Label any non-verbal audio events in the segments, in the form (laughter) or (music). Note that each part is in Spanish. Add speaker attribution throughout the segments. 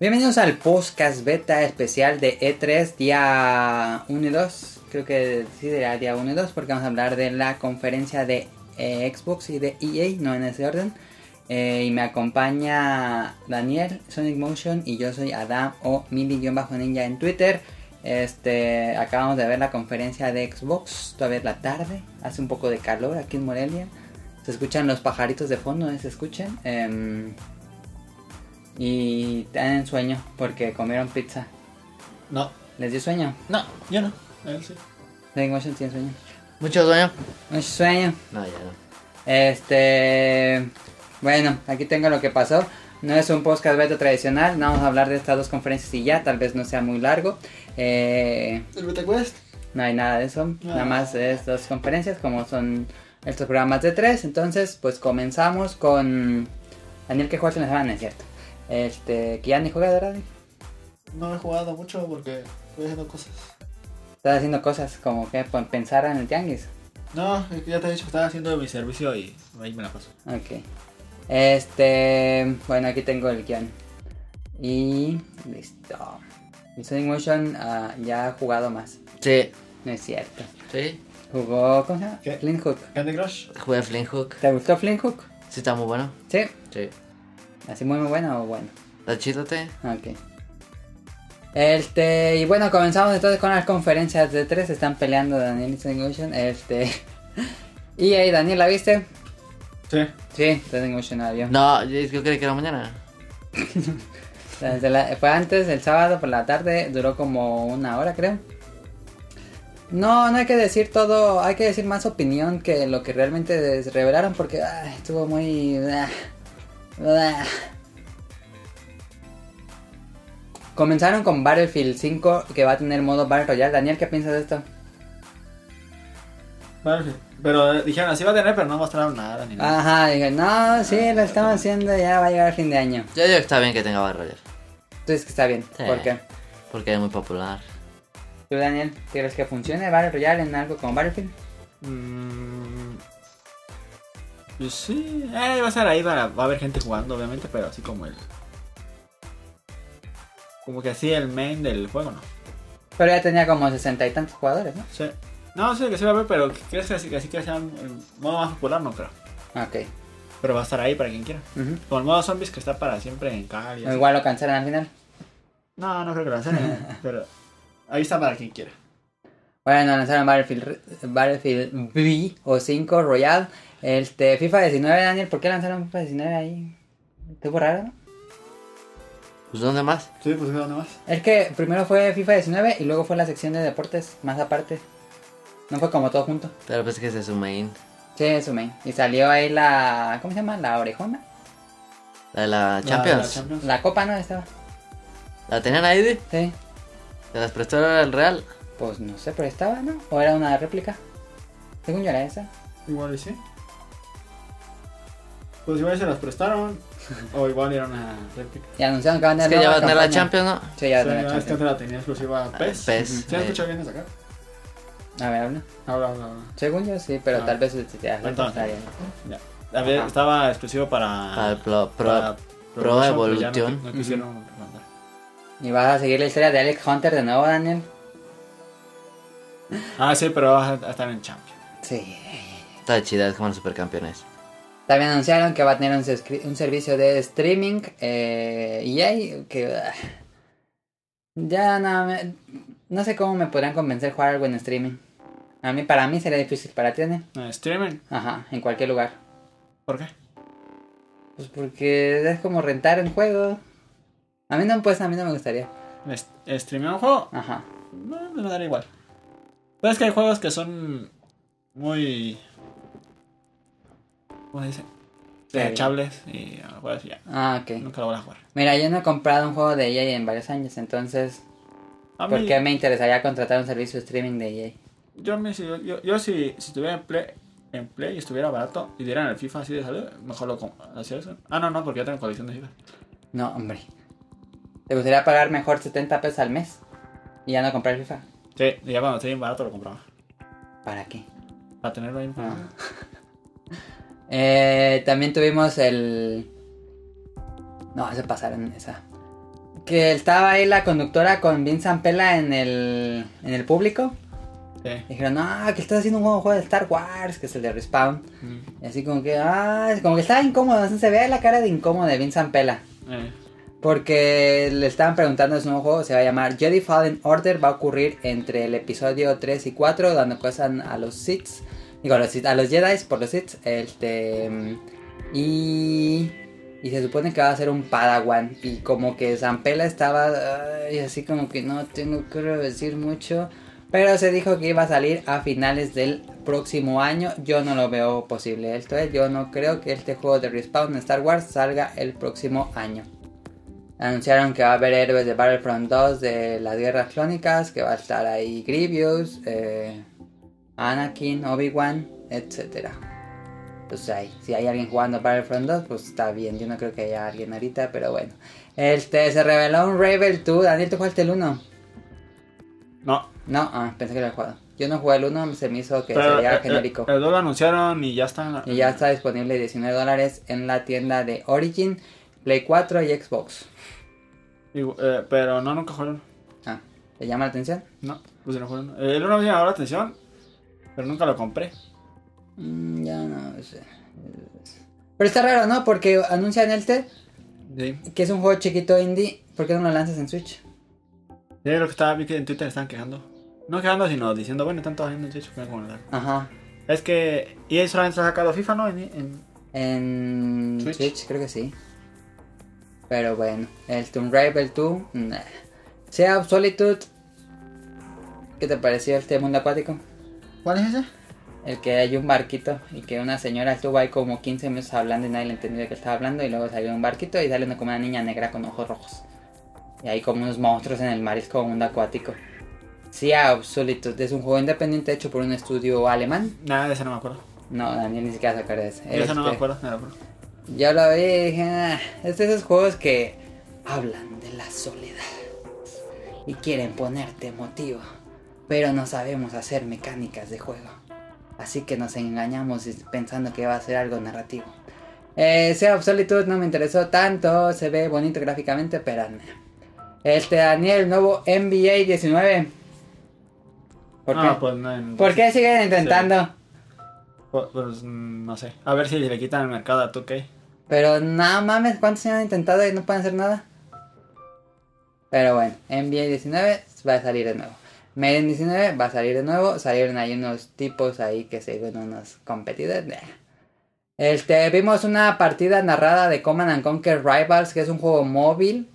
Speaker 1: Bienvenidos al podcast beta especial de E3 día 1 y 2. Creo que sí será día 1 y 2 porque vamos a hablar de la conferencia de eh, Xbox y de EA, no en ese orden. Eh, y me acompaña Daniel, Sonic Motion y yo soy Adam o Mili-Ninja en Twitter. Este, acabamos de ver la conferencia de Xbox, todavía es la tarde, hace un poco de calor aquí en Morelia. Se escuchan los pajaritos de fondo, ¿eh? se escuchan. Em, y tienen sueño porque comieron pizza.
Speaker 2: No,
Speaker 1: ¿Les dio sueño?
Speaker 2: no, yo no. A él sí.
Speaker 1: Sonic Motion tiene sueño.
Speaker 3: Mucho sueño.
Speaker 1: Mucho sueño.
Speaker 3: No, ya no.
Speaker 1: Este. Bueno, aquí tengo lo que pasó. No es un podcast beta tradicional, no vamos a hablar de estas dos conferencias y ya, tal vez no sea muy largo. Eh,
Speaker 2: ¿El BetaQuest?
Speaker 1: no hay nada de eso, nada más es dos conferencias como son estos programas de tres. Entonces, pues comenzamos con Daniel que jugaste en la semana, es cierto. Este, que ya ni juega, ¿verdad?
Speaker 2: No he jugado mucho porque estoy haciendo cosas.
Speaker 1: Estás haciendo cosas como que pues, pensar en el tianguis.
Speaker 2: No, es que ya te he dicho que estaba haciendo mi servicio y ahí me la paso.
Speaker 1: Ok. Este. Bueno, aquí tengo el guión. Y. Listo. Y Sonic Motion ah, ya ha jugado más.
Speaker 3: Sí,
Speaker 1: No es cierto.
Speaker 3: sí.
Speaker 1: Jugó. ¿Cómo se llama?
Speaker 2: ¿Qué?
Speaker 1: Flint Hook.
Speaker 2: Candy Crush.
Speaker 3: Jugué a Flynn Hook.
Speaker 1: ¿Te gustó Flint Hook?
Speaker 3: Sí, está muy bueno.
Speaker 1: Sí.
Speaker 3: Sí.
Speaker 1: Así muy, muy bueno o bueno.
Speaker 3: Está chido, te.
Speaker 1: Ok. Este, y bueno, comenzamos entonces con las conferencias de tres. Están peleando Daniel y Sonic Motion. Este. (laughs) y ahí, Daniel, ¿la viste?
Speaker 2: Sí.
Speaker 1: Sí, Sonic Motion la vio.
Speaker 3: No, yo, yo creí que era mañana.
Speaker 1: Desde la- fue antes, el sábado por la tarde, duró como una hora, creo. No, no hay que decir todo, hay que decir más opinión que lo que realmente des- revelaron porque ay, estuvo muy... ah, ah. Comenzaron con Battlefield 5 que va a tener modo Battle Royale. Daniel, ¿qué piensas de esto?
Speaker 2: Battlefield. Pero eh, dijeron, así va a tener, pero no mostraron nada ni nada.
Speaker 1: Ajá, dije, no, sí, lo estamos haciendo, ya va a llegar el fin de año.
Speaker 3: Yo digo que está bien que tenga Battle Royale.
Speaker 1: Entonces que está bien,
Speaker 3: Sí.
Speaker 1: ¿por qué?
Speaker 3: Porque es muy popular.
Speaker 1: ¿Tú, Daniel, quieres que funcione Battle Royale en algo como Battlefield?
Speaker 2: Ah. Mm, pues sí, eh, va a estar ahí, va, va a haber gente jugando, obviamente, pero así como el. Como que así el main del juego, ¿no?
Speaker 1: Pero ya tenía como sesenta y tantos jugadores, ¿no?
Speaker 2: Sí. No, sí, que sí va a haber, pero ¿crees que así, que así que sea el modo más popular? No creo.
Speaker 1: Ok.
Speaker 2: Pero va a estar ahí para quien quiera.
Speaker 1: Ujú.
Speaker 2: Como el modo zombies que está para siempre en cada y
Speaker 1: O
Speaker 2: así.
Speaker 1: Igual lo cancelan al final.
Speaker 2: No, no creo que lo
Speaker 3: (laughs)
Speaker 2: lancen, pero ahí está para quien quiera.
Speaker 1: Bueno, lanzaron Battlefield, Battlefield V o 5 Royal. Este, FIFA 19, Daniel, ¿por qué lanzaron FIFA 19 ahí? ¿Estuvo raro? no?
Speaker 3: Pues ¿dónde más?
Speaker 2: Sí, pues nada más.
Speaker 1: Es que primero fue FIFA 19 y luego fue la sección de deportes, más aparte. No fue como todo junto.
Speaker 3: Pero pues que ese es su main.
Speaker 1: Sí, eso, man. Y salió ahí la... ¿Cómo se llama? La orejona.
Speaker 3: La de la
Speaker 2: La,
Speaker 3: Champions. La,
Speaker 2: Champions.
Speaker 1: La copa, ¿no? Estaba.
Speaker 3: tenían ahí, de?
Speaker 1: Sí.
Speaker 3: Se las prestó el Real.
Speaker 1: Pues no sé, pero estaba, ¿no? ¿O era una réplica? Según yo era esa.
Speaker 2: Igual y sí. Pues igual se las prestaron. o igual era una réplica.
Speaker 1: Y anunciaron que van a
Speaker 3: Es
Speaker 1: tener
Speaker 3: que ya va
Speaker 1: nueva
Speaker 3: a tener la
Speaker 1: campaña.
Speaker 3: Champions, ¿no?
Speaker 1: Sí,
Speaker 2: Sí,
Speaker 1: ya este va a tener la
Speaker 2: es que
Speaker 1: Champions.
Speaker 2: antes la tenía exclusiva PES.
Speaker 3: PES,
Speaker 2: ¿Se ha
Speaker 3: eh.
Speaker 2: escuchado bien acá?
Speaker 1: A ver, habla.
Speaker 2: Ahora, ahora, ahora.
Speaker 1: Según yo sí, pero
Speaker 2: Ah.
Speaker 1: tal vez este, ya,
Speaker 2: Entonces.
Speaker 1: está bien.
Speaker 2: A ver,
Speaker 1: Ajá.
Speaker 2: estaba exclusivo para.
Speaker 3: Para el Pro. pro-
Speaker 2: para
Speaker 3: Pro
Speaker 2: Promotion, pero ya
Speaker 3: Evolution.
Speaker 2: No, no quisieron mandar.
Speaker 1: Y vas a seguir la historia de Alex Hunter de nuevo, Daniel.
Speaker 2: Ah, sí, pero va a a estar en Champions.
Speaker 1: Sí.
Speaker 3: Está chida, es como los supercampeones.
Speaker 1: También anunciaron que va a tener un, suscri- un servicio de streaming. Eh, y ahí que... ah, Ya no, me- no sé cómo me podrán convencer jugar algo en streaming. A mí, para mí sería difícil, para ti, Daniel.
Speaker 2: No, streaming.
Speaker 1: Ajá, en cualquier lugar.
Speaker 2: ¿Por qué?
Speaker 1: Pues porque es como rentar un juego. A mí no, pues a mí no me gustaría.
Speaker 2: Est- ¿Streamear un juego?
Speaker 1: Ajá.
Speaker 2: No, me daría igual. Pero es que hay juegos que son muy. ¿Cómo se dice? Desechables y ah, pues ya.
Speaker 1: Ah, ok.
Speaker 2: Nunca lo voy a jugar.
Speaker 1: Mira, yo no he comprado un juego de EA en varios años, entonces
Speaker 2: A mí,
Speaker 1: ¿Por qué me interesaría contratar un servicio de streaming de E EA?
Speaker 2: Yo, me- si, yo, yo, yo si, si estuviera en Play, en Play y estuviera barato y dieran el FIFA así de salud, mejor lo comp- hacía eso. Ah, no, no, porque ya tengo colección de FIFA.
Speaker 1: No, hombre. ¿Te gustaría pagar mejor 70 pesos al mes? Y ya no comprar FIFA.
Speaker 2: Sí, y ya cuando esté bien barato lo compraba.
Speaker 1: ¿Para qué?
Speaker 2: Para tenerlo ahí.
Speaker 1: Ah. Eh, también tuvimos el... No, se pasaron esa. Que estaba ahí la conductora con Vincent Pela en el, en el público.
Speaker 2: Sí.
Speaker 1: Dijeron, no, que estás haciendo un nuevo juego de Star Wars, que es el de Respawn.
Speaker 2: Mm.
Speaker 1: Y así como que, ah, como que estaba incómodo, así se veía la cara de incómodo de Vincent Pela.
Speaker 2: Eh,
Speaker 1: Porque le estaban preguntando de su nuevo juego, se va a llamar Jedi Fallen Order, va a ocurrir entre el episodio 3 y 4, dando cosas a los Sith, digo, a los, Sith- a los Jedi por los Sith, este, mm, y, y se supone que va a ser un Padawan, y como que Zampela estaba, ay, así como que no tengo que decir mucho, pero se dijo que iba a salir a finales del próximo año. Yo no lo veo posible. Esto es, yo no creo que este juego de Respawn en Star Wars salga el próximo año. Anunciaron que va a haber héroes de Battlefront 2 de las guerras clónicas, que va a estar ahí Grievous, eh, Anakin, Obi-Wan, etc. Entonces ahí, si hay alguien jugando Battlefront 2, pues está bien. Yo no creo que haya alguien ahorita, pero bueno. Este, se reveló un Rebel 2. Daniel, ¿tú jugaste el 1?
Speaker 2: No,
Speaker 1: No, ah, pensé que lo había jugado. Yo no jugué el 1, se me hizo que sería
Speaker 2: eh,
Speaker 1: genérico.
Speaker 2: eh, El, 2 lo anunciaron y ya está. en la-
Speaker 1: y ya está disponible 19 dólares en la tienda de Origin, Play 4 y Xbox.
Speaker 2: Y, eh, pero no, nunca jugaron.
Speaker 1: Ah, ¿te llama la atención?
Speaker 2: No, pues no jugaron. Eh, el 1 me llamó la atención, pero nunca lo compré.
Speaker 1: Mm, ya no sé. Pero está raro, ¿no? Porque anuncian este,
Speaker 2: Sí.
Speaker 1: que es un juego chiquito indie, ¿por qué no lo lanzas en Switch?
Speaker 2: Yo creo que estaba, vi que en Twitter estaban quejando. No quejando, sino diciendo, bueno, están todos haciendo el Switch, pueden jugar.
Speaker 1: Ajá.
Speaker 2: Es que EA solamente ha sacado FIFA, ¿no? En, en-
Speaker 1: En Switch,
Speaker 2: Switch.
Speaker 1: creo que sí. Pero bueno, el Tomb Raider 2, nah. Sea of Solitude, ¿qué te pareció este mundo acuático?
Speaker 2: ¿Cuál es ese?
Speaker 1: El que hay un barquito y que una señora estuvo ahí como 15 minutos hablando y nadie le entendió de qué estaba hablando y luego salió un barquito y sale una, como una niña negra con ojos rojos. Y hay como unos monstruos en el mar, es como mundo acuático. Sea of Solitude es un juego independiente hecho por un estudio alemán.
Speaker 2: Nada, de ese no me acuerdo.
Speaker 1: No, Daniel ni siquiera se acuerda de ese.
Speaker 2: De ese no me
Speaker 1: Este,
Speaker 2: acuerdo, no me acuerdo.
Speaker 1: yo lo vi y dije, "Ah, es de esos juegos que hablan de la soledad y quieren ponerte motivo, pero no sabemos hacer mecánicas de juego. Así que nos engañamos y- pensando que va a ser algo narrativo. Eh, sea of Solitude no me interesó tanto, se ve bonito gráficamente, pero nah. Este Daniel, nuevo NBA 19. ¿Por qué?
Speaker 2: Ah, pues no. en-
Speaker 1: ¿Por qué siguen intentando?
Speaker 2: Pues, pues, mm, no sé. A ver si le quitan el mercado a 2K.
Speaker 1: Pero nada mames, ¿cuántos años han intentado y no pueden hacer nada? Pero bueno, NBA 19 va a salir de nuevo. Madden 19 va a salir de nuevo. Salieron ahí unos tipos ahí que según unos competidores. nah. Este, vimos una partida narrada de Command and Conquer Rivals, que es un juego móvil.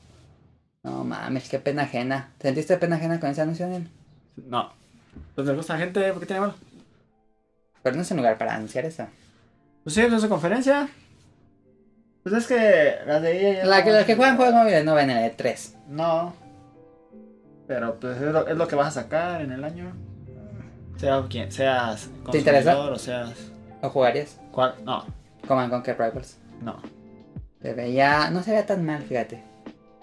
Speaker 1: No mames, qué pena ajena. ¿Sentiste pena ajena con ese anuncio, Daniel?
Speaker 2: No. Pues le gusta a la gente, ¿por qué tiene malo?
Speaker 1: Pero no es un lugar para anunciar eso.
Speaker 2: Pues sí, en su conferencia. Pues es que las de EA. ya
Speaker 1: La que,
Speaker 2: no-
Speaker 1: los que juegan juegos móviles no ven el E E3.
Speaker 2: No. Pero pues es lo, es lo que vas a sacar en el año. Sea quien seas.
Speaker 1: ¿Te interesa?
Speaker 2: consumidor O seas.
Speaker 1: ¿O jugarías?
Speaker 2: ¿Cuál? No,
Speaker 1: Command and Conquer Rivals.
Speaker 2: no. Sí,
Speaker 1: Se veía, no se veía tan mal, fíjate.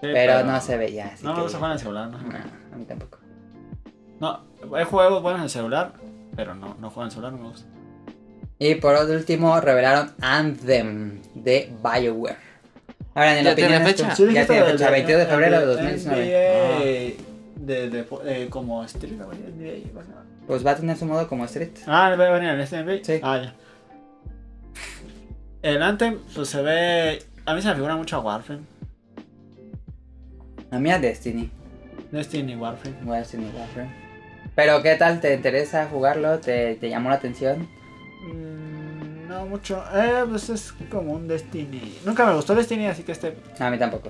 Speaker 1: Pero, no se veía así.
Speaker 2: No
Speaker 1: que-
Speaker 2: me gusta jugar en el celular, no.
Speaker 1: No, a mí tampoco.
Speaker 2: No, hay juegos buenos en el celular, pero no, no juego en el celular, no me gusta.
Speaker 1: Y por último, revelaron Anthem de BioWare. Ahora, en la
Speaker 3: ¿Ya tiene
Speaker 1: opinión.
Speaker 3: fecha?
Speaker 2: Sí,
Speaker 1: Ah, Ya
Speaker 2: dijiste
Speaker 1: tiene
Speaker 2: del-
Speaker 1: fecha,
Speaker 2: del-
Speaker 1: 22 de febrero de
Speaker 2: del
Speaker 1: 2019.
Speaker 2: NBA, de, de, eh, como Street, ¿no? NBA, ¿cómo se llama?
Speaker 1: Pues va a tener su modo como Street.
Speaker 2: Ah, va a venir el NBA.
Speaker 1: Sí.
Speaker 2: Ah, ya. El Anthem, pues se ve. A mí se me figura mucho a Warframe.
Speaker 1: A mí a Destiny.
Speaker 2: Destiny Warframe.
Speaker 1: Voy a Destiny Warfare. Pero, ¿qué tal? ¿Te interesa jugarlo? ¿Te, te llamó la atención?
Speaker 2: Mm, no mucho. Eh, pues es como un Destiny. Nunca me gustó Destiny, así que este
Speaker 1: A mí tampoco.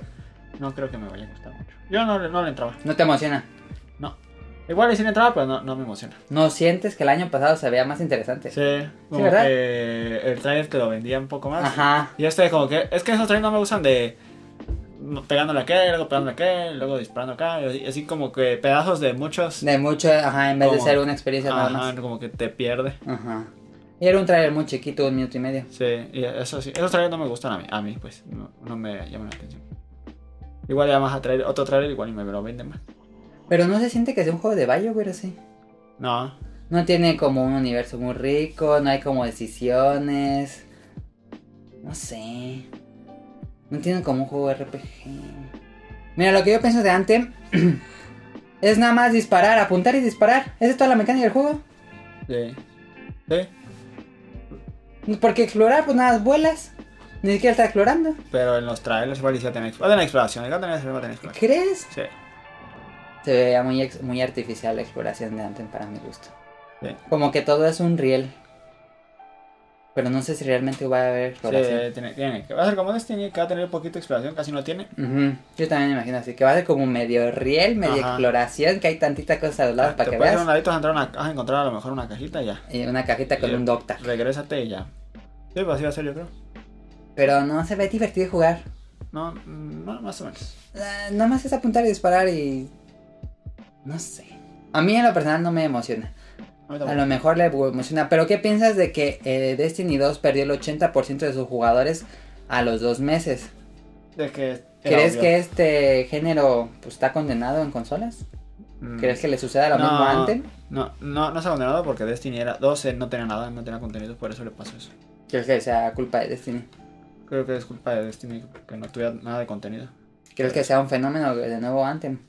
Speaker 2: no creo que me vaya a gustar mucho. Yo no, le- no le entraba.
Speaker 1: ¿No te emociona?
Speaker 2: No. Igual y sí le entraba, pero no, no me emociona.
Speaker 1: ¿No sientes que el año pasado se veía más interesante?
Speaker 2: Sí, como
Speaker 1: ¿verdad?
Speaker 2: que el trailer te lo vendía un poco más.
Speaker 1: Ajá.
Speaker 2: Y este como que, es que esos trailers no me gustan de pegándole a aquel, luego pegándole a aquel, luego disparando acá, y así, así como que pedazos de muchos.
Speaker 1: De mucho, ajá, en vez de
Speaker 2: ¿Cómo?
Speaker 1: ser una experiencia nada
Speaker 2: Ajá,
Speaker 1: más.
Speaker 2: como que te pierde.
Speaker 1: Ajá. Y era un trailer muy chiquito, un minuto y medio.
Speaker 2: Sí, y eso sí, esos trailers no me gustan a mí, a mí pues, no, no me llaman la atención. Igual ya vas a traer otro trailer igual y me lo venden más.
Speaker 1: Pero no se siente que sea un juego de BioWare así.
Speaker 2: No,
Speaker 1: No tiene como un universo muy rico, no hay como decisiones. No sé. No tiene como un juego RPG. Mira, lo que yo pienso de antes (clears throat) es nada más disparar, apuntar y disparar. Esa es toda la mecánica del juego.
Speaker 2: Sí. Sí.
Speaker 1: Porque explorar, pues nada, más vuelas. Ni siquiera está explorando.
Speaker 2: Pero en los trailers igual sí va a tener, va a tener exploración. Va a tener, va a tener exploración.
Speaker 1: ¿Crees?
Speaker 2: Sí.
Speaker 1: Se veía muy, ex- muy artificial la exploración de Anthem para mi gusto.
Speaker 2: Sí.
Speaker 1: Como que todo es un riel. Pero no sé si realmente va a haber
Speaker 2: Sí, eh,
Speaker 1: exploración.
Speaker 2: tiene, tiene que- Va a ser como Destiny, que va a tener poquito de exploración, casi no tiene.
Speaker 1: Ujú, Yo también me imagino así, que va a ser como medio riel, medio
Speaker 2: Ajá. Ah,
Speaker 1: exploración, que hay tantita cosa a los lados
Speaker 2: Te
Speaker 1: para que
Speaker 2: puedes hacer
Speaker 1: veas.
Speaker 2: un ladito, vas a, entrar a una- vas a encontrar a lo mejor una cajita y ya.
Speaker 1: Y una cajita con
Speaker 2: Y-
Speaker 1: un docta.
Speaker 2: Regrésate y ya. Sí, pues así va a ser, yo creo.
Speaker 1: Pero no se ve divertido jugar.
Speaker 2: No, no más o menos.
Speaker 1: Eh, Nada más es apuntar y disparar y... No sé. A mí en lo personal no me emociona.
Speaker 2: A mí
Speaker 1: A
Speaker 2: tampoco.
Speaker 1: lo mejor le emociona. Pero ¿qué piensas de que eh, Destiny 2 perdió el 80% de sus jugadores a los dos meses?
Speaker 2: Es que. era
Speaker 1: ¿Crees
Speaker 2: obvio.
Speaker 1: que este género pues, está condenado en consolas?
Speaker 2: Mm.
Speaker 1: ¿Crees que le suceda lo
Speaker 2: No.
Speaker 1: mismo a Anthem?
Speaker 2: No, no, no se ha condenado porque Destiny era 12, no tenía nada, no tenía contenido, por eso le pasó eso.
Speaker 1: ¿Crees que sea culpa de Destiny?
Speaker 2: Creo que es culpa de Destiny que no tuviera nada de contenido.
Speaker 1: ¿Crees que sea un fenómeno de nuevo Anthem?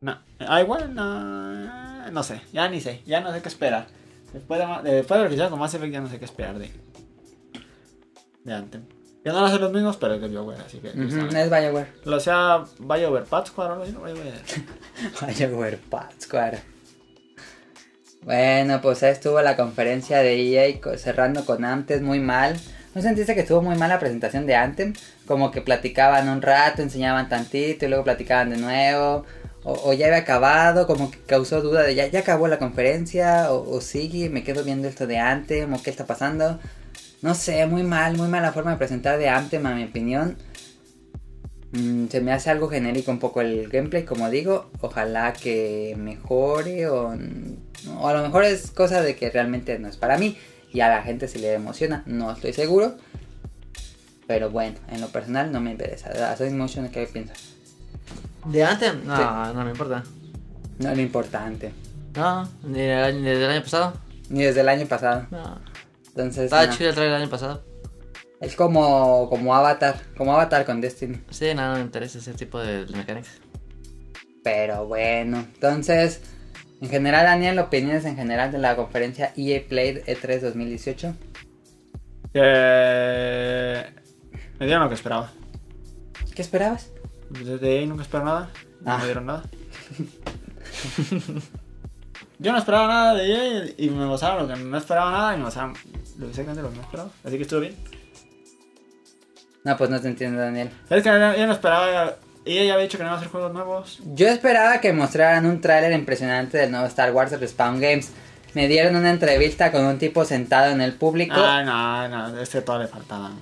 Speaker 2: No, ah, igual no, no sé, ya ni sé, ya no sé qué esperar. Después de, ma- de- después de lo que hicieron con Mass Effect ya no sé qué esperar de, de Anthem. Ya no van a ser los mismos, pero es de BioWare, así que...
Speaker 1: Ujú,
Speaker 2: saben.
Speaker 1: Es BioWare.
Speaker 2: Lo sea BioWare Pascual o algo así, no BioWare.
Speaker 1: (laughs) BioWare Pascual. Bueno, pues ahí estuvo la conferencia de EA co- cerrando con Anthem muy mal. ¿No sentiste que estuvo muy mal la presentación de Anthem? Como que platicaban un rato, enseñaban tantito y luego platicaban de nuevo. O, o ya había acabado, como que causó duda de ya, ya acabó la conferencia. O, o sigue, me quedo viendo esto de Anthem o qué está pasando. No sé, muy mal, muy mala forma de presentar de Anthem a mi opinión. Mm, se me hace algo genérico un poco el gameplay, como digo. Ojalá que mejore o, o a lo mejor es cosa de que realmente no es para mí y a la gente se le emociona, no estoy seguro. Pero bueno, en lo personal no me interesa. A Sonic Motion, ¿qué piensas?
Speaker 3: ¿De antes? No, no me importa.
Speaker 1: No es lo importante.
Speaker 3: No, ni del año, ni del año pasado.
Speaker 1: Ni desde el año pasado.
Speaker 3: No.
Speaker 1: Entonces,
Speaker 3: Estaba
Speaker 1: no.
Speaker 3: Ah, chido el trailer del año pasado.
Speaker 1: es como, como Avatar, como Avatar con Destiny.
Speaker 3: Sí, nada, no me interesa ese tipo de mecánicas.
Speaker 1: Pero bueno, entonces, en general, Daniel, opiniones en general de la conferencia E EA Play E3 2018.
Speaker 2: Eh, me dieron lo que esperaba.
Speaker 1: ¿Qué esperabas?
Speaker 2: Desde ahí nunca espero nada. No
Speaker 1: Ah.
Speaker 2: me dieron nada. Yo no esperaba nada de ella y me mostraron lo que no esperaba nada y me mostraron lo exactamente lo que no esperaba. Así que estuvo bien.
Speaker 1: No, pues no te entiendo, Daniel.
Speaker 2: Es que yo no esperaba. Ella ya había dicho que no iba a hacer juegos nuevos.
Speaker 1: Yo esperaba que mostraran un tráiler impresionante del nuevo Star Wars de Spawn Games. Me dieron una entrevista con un tipo sentado en el público.
Speaker 2: Ah, no, no, este todo le faltaba.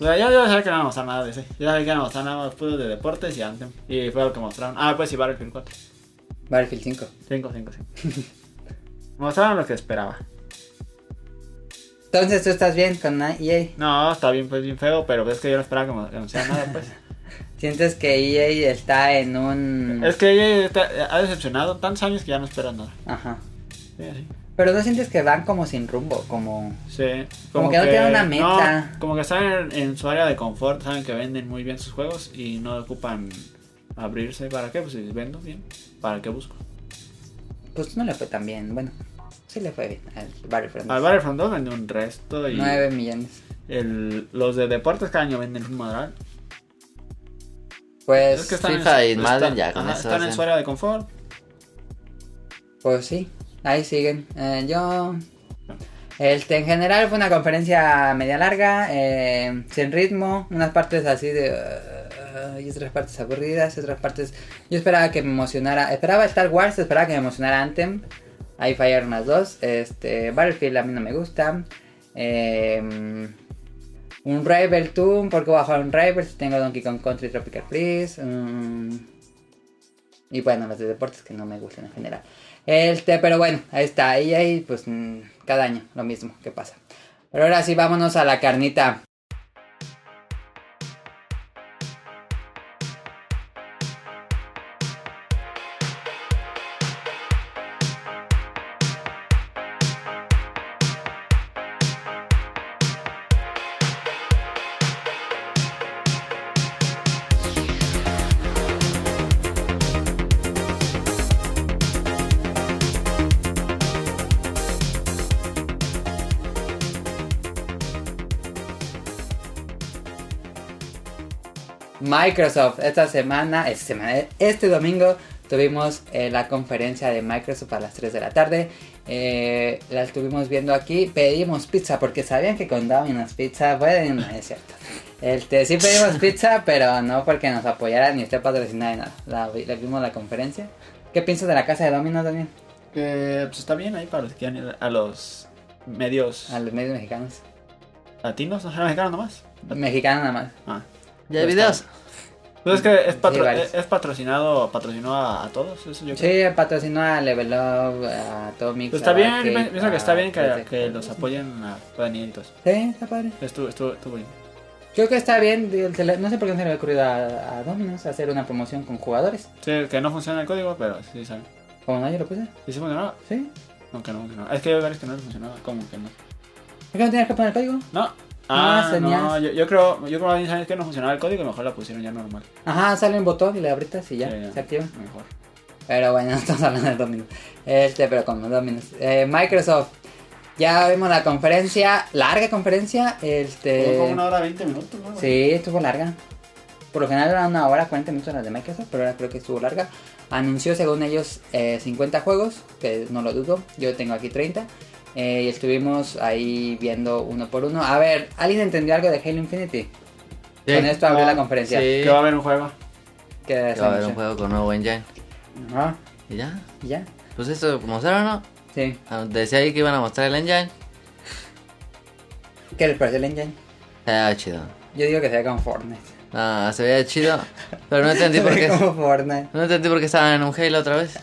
Speaker 2: O sea, yo, yo sabía que no iba a mostrar nada de ese. Yo sabía que no iba a mostrar nada más puro de deportes y Anthem. Y fue lo que mostraron. Ah, pues sí, Battlefield 4.
Speaker 1: Battlefield 5.
Speaker 2: 5, 5, 5. mostraron lo que esperaba.
Speaker 1: Entonces tú estás bien con E na- EA.
Speaker 2: No, está bien, pues bien feo, pero es que yo no esperaba que mo- que anunciaran nada, pues.
Speaker 1: Sientes que EA está en un.
Speaker 2: Es que ella está- ha decepcionado tantos años que ya no espera nada.
Speaker 1: Ajá.
Speaker 2: Sí, así.
Speaker 1: Pero no sientes que van como sin rumbo, como.
Speaker 2: Sí.
Speaker 1: Como que no tiene una meta.
Speaker 2: no, como que están en, en su área de confort, saben que venden muy bien sus juegos y no ocupan abrirse. ¿Para qué? Pues si vendo bien, ¿para qué busco?
Speaker 1: Pues no le fue tan bien. Bueno, sí le fue bien al Battlefront.
Speaker 2: Al Battlefront 2 vende un resto y
Speaker 1: 9 millones.
Speaker 2: el- los de deportes cada año venden un madral.
Speaker 1: Pues.
Speaker 3: FIFA y
Speaker 2: su-
Speaker 3: Madden
Speaker 2: están-
Speaker 3: ya con eso
Speaker 2: Están en
Speaker 3: hacen.
Speaker 2: su área de confort.
Speaker 1: Pues sí, ahí siguen. Eh, yo. Este, en general fue una conferencia media larga, eh, sin ritmo, unas partes así de... eh, y otras partes aburridas, otras partes... Yo esperaba que me emocionara, esperaba Star Wars, esperaba que me emocionara Anthem, ahí fallaron las dos, este, Battlefield a mí no me gusta, eh, un Rebel Toon, ¿por qué voy a jugar un Rebel si tengo Donkey Kong Country Tropical Freeze? mm, y bueno, los de deportes que no me gustan en general. Este, pero bueno, ahí está. Y ahí, pues, mm, cada año lo mismo que pasa. Pero ahora sí, vámonos a la carnita. Microsoft. Esta semana, esta semana, este domingo tuvimos eh, la conferencia de Microsoft a las 3 de la tarde. Eh, la estuvimos viendo aquí. Pedimos pizza porque sabían que con Domino's Pizza pueden. Es cierto. Este, sí pedimos pizza, pero no porque nos apoyaran ni esté patrocinada ni nada. La, vi- la vimos la conferencia. ¿Qué piensas de la casa de Domino's también?
Speaker 2: Que pues está bien ahí para los que han ido a los medios
Speaker 1: A los medios mexicanos.
Speaker 2: latinos, no eran mexicanos nomás.
Speaker 1: Mm. Mexicanos nada más.
Speaker 2: Ah.
Speaker 3: ¿Ya hay videos?
Speaker 2: Pues es que es, patro-
Speaker 1: Sí, varios.
Speaker 2: es- es patrocinado, patrocinó a, a todos, eso yo creo.
Speaker 1: Sí, patrocinó a Level Up, a Atomic.
Speaker 2: Pues está
Speaker 1: a
Speaker 2: bien,
Speaker 1: Arcade,
Speaker 2: pi- pienso que está
Speaker 1: a
Speaker 2: bien que,
Speaker 1: 3D.
Speaker 2: que los apoyen a Danielitos.
Speaker 1: Sí, está padre.
Speaker 2: Estuvo, estuvo, estuvo bien.
Speaker 1: Creo que está bien. digo, se le- No sé por qué no se le ha ocurrido a, a Dominos hacer una promoción con jugadores.
Speaker 2: Sí, que no funciona el código, pero sí saben.
Speaker 1: Como no, yo lo puse.
Speaker 2: ¿Y si funcionaba?
Speaker 1: Sí.
Speaker 2: No, que no funcionaba. Es que hay varios que no les funcionaba. ¿Cómo que no?
Speaker 1: ¿Por qué no tenías que poner el código?
Speaker 2: No.
Speaker 1: Ah,
Speaker 2: Ah, no,
Speaker 1: señas.
Speaker 2: yo, yo creo, yo creo que saben que no funcionaba el código y mejor la pusieron ya normal.
Speaker 1: Ajá, sale un botón y le aprietas y ya,
Speaker 2: Sí, ya.
Speaker 1: se activa.
Speaker 2: Mejor.
Speaker 1: Pero bueno, (laughs) estamos hablando de Dominos. Este, pero con los Dominos. Eh, Microsoft. Ya vimos la conferencia, larga conferencia. Este.
Speaker 2: Fue como una hora veinte minutos, ¿no?
Speaker 1: Sí, estuvo larga. Por lo general era una hora, 40 minutos las de Microsoft, pero ahora creo que estuvo larga. Anunció, según ellos, eh, 50 juegos, que no lo dudo. Yo tengo aquí 30. Eh, y estuvimos ahí viendo uno por uno. A ver, ¿alguien entendió algo de Halo Infinity?
Speaker 3: Sí.
Speaker 1: Con esto abrió
Speaker 2: Ah,
Speaker 1: la conferencia.
Speaker 3: sí.
Speaker 2: Que va a haber un
Speaker 1: (laughs)
Speaker 2: juego.
Speaker 1: Que
Speaker 3: Que
Speaker 1: se
Speaker 3: va a haber
Speaker 1: anunció.
Speaker 3: un juego con nuevo engine.
Speaker 2: Ajá.
Speaker 3: ¿Y ya?
Speaker 1: ¿Y ¿Ya?
Speaker 3: Pues eso, como mostraron, ¿no?
Speaker 1: Sí.
Speaker 3: Ah, Decía ahí que iban a mostrar el engine.
Speaker 1: ¿Qué les pareció el engine?
Speaker 3: Se veía chido.
Speaker 1: Yo digo que se ve como Fortnite.
Speaker 3: Ah, se veía chido. Pero no entendí
Speaker 1: Se
Speaker 3: por
Speaker 1: ve
Speaker 3: qué.
Speaker 1: como Fortnite.
Speaker 3: No entendí por qué estaban en un Halo otra vez.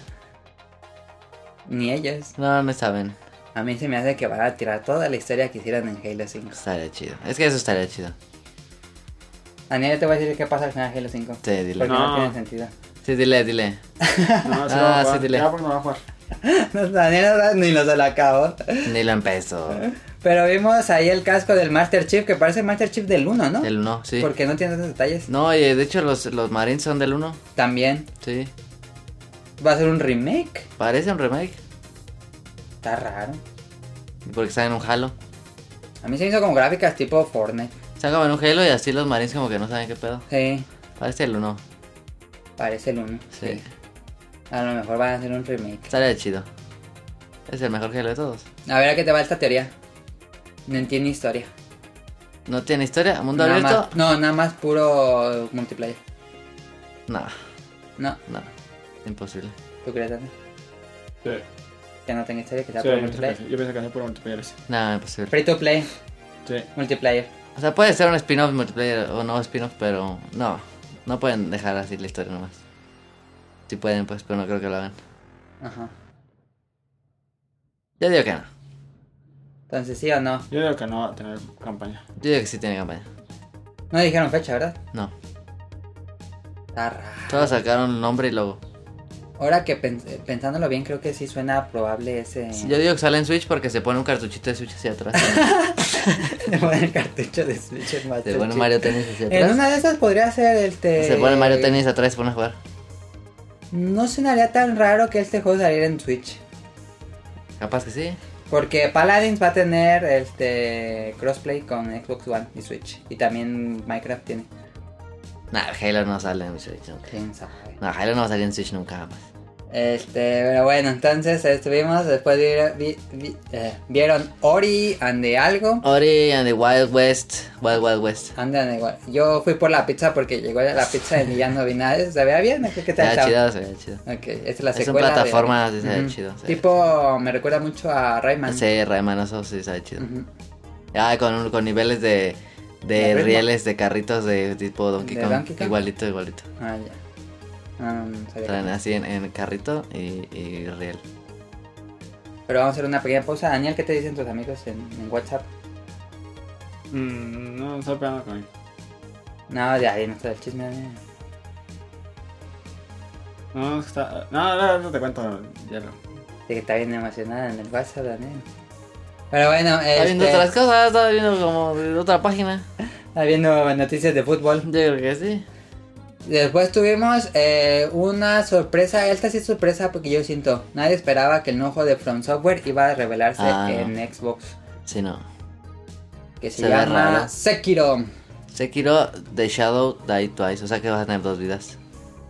Speaker 1: Ni ellos.
Speaker 3: No, no saben.
Speaker 1: A mí se me hace que van a tirar toda la historia que hicieron en Halo 5.
Speaker 3: Estaría chido. Es que eso estaría chido.
Speaker 1: Daniel, yo te voy a decir qué pasa al final de Halo 5.
Speaker 3: Sí, dile.
Speaker 1: Porque Pues no
Speaker 2: No.
Speaker 1: tiene sentido. (laughs)
Speaker 3: Sí, dile, dile.
Speaker 2: No, sí
Speaker 3: Ah,
Speaker 2: lo va a
Speaker 3: sí,
Speaker 2: jugar.
Speaker 3: dile.
Speaker 2: Ya porque no va a jugar.
Speaker 1: No, Daniel no- ni lo se lo acabó.
Speaker 3: Ni lo empezó.
Speaker 1: Pero vimos ahí el casco del Master Chief, que parece el Master Chief del 1, ¿no?
Speaker 3: El 1, sí.
Speaker 1: Porque no tiene tantos detalles.
Speaker 3: No, y de hecho los, los Marines son del 1.
Speaker 1: También
Speaker 3: Sí.
Speaker 1: va a ser un remake.
Speaker 3: Parece un remake.
Speaker 1: Está raro.
Speaker 3: Porque están en un Halo.
Speaker 1: A mí se me hizo como gráficas tipo Fortnite.
Speaker 3: Están como en un Halo y así los Marines como que no saben qué pedo.
Speaker 1: Sí,
Speaker 3: Parece el 1.
Speaker 1: parece el 1.
Speaker 3: Sí.
Speaker 1: A lo mejor van a hacer un remake.
Speaker 3: Estaría chido. Es el mejor Halo de todos.
Speaker 1: A ver a qué te va esta teoría. No entiende historia.
Speaker 3: ¿No tiene historia? ¿Mundo
Speaker 1: Nada
Speaker 3: abierto?
Speaker 1: más- no, nada más puro multiplayer.
Speaker 3: No,
Speaker 1: No,
Speaker 3: no. Imposible.
Speaker 1: ¿tú crees Dani?
Speaker 2: Sí.
Speaker 1: que no tenga historia, que sea
Speaker 2: Sí,
Speaker 1: puro
Speaker 2: yo pienso que
Speaker 1: multiplayer?
Speaker 2: sí, yo pienso que hace por multiplayer ese.
Speaker 3: No, imposible.
Speaker 1: Free to play,
Speaker 2: Sí.
Speaker 1: multiplayer.
Speaker 3: O sea, puede ser un spin-off multiplayer o no spin-off, pero no. No pueden dejar así la historia nomás. Si pueden, pues, pero no creo que lo hagan.
Speaker 1: Ajá.
Speaker 3: Yo digo que no.
Speaker 1: Entonces, ¿sí o no?
Speaker 2: Yo digo que no va a tener campaña.
Speaker 3: Yo digo que sí tiene campaña.
Speaker 1: No dijeron fecha, ¿verdad?
Speaker 3: No.
Speaker 1: Está raro.
Speaker 3: Todos sacaron nombre y logo.
Speaker 1: Ahora que pens- pensándolo bien, creo que sí suena probable ese.
Speaker 3: Yo digo que sale en Switch porque se pone un cartuchito de Switch
Speaker 1: (laughs)
Speaker 3: hacia atrás.
Speaker 1: Le ponen (laughs) el cartucho de Switch en Master
Speaker 3: Se pone
Speaker 1: Chief.
Speaker 3: Mario Tennis hacia
Speaker 1: En
Speaker 3: atrás.
Speaker 1: una de esas podría ser este.
Speaker 3: Se pone Mario Tennis atrás y se pone a jugar.
Speaker 1: No sonaría tan raro que este juego saliera en Switch.
Speaker 3: Capaz que sí.
Speaker 1: Porque Paladins va a tener este crossplay con Xbox One y Switch. Y también Minecraft tiene.
Speaker 3: Nah, Halo no sale en Switch nunca.
Speaker 1: Quién sabe.
Speaker 3: No, Halo no va a salir en Switch nunca jamás.
Speaker 1: Este, pero bueno, entonces estuvimos. Después vi- vi- vi- eh, vieron Ori and the algo.
Speaker 3: Ori and the Wild West. Wild Wild West.
Speaker 1: Andan igual. Yo fui por la pizza porque llegó la pizza y ya no vi nada. Se veía bien, ¿qué qué tal
Speaker 3: Está
Speaker 1: estaba?
Speaker 3: chido, se ve chido.
Speaker 1: Ok, esta es la
Speaker 3: Es un
Speaker 1: secuela. de-
Speaker 3: plataforma, sí, se ve
Speaker 1: Ujú.
Speaker 3: chido, se ve
Speaker 1: Tipo, me recuerda mucho a Rayman.
Speaker 3: Sí, Rayman, eso sí sabe chido.
Speaker 1: Ujú.
Speaker 3: Ah, con, con niveles de,
Speaker 1: De
Speaker 3: de
Speaker 1: ritmo.
Speaker 3: rieles de carritos de tipo Donkey
Speaker 1: ¿De
Speaker 3: Kong.
Speaker 1: Donkey Kong?
Speaker 3: Igualito, igualito.
Speaker 1: Ah, ya. Ah, no, no sabía
Speaker 3: Traen
Speaker 1: que-
Speaker 3: así en, en carrito y, y riel.
Speaker 1: Este, Pero vamos a hacer una pequeña pausa. Daniel, ¿qué te dicen tus amigos en, en WhatsApp?
Speaker 2: Mm, no, está pegando conmigo.
Speaker 1: No, de ahí no está el chisme. Daniel.
Speaker 2: No, es que está. No, no, no te cuento. Ya lo.
Speaker 1: De que está bien emocionada en el WhatsApp, Daniel. Pero bueno,
Speaker 3: Está viendo
Speaker 1: este,
Speaker 3: otras cosas, está viendo como de otra página. (laughs)
Speaker 1: está viendo noticias de fútbol.
Speaker 3: Yo creo que sí.
Speaker 1: Después tuvimos eh, una sorpresa, esta sí es sorpresa porque yo siento, nadie esperaba que el nuevo de From Software iba a revelarse
Speaker 3: Ah, no.
Speaker 1: en Xbox,
Speaker 3: Sí, no.
Speaker 1: que se,
Speaker 3: Se ve
Speaker 1: llama
Speaker 3: raro.
Speaker 1: Sekiro.
Speaker 3: Sekiro, The Shadow Die Twice. O sea que vas a tener dos vidas.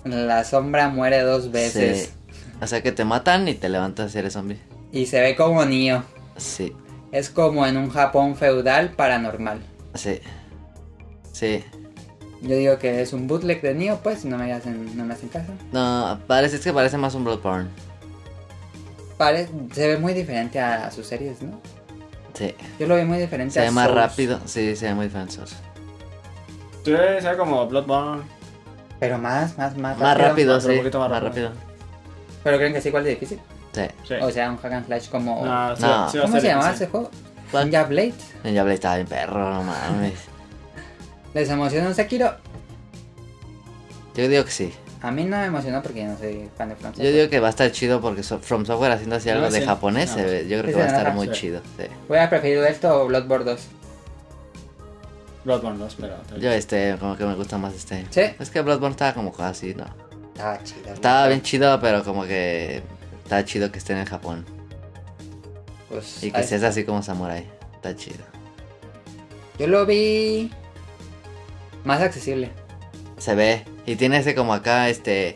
Speaker 1: La sombra muere dos veces.
Speaker 3: Sí. O sea que te matan y te levantas si eres zombie.
Speaker 1: Y se ve como Nio.
Speaker 3: Sí,
Speaker 1: Es como en un Japón feudal paranormal.
Speaker 3: sí. Sí.
Speaker 1: Yo digo que es un bootleg de Nio, pues, no me hacen, no me hacen caso.
Speaker 3: No, parece, es que parece más un Bloodborne.
Speaker 1: Pare- se ve muy diferente a, sus series, ¿no?
Speaker 3: Sí.
Speaker 1: Yo lo vi muy diferente
Speaker 3: Se
Speaker 1: a
Speaker 3: ve más
Speaker 1: Souls.
Speaker 3: rápido. Sí, se ve muy defensor.
Speaker 2: Sí, sea como Bloodborne.
Speaker 1: Pero más, más, más,
Speaker 3: Más rápido,
Speaker 2: pero un
Speaker 3: sí.
Speaker 2: poquito
Speaker 3: más,
Speaker 2: más
Speaker 3: rápido.
Speaker 1: Pero creen que es igual de difícil.
Speaker 3: Sí.
Speaker 2: Sí.
Speaker 1: O sea, un hack and slash como.
Speaker 2: No, sí,
Speaker 3: No.
Speaker 2: sí
Speaker 1: Oh,
Speaker 2: va a
Speaker 1: ¿Cómo
Speaker 2: ser
Speaker 1: se llamaba
Speaker 2: difícil.
Speaker 1: ese juego?
Speaker 3: ¿Cuál?
Speaker 1: Ninja Blade.
Speaker 3: Ninja Blade estaba bien perro, no mames.
Speaker 1: ¿Les emocionó un Sekiro?
Speaker 3: Yo digo que sí.
Speaker 1: A mí no me emocionó porque yo no soy fan de From
Speaker 3: Yo digo que va a estar chido porque so- From Software haciendo así
Speaker 2: Yo
Speaker 3: algo de
Speaker 2: sí.
Speaker 3: japonés,
Speaker 2: No,
Speaker 3: se ve- yo creo
Speaker 1: Sí,
Speaker 3: que va a
Speaker 1: se
Speaker 3: estar
Speaker 1: nota,
Speaker 3: muy
Speaker 2: sí.
Speaker 3: chido. Sí.
Speaker 1: Voy a preferir esto o Bloodborne 2.
Speaker 2: Bloodborne 2, pero. está bien.
Speaker 3: Yo este, como que me gusta más este.
Speaker 1: Sí.
Speaker 3: Es que Bloodborne estaba como así, ¿no?
Speaker 1: Estaba chido.
Speaker 3: Estaba bien chido, pero como que está chido que esté en el Japón.
Speaker 1: Pues,
Speaker 3: Y que
Speaker 1: ay,
Speaker 3: seas así como samurai. Está chido.
Speaker 1: Yo lo vi. Más accesible.
Speaker 3: Se ve. Y tiene ese como acá, este,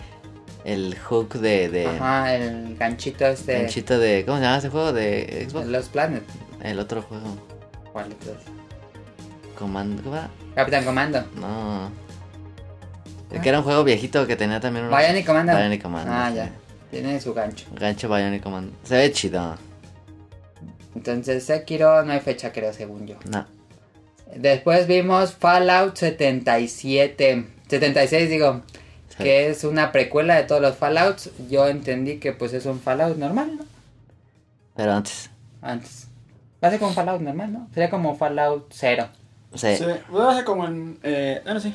Speaker 3: el hook de... de
Speaker 1: Ajá, el ganchito este.
Speaker 3: Eh. ganchito de... ¿Cómo se llama ese juego? De Xbox.
Speaker 1: de Los Planet.
Speaker 3: El otro juego.
Speaker 1: ¿Cuál de todos?
Speaker 3: Comando... ¿Cómo era?
Speaker 1: Capitán Comando.
Speaker 3: No. El que era un juego viejito que tenía también unos...
Speaker 1: ¿Eh? Bionic Commando.
Speaker 3: Bionic Commando,
Speaker 1: Ah,
Speaker 3: sí.
Speaker 1: ya. Tiene su gancho.
Speaker 3: Gancho Bionic Command. Se ve chido.
Speaker 1: Entonces, Sekiro no hay fecha, creo, según yo.
Speaker 3: No.
Speaker 1: Después vimos Fallout 77. 76, digo.
Speaker 3: Sí.
Speaker 1: Que es una precuela de todos los Fallouts. Yo entendí que pues es un Fallout normal, ¿no?
Speaker 3: Pero antes...
Speaker 1: Antes. Va a ser como un Fallout normal, ¿no? Sería como Fallout 0.
Speaker 3: Sí.
Speaker 2: Sí, va a ser como en. Eh, no, no sé.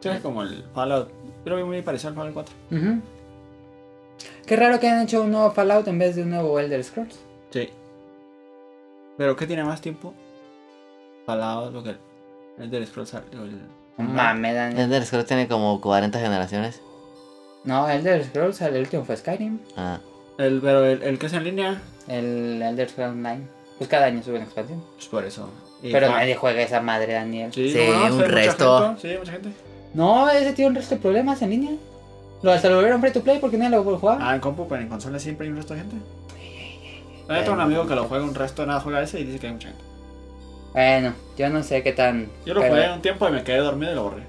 Speaker 2: Sí, es como el Fallout. Yo lo vi muy parecido al Fallout 4.
Speaker 1: Ujú. Qué raro que hayan hecho un nuevo Fallout en vez de un nuevo Elder Scrolls.
Speaker 2: Sí. ¿Pero qué tiene más tiempo? Fallout, lo que. El del Scrolls. o El...
Speaker 1: No mames, Daniel.
Speaker 3: Elder Scrolls tiene como 40 generaciones.
Speaker 1: No, Elder Scrolls, el último fue Skyrim.
Speaker 3: Ah.
Speaker 2: El, pero el, el que es en línea.
Speaker 1: El Elder Scrolls Online. Pues cada año suben expansión.
Speaker 2: Pues por eso. Y
Speaker 1: Pero
Speaker 2: Fa-
Speaker 1: nadie juega esa madre, Daniel.
Speaker 2: Sí,
Speaker 3: Sí,
Speaker 2: ¿cómo no?
Speaker 3: un
Speaker 2: Sí, mucha
Speaker 3: resto.
Speaker 2: gente, sí, mucha gente.
Speaker 1: No, ese tiene un resto de problemas en línea. Lo hasta lo volvieron free to play porque nadie lo jugaba.
Speaker 2: Ah, en compu, pero en consola siempre hay un resto de gente. Yo tengo un amigo que lo juega un resto, nada juega ese y dice que hay mucha gente.
Speaker 1: Bueno, yo no sé qué tan.
Speaker 2: Yo lo
Speaker 1: pero
Speaker 2: jugué un tiempo y me quedé dormido y lo borré.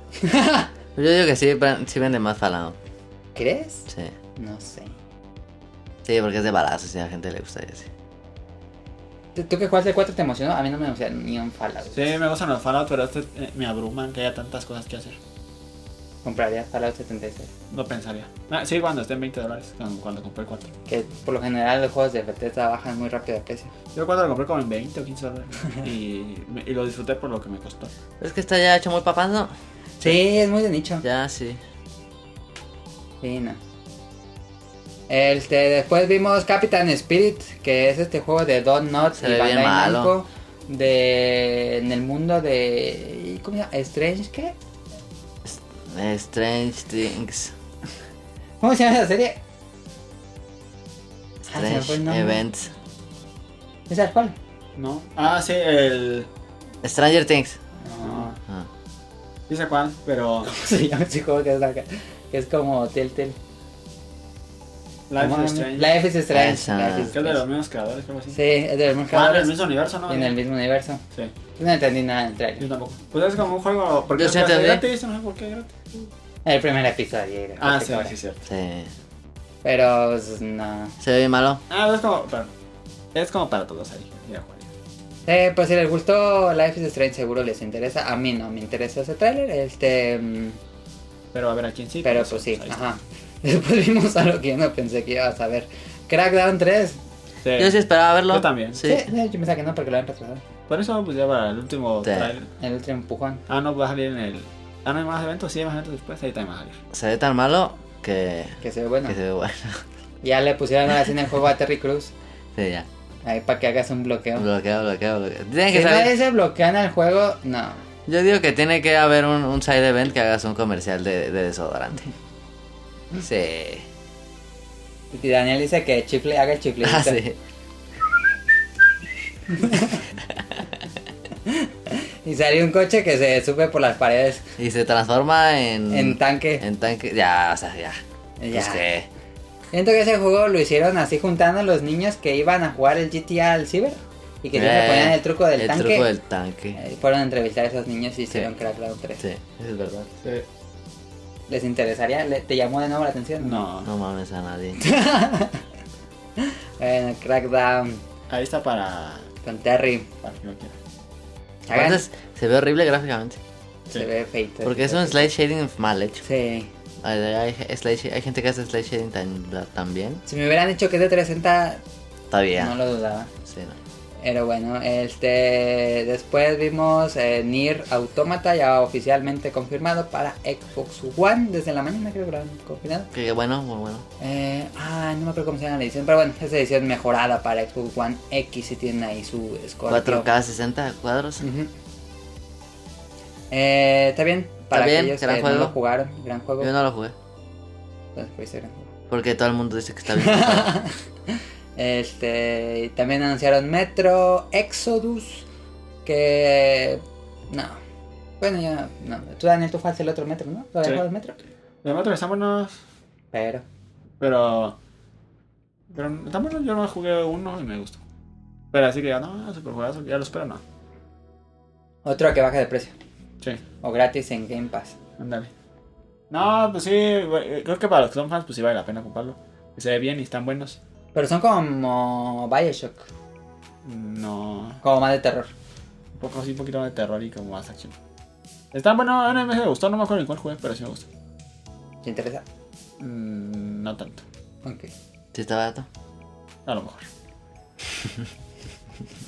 Speaker 3: Yo digo que sí, pero sí vende más Fallout.
Speaker 1: ¿Crees?
Speaker 3: Sí.
Speaker 1: No sé.
Speaker 3: Sí, porque es de balazos y a la gente le gusta y así.
Speaker 1: ¿Tú, tú que jugaste el 4 te emocionó? A mí no me emocionó ni un Fallout.
Speaker 2: Sí, me gustan los Fallout, pero este eh, me abruman que haya tantas cosas que hacer.
Speaker 1: Compraría Fallout 76.
Speaker 2: No pensaría. Ah, sí, cuando estén 20 dólares, cuando, cuando compré el 4.
Speaker 1: Que por lo general los juegos de Bethesda bajan muy rápido de precio.
Speaker 2: Yo el 4 lo compré como en 20 o 15
Speaker 1: (laughs)
Speaker 2: dólares. y, me- y lo disfruté por lo que me costó.
Speaker 3: Es que está ya hecho muy papás, ¿no?
Speaker 1: Sí, es muy de nicho.
Speaker 3: Ya, sí.
Speaker 1: Sí, no. Este, después vimos Captain Spirit, que es este juego de Don Knotts
Speaker 3: Se
Speaker 1: y
Speaker 3: ve bien
Speaker 1: Bandai
Speaker 3: malo.
Speaker 1: Namco de en el mundo de ¿cómo se llama? Strange qué?
Speaker 3: Strange Things.
Speaker 1: ¿Cómo se llama esa serie? Ah, se me
Speaker 3: Strange
Speaker 1: fue el nombre.
Speaker 3: Events.
Speaker 1: ¿Esa es cuál?
Speaker 2: ¿No? Ah, sí, el.
Speaker 3: Stranger Things.
Speaker 2: No,
Speaker 3: Ah.
Speaker 2: dice cuál, pero.
Speaker 1: (laughs) se llama ese juego que es acá? Que es como Telltale.
Speaker 2: Life
Speaker 1: ¿Cómo
Speaker 2: is
Speaker 1: se llama?
Speaker 2: Strange.
Speaker 1: Life is Strange.
Speaker 3: Esa.
Speaker 1: Life is
Speaker 2: Que es de
Speaker 1: Strange.
Speaker 2: los mismos creadores, creo así.
Speaker 1: Sí, es de los mismos
Speaker 2: Ah,
Speaker 1: creadores,
Speaker 2: del mismo universo, ¿no?
Speaker 1: en el mismo universo.
Speaker 2: Sí,
Speaker 1: Yo no entendí nada del trailer.
Speaker 2: yo tampoco. Pues es como un juego. Porque
Speaker 3: Yo
Speaker 2: es
Speaker 3: sí
Speaker 2: que es
Speaker 3: entendí.
Speaker 2: gratis, no sé por qué es gratis.
Speaker 1: El primer episodio. era
Speaker 2: Ah,
Speaker 1: bastante
Speaker 2: sí,
Speaker 1: bueno.
Speaker 2: sí, cierto.
Speaker 3: Sí.
Speaker 1: Pero pues, no.
Speaker 3: Se ve bien malo.
Speaker 2: Ah, pero es como. Pero, es como para todos ahí. Mira, Juan.
Speaker 1: Eh, pues si les gustó Life is Strange seguro les interesa. A mí no me interesa ese tráiler, este, mm,
Speaker 2: Pero a ver a quién sí.
Speaker 1: pero
Speaker 2: pues,
Speaker 1: pues sí,
Speaker 2: ahí está.
Speaker 1: ajá. (laughs) Después vimos (laughs) algo que yo no pensé que iba a saber. Crackdown 3.
Speaker 2: Sí.
Speaker 3: Yo sí esperaba verlo.
Speaker 2: Eh, Yo también.
Speaker 1: Sí.
Speaker 3: Sí.
Speaker 1: eh, yo pensaba que no porque lo habían retrasado.
Speaker 2: Por eso, pues ya para el último
Speaker 3: Sí.
Speaker 2: trailer.
Speaker 1: El otro empujón.
Speaker 2: Ah, no, va a salir en el. Ah, no hay más eventos, sí hay más eventos después, ahí también va a salir.
Speaker 3: Se ve tan malo que.
Speaker 1: Que se ve bueno.
Speaker 3: Que se ve bueno. (laughs)
Speaker 1: Ya le pusieron ahora sí en el juego a Terry Cruz.
Speaker 3: Sí, ya.
Speaker 1: Ahí para que hagas un bloqueo.
Speaker 3: Bloqueo, bloqueo, bloqueo. Tiene
Speaker 1: Si
Speaker 3: que
Speaker 1: nadie
Speaker 3: salir.
Speaker 1: se bloquean al juego, no.
Speaker 3: Yo digo que tiene que haber un, un side event que hagas un comercial de, de desodorante.
Speaker 1: Mm.
Speaker 3: Sí.
Speaker 1: Y Daniel dice que chifle, haga el chifle.
Speaker 3: Ah, sí.
Speaker 1: Y salió un coche que se sube por las paredes
Speaker 3: Y se transforma en.
Speaker 1: en tanque.
Speaker 3: Mm. En tanque. Ya, o sea, ya.
Speaker 1: Ya.
Speaker 3: Pues que.
Speaker 1: Siento que ese juego lo hicieron así juntando a los niños que iban a jugar el GTA al Ciber y que siempre
Speaker 3: Eh,
Speaker 1: ponían el truco del
Speaker 3: el
Speaker 1: tanque.
Speaker 3: truco del tanque.
Speaker 1: Eh, Fueron a entrevistar a esos niños y hicieron Crackdown 3.
Speaker 3: Sí, eso es verdad.
Speaker 1: ¿Les interesaría? ¿Le- ¿Te llamó de nuevo la atención?
Speaker 2: No,
Speaker 3: No mames
Speaker 1: (laughs)
Speaker 3: a nadie.
Speaker 1: Bueno, Eh, Crackdown
Speaker 2: ahí está para.
Speaker 1: con Terry.
Speaker 2: para que lo quiera.
Speaker 1: Hagan-
Speaker 3: Entonces, se ve horrible gráficamente.
Speaker 1: se
Speaker 2: Sí.
Speaker 1: ve feito.
Speaker 3: Porque es un slide shading mal hecho.
Speaker 1: Sí.
Speaker 3: Hay, hay slide sh- hay gente que hace slide shading tan, tan bien.
Speaker 1: Si me hubieran dicho que es de 360,
Speaker 3: Todavía.
Speaker 1: no lo dudaba.
Speaker 3: Sí, no.
Speaker 1: Pero bueno, este después vimos eh, Nier Automata ya oficialmente confirmado para Xbox One desde la mañana creo que lo han confirmado.
Speaker 3: Que bueno, muy bueno.
Speaker 1: Eh, ah, no me acuerdo cómo se llama la edición, pero bueno, es edición mejorada para Xbox One X y tienen ahí su Scorpio.
Speaker 3: 4K 60 cuadros.
Speaker 1: Ujú. Eh, está bien, para
Speaker 3: bien,
Speaker 1: aquellos que
Speaker 3: gran
Speaker 1: no
Speaker 3: juego.
Speaker 1: lo jugaron, gran juego.
Speaker 3: Yo no lo jugué.
Speaker 1: Pues, pues, gran juego.
Speaker 3: Porque todo el mundo dice que
Speaker 1: (laughs)
Speaker 3: está bien. pero-
Speaker 1: Este, y también anunciaron Metro Exodus, que no. Bueno, ya no. Tú Daniel, tú juegas el otro Metro, ¿no? ¿Tú
Speaker 2: Sí.
Speaker 1: juegas Metro?
Speaker 2: De momento están buenos,
Speaker 1: Pero
Speaker 2: pero. Pero están buenos, yo no jugué uno y me gustó. Pero así que ya no, super juegazo, ya lo espero, no.
Speaker 1: otro que baja de precio
Speaker 2: Sí,
Speaker 1: o gratis en Game Pass.
Speaker 2: ándale. No, pues sí, eh, creo que para los que son fans, pues sí vale la pena comprarlo. Se ve bien y están buenos.
Speaker 1: Pero son como BioShock,
Speaker 2: No,
Speaker 1: como más de terror.
Speaker 2: Un poco así, un poquito más de terror y como más acción. Está bueno, a mí me gustó, no me acuerdo ni cuál jugué, pero sí me gustó.
Speaker 1: ¿Te interesa?
Speaker 2: Mm, no tanto,
Speaker 1: Ok.
Speaker 3: Sí, está barato.
Speaker 2: a lo mejor.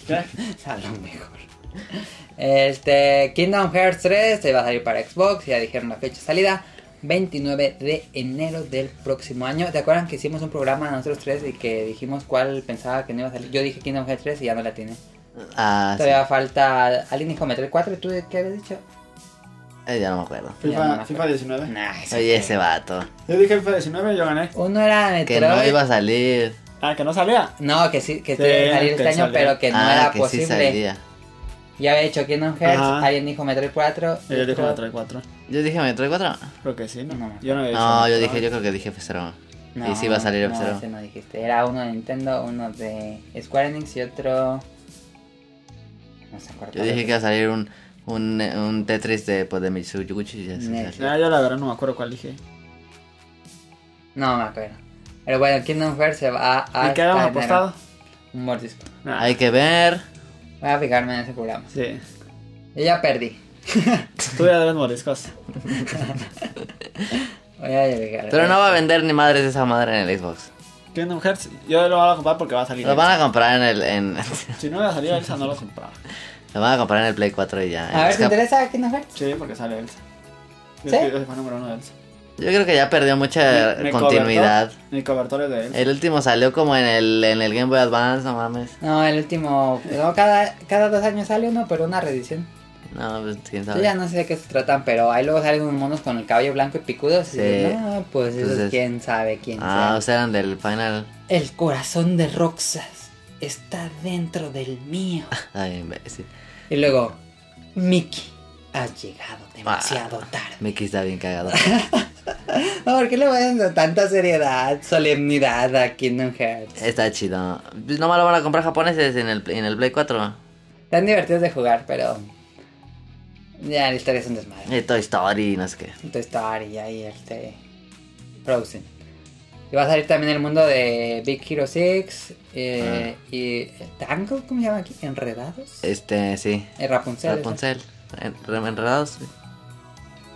Speaker 2: ¿Qué?
Speaker 1: (laughs) A lo mejor. Este, Kingdom Hearts 3 se va a salir para Xbox, ya dijeron la fecha de salida, 29 de enero del próximo año. ¿Te acuerdan que hicimos un programa nosotros tres y que dijimos cuál pensaba que no iba a salir? Yo dije Kingdom Hearts 3 y ya no la tiene.
Speaker 3: Ah, sí.
Speaker 1: Todavía falta, alguien dijo meter 4 y tú de- qué habías dicho?
Speaker 3: Eh, ya no me acuerdo.
Speaker 1: Ya no me
Speaker 2: FIFA,
Speaker 1: acuerdo.
Speaker 2: FIFA 19.
Speaker 1: Nah, ese
Speaker 3: Oye,
Speaker 1: fue.
Speaker 3: ese vato.
Speaker 2: Yo dije FIFA 19 y yo gané.
Speaker 1: Uno era
Speaker 3: Que
Speaker 1: Metroid.
Speaker 3: no iba a salir.
Speaker 2: Ah, que no salía.
Speaker 1: No, que sí, que
Speaker 2: Sí,
Speaker 1: sí iba a salir
Speaker 2: que
Speaker 1: este año,
Speaker 2: salía.
Speaker 1: pero que no
Speaker 3: ah,
Speaker 1: era
Speaker 3: que sí
Speaker 1: posible.
Speaker 3: salía.
Speaker 1: ya había hecho Kingdom Hearts,
Speaker 2: Ajá.
Speaker 1: alguien dijo Metroid 4.
Speaker 2: Y Yo dije me trae 4.
Speaker 3: Yo dije, ¿me trae 4?
Speaker 2: Creo que sí, ¿no?
Speaker 1: No.
Speaker 2: Yo no había
Speaker 3: No,
Speaker 2: dicho
Speaker 3: yo
Speaker 2: nada.
Speaker 3: dije, yo creo que dije F0. y sí va a salir
Speaker 1: no,
Speaker 3: F0.
Speaker 1: ese no dijiste. Era uno de Nintendo, uno de Square Enix y otro. No se acuerdo.
Speaker 3: Yo dije que iba a salir un, un, un Tetris de, pues, de Mitsuguchi. y ya se
Speaker 1: Nel.
Speaker 3: salió.
Speaker 2: Ah, yo la verdad no me acuerdo cuál dije.
Speaker 1: No me acuerdo. Pero bueno, Kingdom Hearts se va a.
Speaker 2: ¿Y qué habíamos apostado?
Speaker 1: Un mordisco.
Speaker 2: Ah,
Speaker 3: Hay que ver.
Speaker 1: Voy a fijarme en ese programa.
Speaker 2: Sí.
Speaker 1: Yo ya perdí. (laughs)
Speaker 2: Tú ya debes moriscos.
Speaker 1: Voy a llegar.
Speaker 3: Pero no va a vender ni madres esa madre en el Xbox.
Speaker 2: Kingdom Hearts, yo lo voy a comprar porque va a salir.
Speaker 3: Lo van a comprar en el. En, (laughs)
Speaker 2: Si no hubiera salido Elsa, no lo compraba.
Speaker 3: lo van a comprar en el Play 4 y ya.
Speaker 1: A ver,
Speaker 3: Es
Speaker 1: ¿te
Speaker 3: que-
Speaker 1: interesa Kingdom Hearts?
Speaker 2: Sí, porque sale Elsa. Yo
Speaker 1: ¿Sí?
Speaker 2: fui- Yo fui número uno de Elsa.
Speaker 3: Yo creo que ya perdió mucha
Speaker 2: Mi- mi
Speaker 3: Eh, continuidad.
Speaker 2: cobertor- Mi cobertorio de Elsa.
Speaker 3: El último salió como en el, en el Game Boy Advance, no mames.
Speaker 1: No, el último. No, cada, cada dos años sale uno, pero una reedición.
Speaker 3: No, pues quién
Speaker 1: Yo ya
Speaker 3: sabe.
Speaker 1: no sé de qué se tratan, pero ahí luego salen unos monos con el cabello blanco y picudos.
Speaker 3: Sí.
Speaker 1: Y dices, no, pues eso
Speaker 3: Entonces-
Speaker 1: quién sabe quién
Speaker 3: Ah,
Speaker 1: sea.
Speaker 3: o sea, eran del final. (laughs)
Speaker 1: El corazón de Roxas está dentro del mío.
Speaker 3: Ay, imbécil.
Speaker 1: Y luego, Mickey, has llegado demasiado tarde.
Speaker 3: Mickey está bien cagado. (laughs)
Speaker 1: No, ¿Por qué le van dando tanta seriedad, solemnidad a Kingdom Hearts?
Speaker 3: Está chido. Pues No me lo van a comprar japoneses en el, en el Play 4.
Speaker 1: Están divertidos de jugar, pero. Ya, la historia es un desmadre.
Speaker 3: Y Toy Story, no sé qué.
Speaker 1: Toy Story, ahí este. Frozen. Y va a salir también el mundo de Big Hero 6 eh, y. ¿Tango? ¿Cómo se llama aquí? ¿Enredados?
Speaker 3: Este, sí.
Speaker 1: Eh, Rapunzel. esa.
Speaker 3: Rapunzel. En- re- Enredados.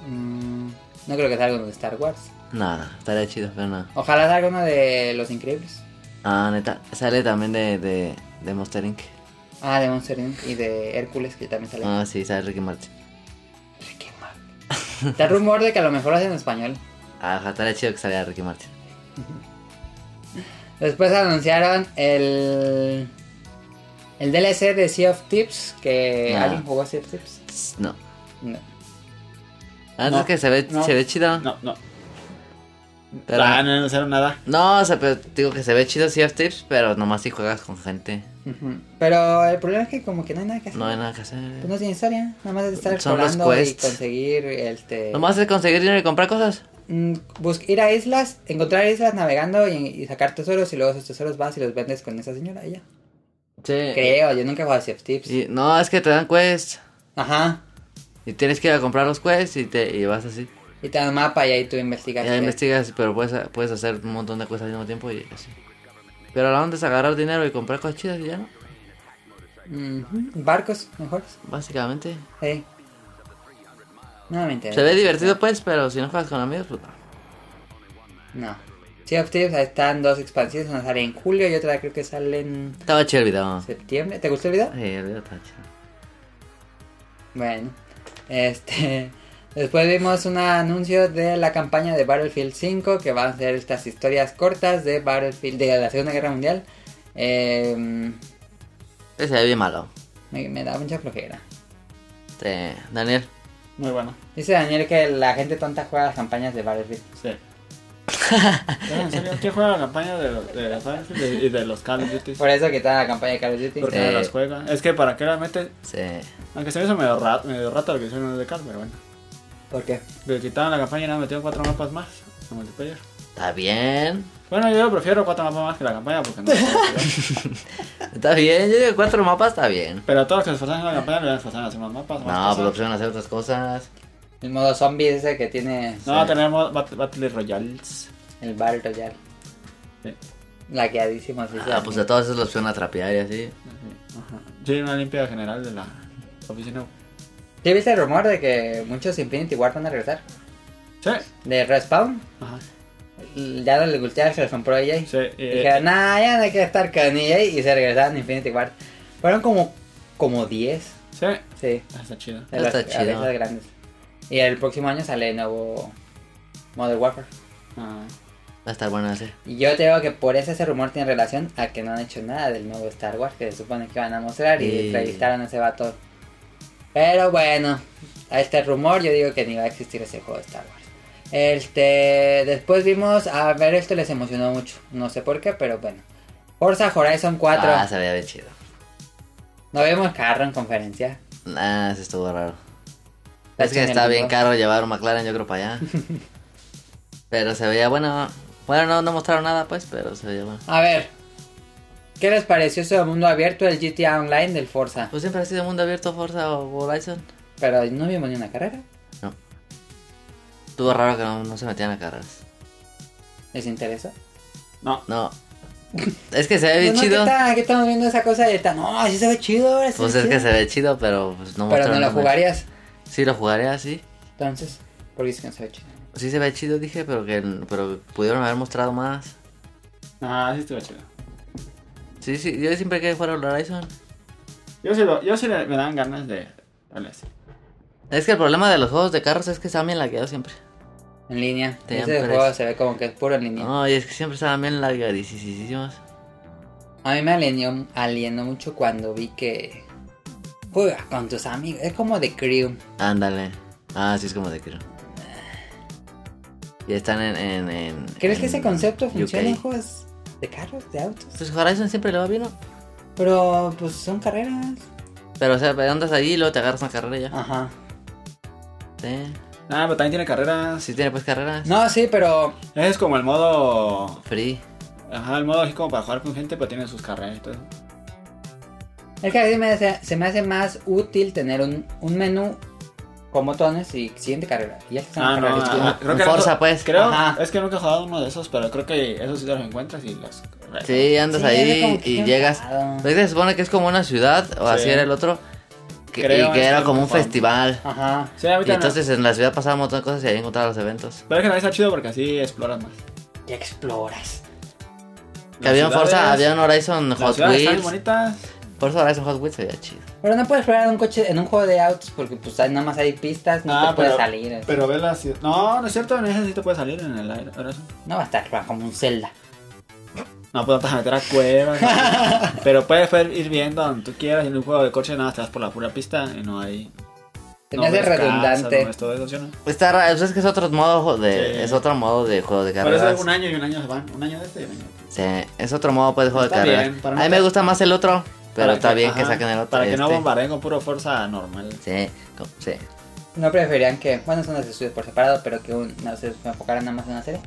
Speaker 1: Mm, no creo que salga uno de Star Wars.
Speaker 3: No, estaría chido, pero no.
Speaker 1: Ojalá salga uno de Los Increíbles.
Speaker 3: Ah, neta. Sale también de, de, de Monster Inc.
Speaker 1: Ah, de Monster Inc. y de Hércules, que también sale.
Speaker 3: Ah, sí, sale Ricky Martin.
Speaker 1: Qué mal. Está rumor de que a lo mejor lo hacen en español.
Speaker 3: Ah, ojalá, estaría chido que saliera Ricky Martin.
Speaker 1: Después anunciaron el. El DLC de Sea of Tips. Que
Speaker 3: Ah.
Speaker 1: alguien jugó a Sea of Tips.
Speaker 3: Tss, No.
Speaker 1: No.
Speaker 3: Antes
Speaker 2: No,
Speaker 3: que se ve,
Speaker 2: no,
Speaker 3: se ve chido.
Speaker 2: No, no.
Speaker 3: Pero-
Speaker 2: Ah, no anunciaron nada.
Speaker 3: No, o sea, pero te digo que se ve chido Sea of Tips, pero nomás si juegas con gente.
Speaker 1: Ujú. Pero el problema es que como que no hay nada que hacer.
Speaker 3: No hay nada que
Speaker 1: Pues
Speaker 3: hacer.
Speaker 1: no tiene historia, nada más es estar
Speaker 3: Son los
Speaker 1: explorando y
Speaker 3: quests.
Speaker 1: conseguir este
Speaker 3: Nomás es conseguir dinero y comprar cosas.
Speaker 1: mm, bus- ir a islas, encontrar islas navegando y, y sacar tesoros y luego esos tesoros vas y los vendes con esa señora ella.
Speaker 3: Sí.
Speaker 1: Creo, yo nunca he jugado a Sea of Tips.
Speaker 3: Y- no, es que te dan quests.
Speaker 1: Ajá.
Speaker 3: Y tienes que ir a comprar los quests y, te, y vas así.
Speaker 1: Y te dan un mapa y ahí tú
Speaker 3: Ya
Speaker 1: investigas. eh, qué-
Speaker 3: investigas, pero puedes, puedes hacer un montón de cosas al mismo tiempo y así. Pero la onda es agarrar dinero y comprar cosas chidas y ya, ¿no?
Speaker 1: Ujú, mm, Barcos, mejor.
Speaker 3: Básicamente.
Speaker 1: Sí. No me interesa.
Speaker 3: Se ve divertido, pues, pero si no juegas con amigos, pues no.
Speaker 1: No. Sea of Thieves, ahí están dos expansiones, una sale en julio y otra creo que sale en
Speaker 3: Estaba chido el video. Sí,
Speaker 1: septiembre. ¿Te gustó el video?
Speaker 3: el video estaba chido.
Speaker 1: Bueno. Este... (laughs) Después vimos un anuncio de la campaña de Battlefield 5, que van a ser estas historias cortas de Battlefield, de la Segunda Guerra Mundial. Eh, me,
Speaker 3: Ese se ve bien malo.
Speaker 1: me da mucha flojera.
Speaker 3: Este, Daniel.
Speaker 2: Muy bueno.
Speaker 1: Dice Daniel que la gente tonta juega las campañas de Battlefield.
Speaker 2: Sí.
Speaker 3: (laughs)
Speaker 2: Ah, ¿En serio? ¿Quién juega la campaña de los, de los Battlefield y de- y de los Call of Duty?
Speaker 1: Por eso quitaron la campaña de Call of Duty. Eh,
Speaker 2: Porque
Speaker 3: Sí.
Speaker 2: no las juega. Es que para qué la meten.
Speaker 3: Se...
Speaker 2: Aunque se me hizo medio, ra- medio rato lo que hicieron en el de Call, pero bueno.
Speaker 1: ¿Por qué?
Speaker 2: Le quitaron la campaña y nada, metieron cuatro mapas más. de multiplayer.
Speaker 3: Está bien.
Speaker 2: Bueno, yo prefiero cuatro mapas más que la campaña
Speaker 3: (laughs)
Speaker 2: porque no.
Speaker 3: Está bien. Yo digo cuatro mapas, está bien.
Speaker 2: pero a todos los que se esforzaron en la campaña le esforzaron a hacer más mapas. Más
Speaker 3: No,
Speaker 2: cosas.
Speaker 3: pero opción hacer otras cosas.
Speaker 1: El modo zombie ese que tiene
Speaker 2: No, tenemos Bat- Battle Royales.
Speaker 1: el Battle Royale.
Speaker 2: Sí.
Speaker 1: Laqueadísimo, sí. sí.
Speaker 3: Ah, pues a todos esos los opción a trapear y así.
Speaker 2: Ajá. Sí, una limpia general de la oficina.
Speaker 1: ¿Ya viste el rumor de que muchos Infinity War van a regresar?
Speaker 2: Sí.
Speaker 1: De Respawn.
Speaker 2: Ajá.
Speaker 1: Ya no les gustó, ya se los compró EA.
Speaker 2: Sí. eh,
Speaker 1: Dijeron, nah, ya no hay que estar con EA. Y se regresaron a Infinity War. Fueron como, como 10.
Speaker 2: sí.
Speaker 1: Sí.
Speaker 2: Ah, Está chido.
Speaker 1: De
Speaker 3: Está
Speaker 1: las
Speaker 3: chido.
Speaker 1: abejas grandes. Y el próximo año sale nuevo Modern Warfare.
Speaker 2: Ah,
Speaker 3: Va a estar bueno ese.
Speaker 1: Y yo te digo que por eso ese rumor tiene relación a que no han hecho nada del nuevo Star Wars que se supone que van a mostrar y
Speaker 3: Sí.
Speaker 1: entrevistaron a ese vato. Pero bueno, a este rumor yo digo que ni va a existir ese juego de Star Wars. Este, después vimos, a ver, esto les emocionó mucho, no sé por qué, pero bueno. Forza Horizon 4,
Speaker 3: Ah, se veía bien chido.
Speaker 1: no vemos carro en conferencia.
Speaker 3: Nah, eso Ah, estuvo raro.
Speaker 1: Está
Speaker 3: es que
Speaker 1: en el
Speaker 3: está bien
Speaker 1: mundo.
Speaker 3: caro llevar un McLaren, yo creo, para
Speaker 1: (laughs)
Speaker 3: allá. pero se veía bueno. Bueno, no, no mostraron nada, pues, pero se veía bueno.
Speaker 1: A ver, ¿qué les pareció eso de mundo abierto, el GTA Online del Forza?
Speaker 3: Pues siempre ha sido mundo abierto, Forza o Horizon.
Speaker 1: Pero no vimos ni una carrera,
Speaker 3: Estuvo raro que no, no se metían a carreras.
Speaker 1: ¿les interesó?
Speaker 2: No.
Speaker 3: No.
Speaker 1: (laughs)
Speaker 3: Es que se ve bien
Speaker 1: Pues no,
Speaker 3: chido.
Speaker 1: ¿qué tal? ¿Qué estamos viendo esa cosa y está, no, así se ve chido. ahora sí
Speaker 3: Pues
Speaker 1: se
Speaker 3: es
Speaker 1: ve
Speaker 3: que
Speaker 1: chido".
Speaker 3: se ve chido, pero pues, no
Speaker 1: Pero
Speaker 3: mostraron
Speaker 1: no la
Speaker 3: nada.
Speaker 1: jugarías.
Speaker 3: Sí, lo jugaría así.
Speaker 1: Entonces, porque es que no se ve chido.
Speaker 3: Sí se ve chido, dije, pero que pero pudieron haber mostrado más.
Speaker 2: Ah, sí estuvo chido.
Speaker 3: Sí, sí, yo siempre quería jugar a Horizon.
Speaker 2: Yo sí, lo, yo sí le- me dan ganas de darle así.
Speaker 3: Es que el problema de los juegos de carros es que están bien lagueados siempre.
Speaker 1: En línea.
Speaker 3: Te
Speaker 1: Ese
Speaker 3: dan
Speaker 1: juego
Speaker 3: pereza.
Speaker 1: se ve como que es puro en línea.
Speaker 3: No, y es que siempre estaban bien lagueadísimos.
Speaker 1: A mí me alienó, alienó mucho cuando vi que juega con tus amigos. Es como de Crew.
Speaker 3: Ándale. Ah, sí es como te quiero. Y están en... en, en-
Speaker 1: ¿Crees que
Speaker 3: en
Speaker 1: ese concepto
Speaker 3: UK.
Speaker 1: funciona en juegos de carros, de autos?
Speaker 3: Pues Horizon siempre le va bien, ¿no?
Speaker 1: Pero pues son carreras.
Speaker 3: Pero o sea, andas allí y luego te agarras una carrera y ya.
Speaker 1: Ajá.
Speaker 3: Sí.
Speaker 2: Ah, pero también tiene carreras.
Speaker 3: Sí tiene pues carreras.
Speaker 1: No, sí, pero
Speaker 2: Ese es como el modo.
Speaker 3: Free.
Speaker 2: Ajá, el modo así como para jugar con gente, pero tiene sus carreras y todo. eso.
Speaker 1: Es que a veces me hace- se me hace más útil tener un, un menú con botones y siguiente carrera. Y ya está
Speaker 2: Ah, no,
Speaker 3: ah,
Speaker 2: ah, creo
Speaker 3: un
Speaker 2: que
Speaker 3: Forza,
Speaker 2: eso-
Speaker 3: pues.
Speaker 2: Creo,
Speaker 1: Ajá.
Speaker 2: es que nunca he jugado uno de esos, pero creo que esos sí los encuentras y los.
Speaker 3: Sí, andas
Speaker 1: Sí, es
Speaker 3: ahí
Speaker 1: como que
Speaker 3: y
Speaker 1: bien
Speaker 3: llegas.
Speaker 1: raro.
Speaker 3: Pues se supone que es como una ciudad, o así
Speaker 2: Sí.
Speaker 3: era el otro. que-
Speaker 2: Creo,
Speaker 3: y que
Speaker 2: es
Speaker 3: era
Speaker 2: que
Speaker 3: como un
Speaker 2: no fue.
Speaker 3: festival.
Speaker 1: Ajá.
Speaker 2: Sí, a mí
Speaker 3: Y
Speaker 2: también.
Speaker 3: entonces en la ciudad pasaban un montón de cosas y ahí encontraban los eventos.
Speaker 2: Pero es que también está chido porque así exploras más.
Speaker 1: Y exploras.
Speaker 3: Que había un
Speaker 2: Las
Speaker 3: Forza,
Speaker 2: ciudades-
Speaker 3: había un Horizon
Speaker 2: Las
Speaker 3: Hot
Speaker 2: ciudades están bien
Speaker 3: Wheels.
Speaker 2: bonitas.
Speaker 3: Forza Horizon Hot Wheels se veía chido.
Speaker 1: Pero no puedes explorar un coche en un juego de autos porque pues hay- nada más hay pistas, no te puedes salir. así.
Speaker 2: Ah, Pero ve la ciudad. No, no es cierto, en ese sí te puedes salir en el aire. ahora sí.
Speaker 1: No va a estar raro, como un Zelda.
Speaker 2: No, pues no te vas a meter a cuevas.
Speaker 1: (laughs)
Speaker 2: ¿no? pero puedes ver- ir viendo donde tú quieras. En un juego de coche nada, más te vas por la pura pista y no hay.
Speaker 1: Se me hace
Speaker 2: ves casas,
Speaker 1: redundante.
Speaker 2: no ves todo eso, ¿sí o no?
Speaker 3: Está raro, pues es que es otro modo de,
Speaker 2: Sí.
Speaker 3: es otro modo de juego de
Speaker 2: Por
Speaker 3: carreras.
Speaker 2: eso es un año y un año se van. Un año de este y un año de este.
Speaker 3: Sí, es otro modo pues de juego
Speaker 2: Está
Speaker 3: de carreras.
Speaker 2: bien, para
Speaker 3: a mí
Speaker 2: no-
Speaker 3: me gusta más el otro, pero
Speaker 2: Para
Speaker 3: está bien que
Speaker 2: ajá,
Speaker 3: saquen el otro.
Speaker 2: Para que no
Speaker 3: este.
Speaker 2: bombardeen con puro fuerza normal.
Speaker 3: Sí, co- sí.
Speaker 1: ¿No preferían que, bueno, son los estudios por separado, pero que un, no se enfocaran nada más en una serie?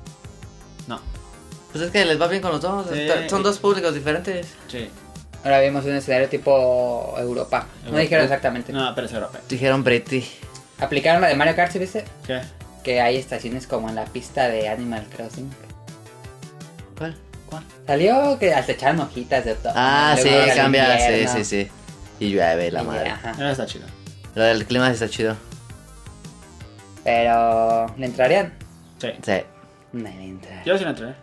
Speaker 2: No,
Speaker 3: Pues es que les va bien con los dos.
Speaker 2: Sí.
Speaker 3: está- Son dos públicos diferentes.
Speaker 2: sí.
Speaker 1: Ahora vimos un escenario tipo Europa. No
Speaker 2: Europa. Ah.
Speaker 1: dijeron exactamente.
Speaker 2: No, pero es europeo.
Speaker 3: Dijeron Pretty.
Speaker 1: Aplicaron la de Mario Kart, ¿sí viste?
Speaker 2: ¿Qué?
Speaker 1: Que hay estaciones como en la pista de Animal Crossing.
Speaker 3: ¿Cuál?
Speaker 2: ¿Cuál?
Speaker 1: Salió que hasta echaron hojitas de todo.
Speaker 3: Ah,
Speaker 1: Luego
Speaker 3: sí,
Speaker 1: era el
Speaker 3: cambia. Sí,
Speaker 1: invierno.
Speaker 3: sí, sí. Y llueve la
Speaker 1: Y,
Speaker 3: madre.
Speaker 1: ajá.
Speaker 2: Eso está chido.
Speaker 3: Lo del clima sí está chido.
Speaker 1: Pero, ¿le entrarían?
Speaker 2: Sí.
Speaker 3: Sí,
Speaker 1: No le entrarían.
Speaker 2: Yo sí lo entré.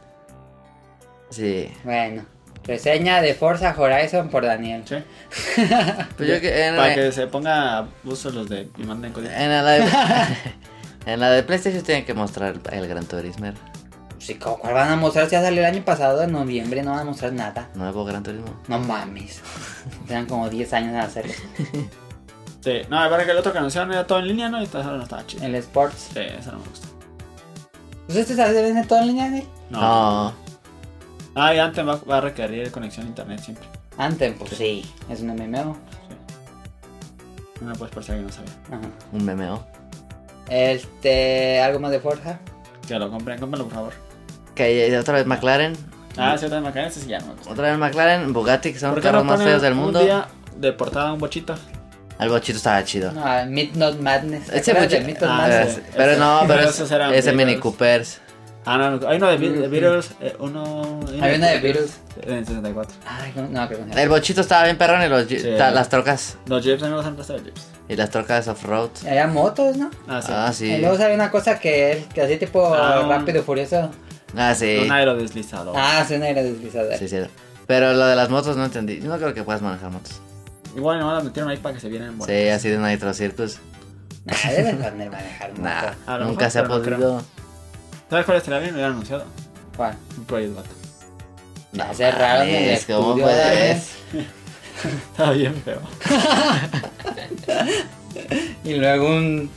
Speaker 3: sí.
Speaker 1: Bueno, reseña de Forza Horizon por Daniel.
Speaker 2: Sí.
Speaker 3: Pues yo que en,
Speaker 2: Para
Speaker 3: en,
Speaker 2: que se ponga a uso los de y manden código.
Speaker 3: la de, (laughs) en la de PlayStation tienen que mostrar el, el Gran Turismo.
Speaker 1: Sí, ¿cómo- ¿cuál van a mostrar? Si ya salió el año pasado, en noviembre, no van a mostrar nada.
Speaker 3: Nuevo Gran Turismo.
Speaker 1: No mames. Tengan como 10 años en hacerlo.
Speaker 2: Sí. No, la verdad que el otro que anunciaron era todo en línea, ¿no? Y todo eso no estaba chido.
Speaker 1: El Sports.
Speaker 2: Sí, eso no me gusta.
Speaker 1: Pues este se vende todo en línea, ¿eh?
Speaker 2: No.
Speaker 3: No.
Speaker 2: Ah, y antes va, va a requerir conexión a internet siempre.
Speaker 1: Anthem, pues sí. Es un MMO.
Speaker 2: No puedes por si alguien no sabía.
Speaker 1: Ajá.
Speaker 3: un MMO.
Speaker 1: Este, algo más de Forza.
Speaker 2: Que lo compren, cómpralo por favor.
Speaker 3: Que eh, otra vez McLaren.
Speaker 2: Ah, sí, otra vez Macarena, ese sí ya no me gusta.
Speaker 3: Otra vez McLaren, Bugatti, que Mm. son
Speaker 2: ¿Por
Speaker 3: los
Speaker 2: qué no
Speaker 3: carros más
Speaker 2: ponen
Speaker 3: feos del
Speaker 2: un
Speaker 3: mundo.
Speaker 2: día de portada un bochito?
Speaker 3: El bochito estaba chido.
Speaker 1: No, ah, Midnight Madness. ¿Te
Speaker 3: Ese
Speaker 1: acuerdas de
Speaker 3: bochi-
Speaker 1: Midnight
Speaker 2: Ah,
Speaker 1: Madness?
Speaker 2: ese-
Speaker 3: pero
Speaker 2: ese-
Speaker 3: no, pero
Speaker 2: pero
Speaker 3: es-
Speaker 2: esos eran
Speaker 3: ese
Speaker 2: Beatles.
Speaker 3: Mini Coopers.
Speaker 2: Ah, no, no, hay uno de Vi- de Beatles, eh, uno...
Speaker 1: Había una de Virus.
Speaker 2: En 64.
Speaker 1: Ay, no, no creo que no.
Speaker 3: El bochito estaba bien perrón y los, je-
Speaker 2: Sí.
Speaker 3: ta- las trocas.
Speaker 2: Los Jeeps, a mí me gustan los Jeeps.
Speaker 3: Y las trocas off-road.
Speaker 1: Había motos, ¿no?
Speaker 2: Ah, sí.
Speaker 3: Ah,
Speaker 1: Y
Speaker 3: sí.
Speaker 1: luego sale una cosa que él, que así tipo
Speaker 2: Ah, un-
Speaker 1: rápido y furioso.
Speaker 3: Ah, sí.
Speaker 2: Un aerodeslizador.
Speaker 1: Ah, sí, un aerodeslizador. (laughs)
Speaker 3: Sí, sí. Pero lo de las motos no entendí. Yo no creo que puedas manejar motos.
Speaker 2: Igual no las metieron ahí para que se vieran bonitas.
Speaker 3: Sí, así de Nitro Circus.
Speaker 1: Nah, debe poner manejar moto.
Speaker 3: Nah,
Speaker 2: A lo
Speaker 3: nunca
Speaker 2: mejor,
Speaker 3: se ha
Speaker 2: pero no creo.
Speaker 3: podido.
Speaker 2: ¿Sabes cuál estaría bien? Lo hubieran anunciado.
Speaker 1: Juan,
Speaker 2: Un Project Bata. (laughs)
Speaker 1: me
Speaker 3: No
Speaker 1: hace raro en el
Speaker 3: mames, ¿cómo
Speaker 1: estudio,
Speaker 3: puedes?
Speaker 2: ¿eh? Estaba bien feo.
Speaker 1: ¿eh? Y luego un...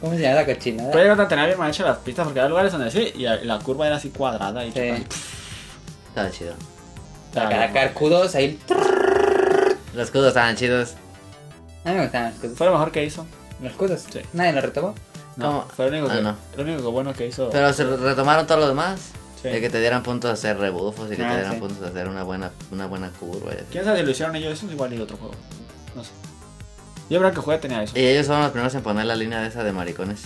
Speaker 1: ¿Cómo se llama la cochinada?
Speaker 3: Pues,
Speaker 2: Project Bata tenía bien mal hecho las pistas porque había lugares donde sí, y la- la curva era así cuadrada y
Speaker 1: Sí.
Speaker 3: Estaba chido.
Speaker 1: La Caracar Q2, ahí...
Speaker 3: Los escudos estaban chidos.
Speaker 1: A mí me gustaban los escudos.
Speaker 2: Fue lo mejor que hizo.
Speaker 1: ¿Los escudos?
Speaker 2: Sí.
Speaker 1: Nadie lo retomó.
Speaker 2: No,
Speaker 3: ¿Cómo?
Speaker 2: fue lo único,
Speaker 3: Ah,
Speaker 2: que,
Speaker 3: no.
Speaker 2: lo único bueno que hizo.
Speaker 3: Pero se retomaron todo lo demás.
Speaker 2: Sí.
Speaker 3: De que te dieran puntos de hacer rebufos y que
Speaker 1: Ah,
Speaker 3: te dieran
Speaker 1: sí.
Speaker 3: puntos de hacer una buena, una buena curva. y así.
Speaker 2: ¿Quién sabe si lo hicieron ellos? Eso es igual y otro juego. No sé. Yo creo que jugué tenía eso.
Speaker 3: Y ellos fueron los primeros en poner la línea de esa de maricones.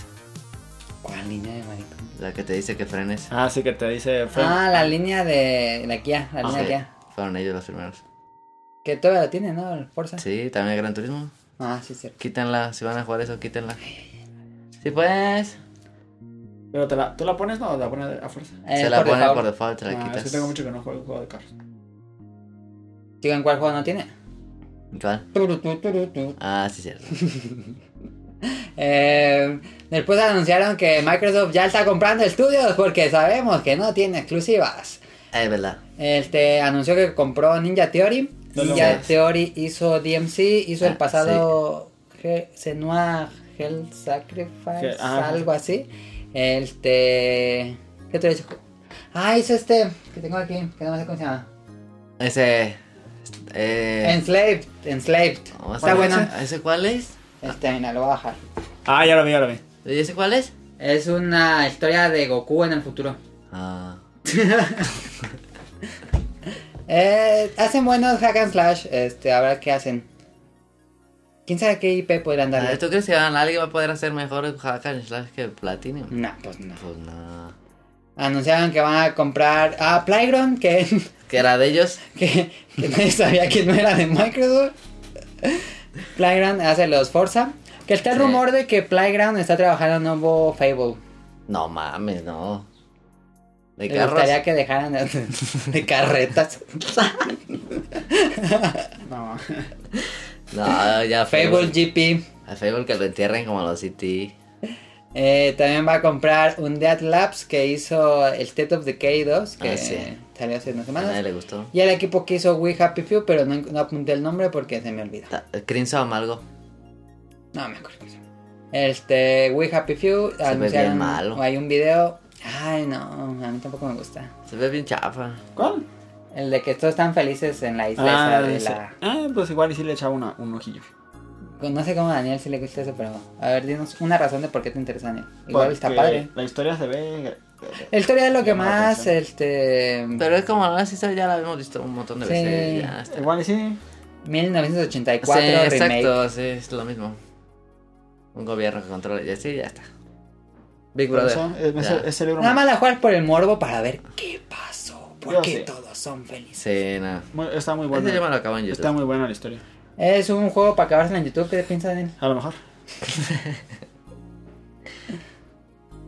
Speaker 1: ¿Cuál línea de maricón?
Speaker 3: La que te dice que frenes.
Speaker 2: Ah, sí que te dice. fue-
Speaker 1: Ah, la línea de la Kia, la
Speaker 2: Ah,
Speaker 1: línea
Speaker 3: Sí,
Speaker 1: Kia.
Speaker 3: fueron ellos los primeros.
Speaker 1: Que todavía la tiene, ¿no? El Forza.
Speaker 3: Sí, también el Gran Turismo.
Speaker 1: Ah, sí, es cierto.
Speaker 3: Quítenla, si van a jugar eso, quítenla. Sí, pues.
Speaker 2: Pero te la, tú la pones, no, la pones a fuerza.
Speaker 1: Eh,
Speaker 3: se la ponen
Speaker 1: default.
Speaker 3: por default, te la
Speaker 2: Ah,
Speaker 3: quitas.
Speaker 2: es que tengo mucho que no juego, juego de carros.
Speaker 1: ¿Digan cuál juego no tiene?
Speaker 3: ¿Cuál?
Speaker 1: Turu, tu, turu, tu.
Speaker 3: Ah, sí, cierto.
Speaker 1: Eh, después anunciaron que Microsoft ya está comprando estudios porque sabemos que no tiene exclusivas.
Speaker 3: es verdad.
Speaker 1: Este anunció que compró Ninja Theory.
Speaker 2: No lo
Speaker 1: Ninja
Speaker 2: veas.
Speaker 1: Theory hizo DMC, hizo
Speaker 3: Ah,
Speaker 1: el pasado Ge- Senua Hell Sacrifice,
Speaker 2: Ge- ah.
Speaker 1: algo así. Este. ¿Qué te he dicho? Ah, hizo este que tengo aquí, que no sé cómo se llama.
Speaker 3: Ese. Eh,
Speaker 1: Enslaved, Enslaved.
Speaker 3: vamos a
Speaker 1: Está
Speaker 3: ver,
Speaker 1: bueno. (laughs)
Speaker 3: ¿Ese ¿ese cuál es?
Speaker 1: Este, mira, lo voy a bajar.
Speaker 2: Ah, ya lo vi, ya lo vi.
Speaker 3: ¿Y ese cuál es?
Speaker 1: Es una historia de Goku en el futuro.
Speaker 3: Ah.
Speaker 1: Eh, hacen buenos hack and slash. Este, a ver qué hacen. ¿Quién sabe qué IP podrán
Speaker 3: Ah,
Speaker 1: darle?
Speaker 3: ¿Tú crees que alguien va a poder hacer mejor hack and slash que Platinum?
Speaker 1: No, pues no.
Speaker 3: Pues no.
Speaker 1: Anunciaron que van a comprar a Playground, que, (laughs)
Speaker 3: ¿Que era de ellos?
Speaker 1: que, que nadie sabía que no era de Microsoft. Playground hace los Forza. Que está el
Speaker 3: Sí.
Speaker 1: rumor de que Playground está trabajando en un nuevo Fable.
Speaker 3: No mames, no. ¿De
Speaker 1: Me
Speaker 3: carros?
Speaker 1: gustaría que dejaran de, de
Speaker 3: (laughs)
Speaker 1: carretas.
Speaker 2: No.
Speaker 3: No, ya
Speaker 1: Fable
Speaker 3: Fable.
Speaker 1: GP.
Speaker 3: A Fable que lo entierren como los E CT.
Speaker 1: Eh, también va a comprar un Dead Labs que hizo el State of Decay 2, que
Speaker 3: Ah, sí.
Speaker 1: salió hace unas
Speaker 3: A nadie
Speaker 1: semanas.
Speaker 3: le gustó.
Speaker 1: Y el equipo que hizo We Happy Few, pero no, no apunté el nombre porque se me olvidó.
Speaker 3: Ta- Crimson algo.
Speaker 1: No me acuerdo. Este, We Happy Few,
Speaker 3: ve bien malo.
Speaker 1: o hay un video. Ay, no, a mí tampoco me gusta.
Speaker 3: Se ve bien chafa.
Speaker 2: ¿Cuál?
Speaker 1: El de que todos están felices en la isla esa
Speaker 2: Ah,
Speaker 1: de
Speaker 2: sí.
Speaker 1: la...
Speaker 2: Ah, pues igual y sí le echaba una- un ojillo.
Speaker 1: No sé cómo a Daniel si le gusta eso, pero... A ver, dinos una razón de por qué te interesa, Daniel. Igual está
Speaker 2: Porque
Speaker 1: padre.
Speaker 2: La historia se ve.
Speaker 1: La historia es lo que
Speaker 2: Llama la
Speaker 1: más,
Speaker 2: atención.
Speaker 1: este...
Speaker 3: Pero es como, no, sí, esa ya la habíamos visto un montón de
Speaker 1: Sí.
Speaker 3: veces. Ya está.
Speaker 2: Igual y sí.
Speaker 1: 1984
Speaker 3: sí,
Speaker 1: remake.
Speaker 3: exacto, sí, es lo mismo. Un gobierno que controla. Ya, sí, ya está. Big
Speaker 2: Por
Speaker 3: Brother.
Speaker 2: eso, es-
Speaker 3: ya.
Speaker 2: ese, ese libro.
Speaker 1: Nada más la juegas por el morbo para ver qué pasó.
Speaker 2: Yo
Speaker 1: ¿Por qué
Speaker 2: sí.
Speaker 1: todos son felices?
Speaker 3: Sí, no.
Speaker 2: muy- está muy
Speaker 3: Ese yo me
Speaker 2: bueno.
Speaker 3: lo acabo en YouTube.
Speaker 2: Está muy buena la historia.
Speaker 1: Es un juego para acabarse en YouTube, ¿qué te piensas, Daniel?
Speaker 2: A lo mejor.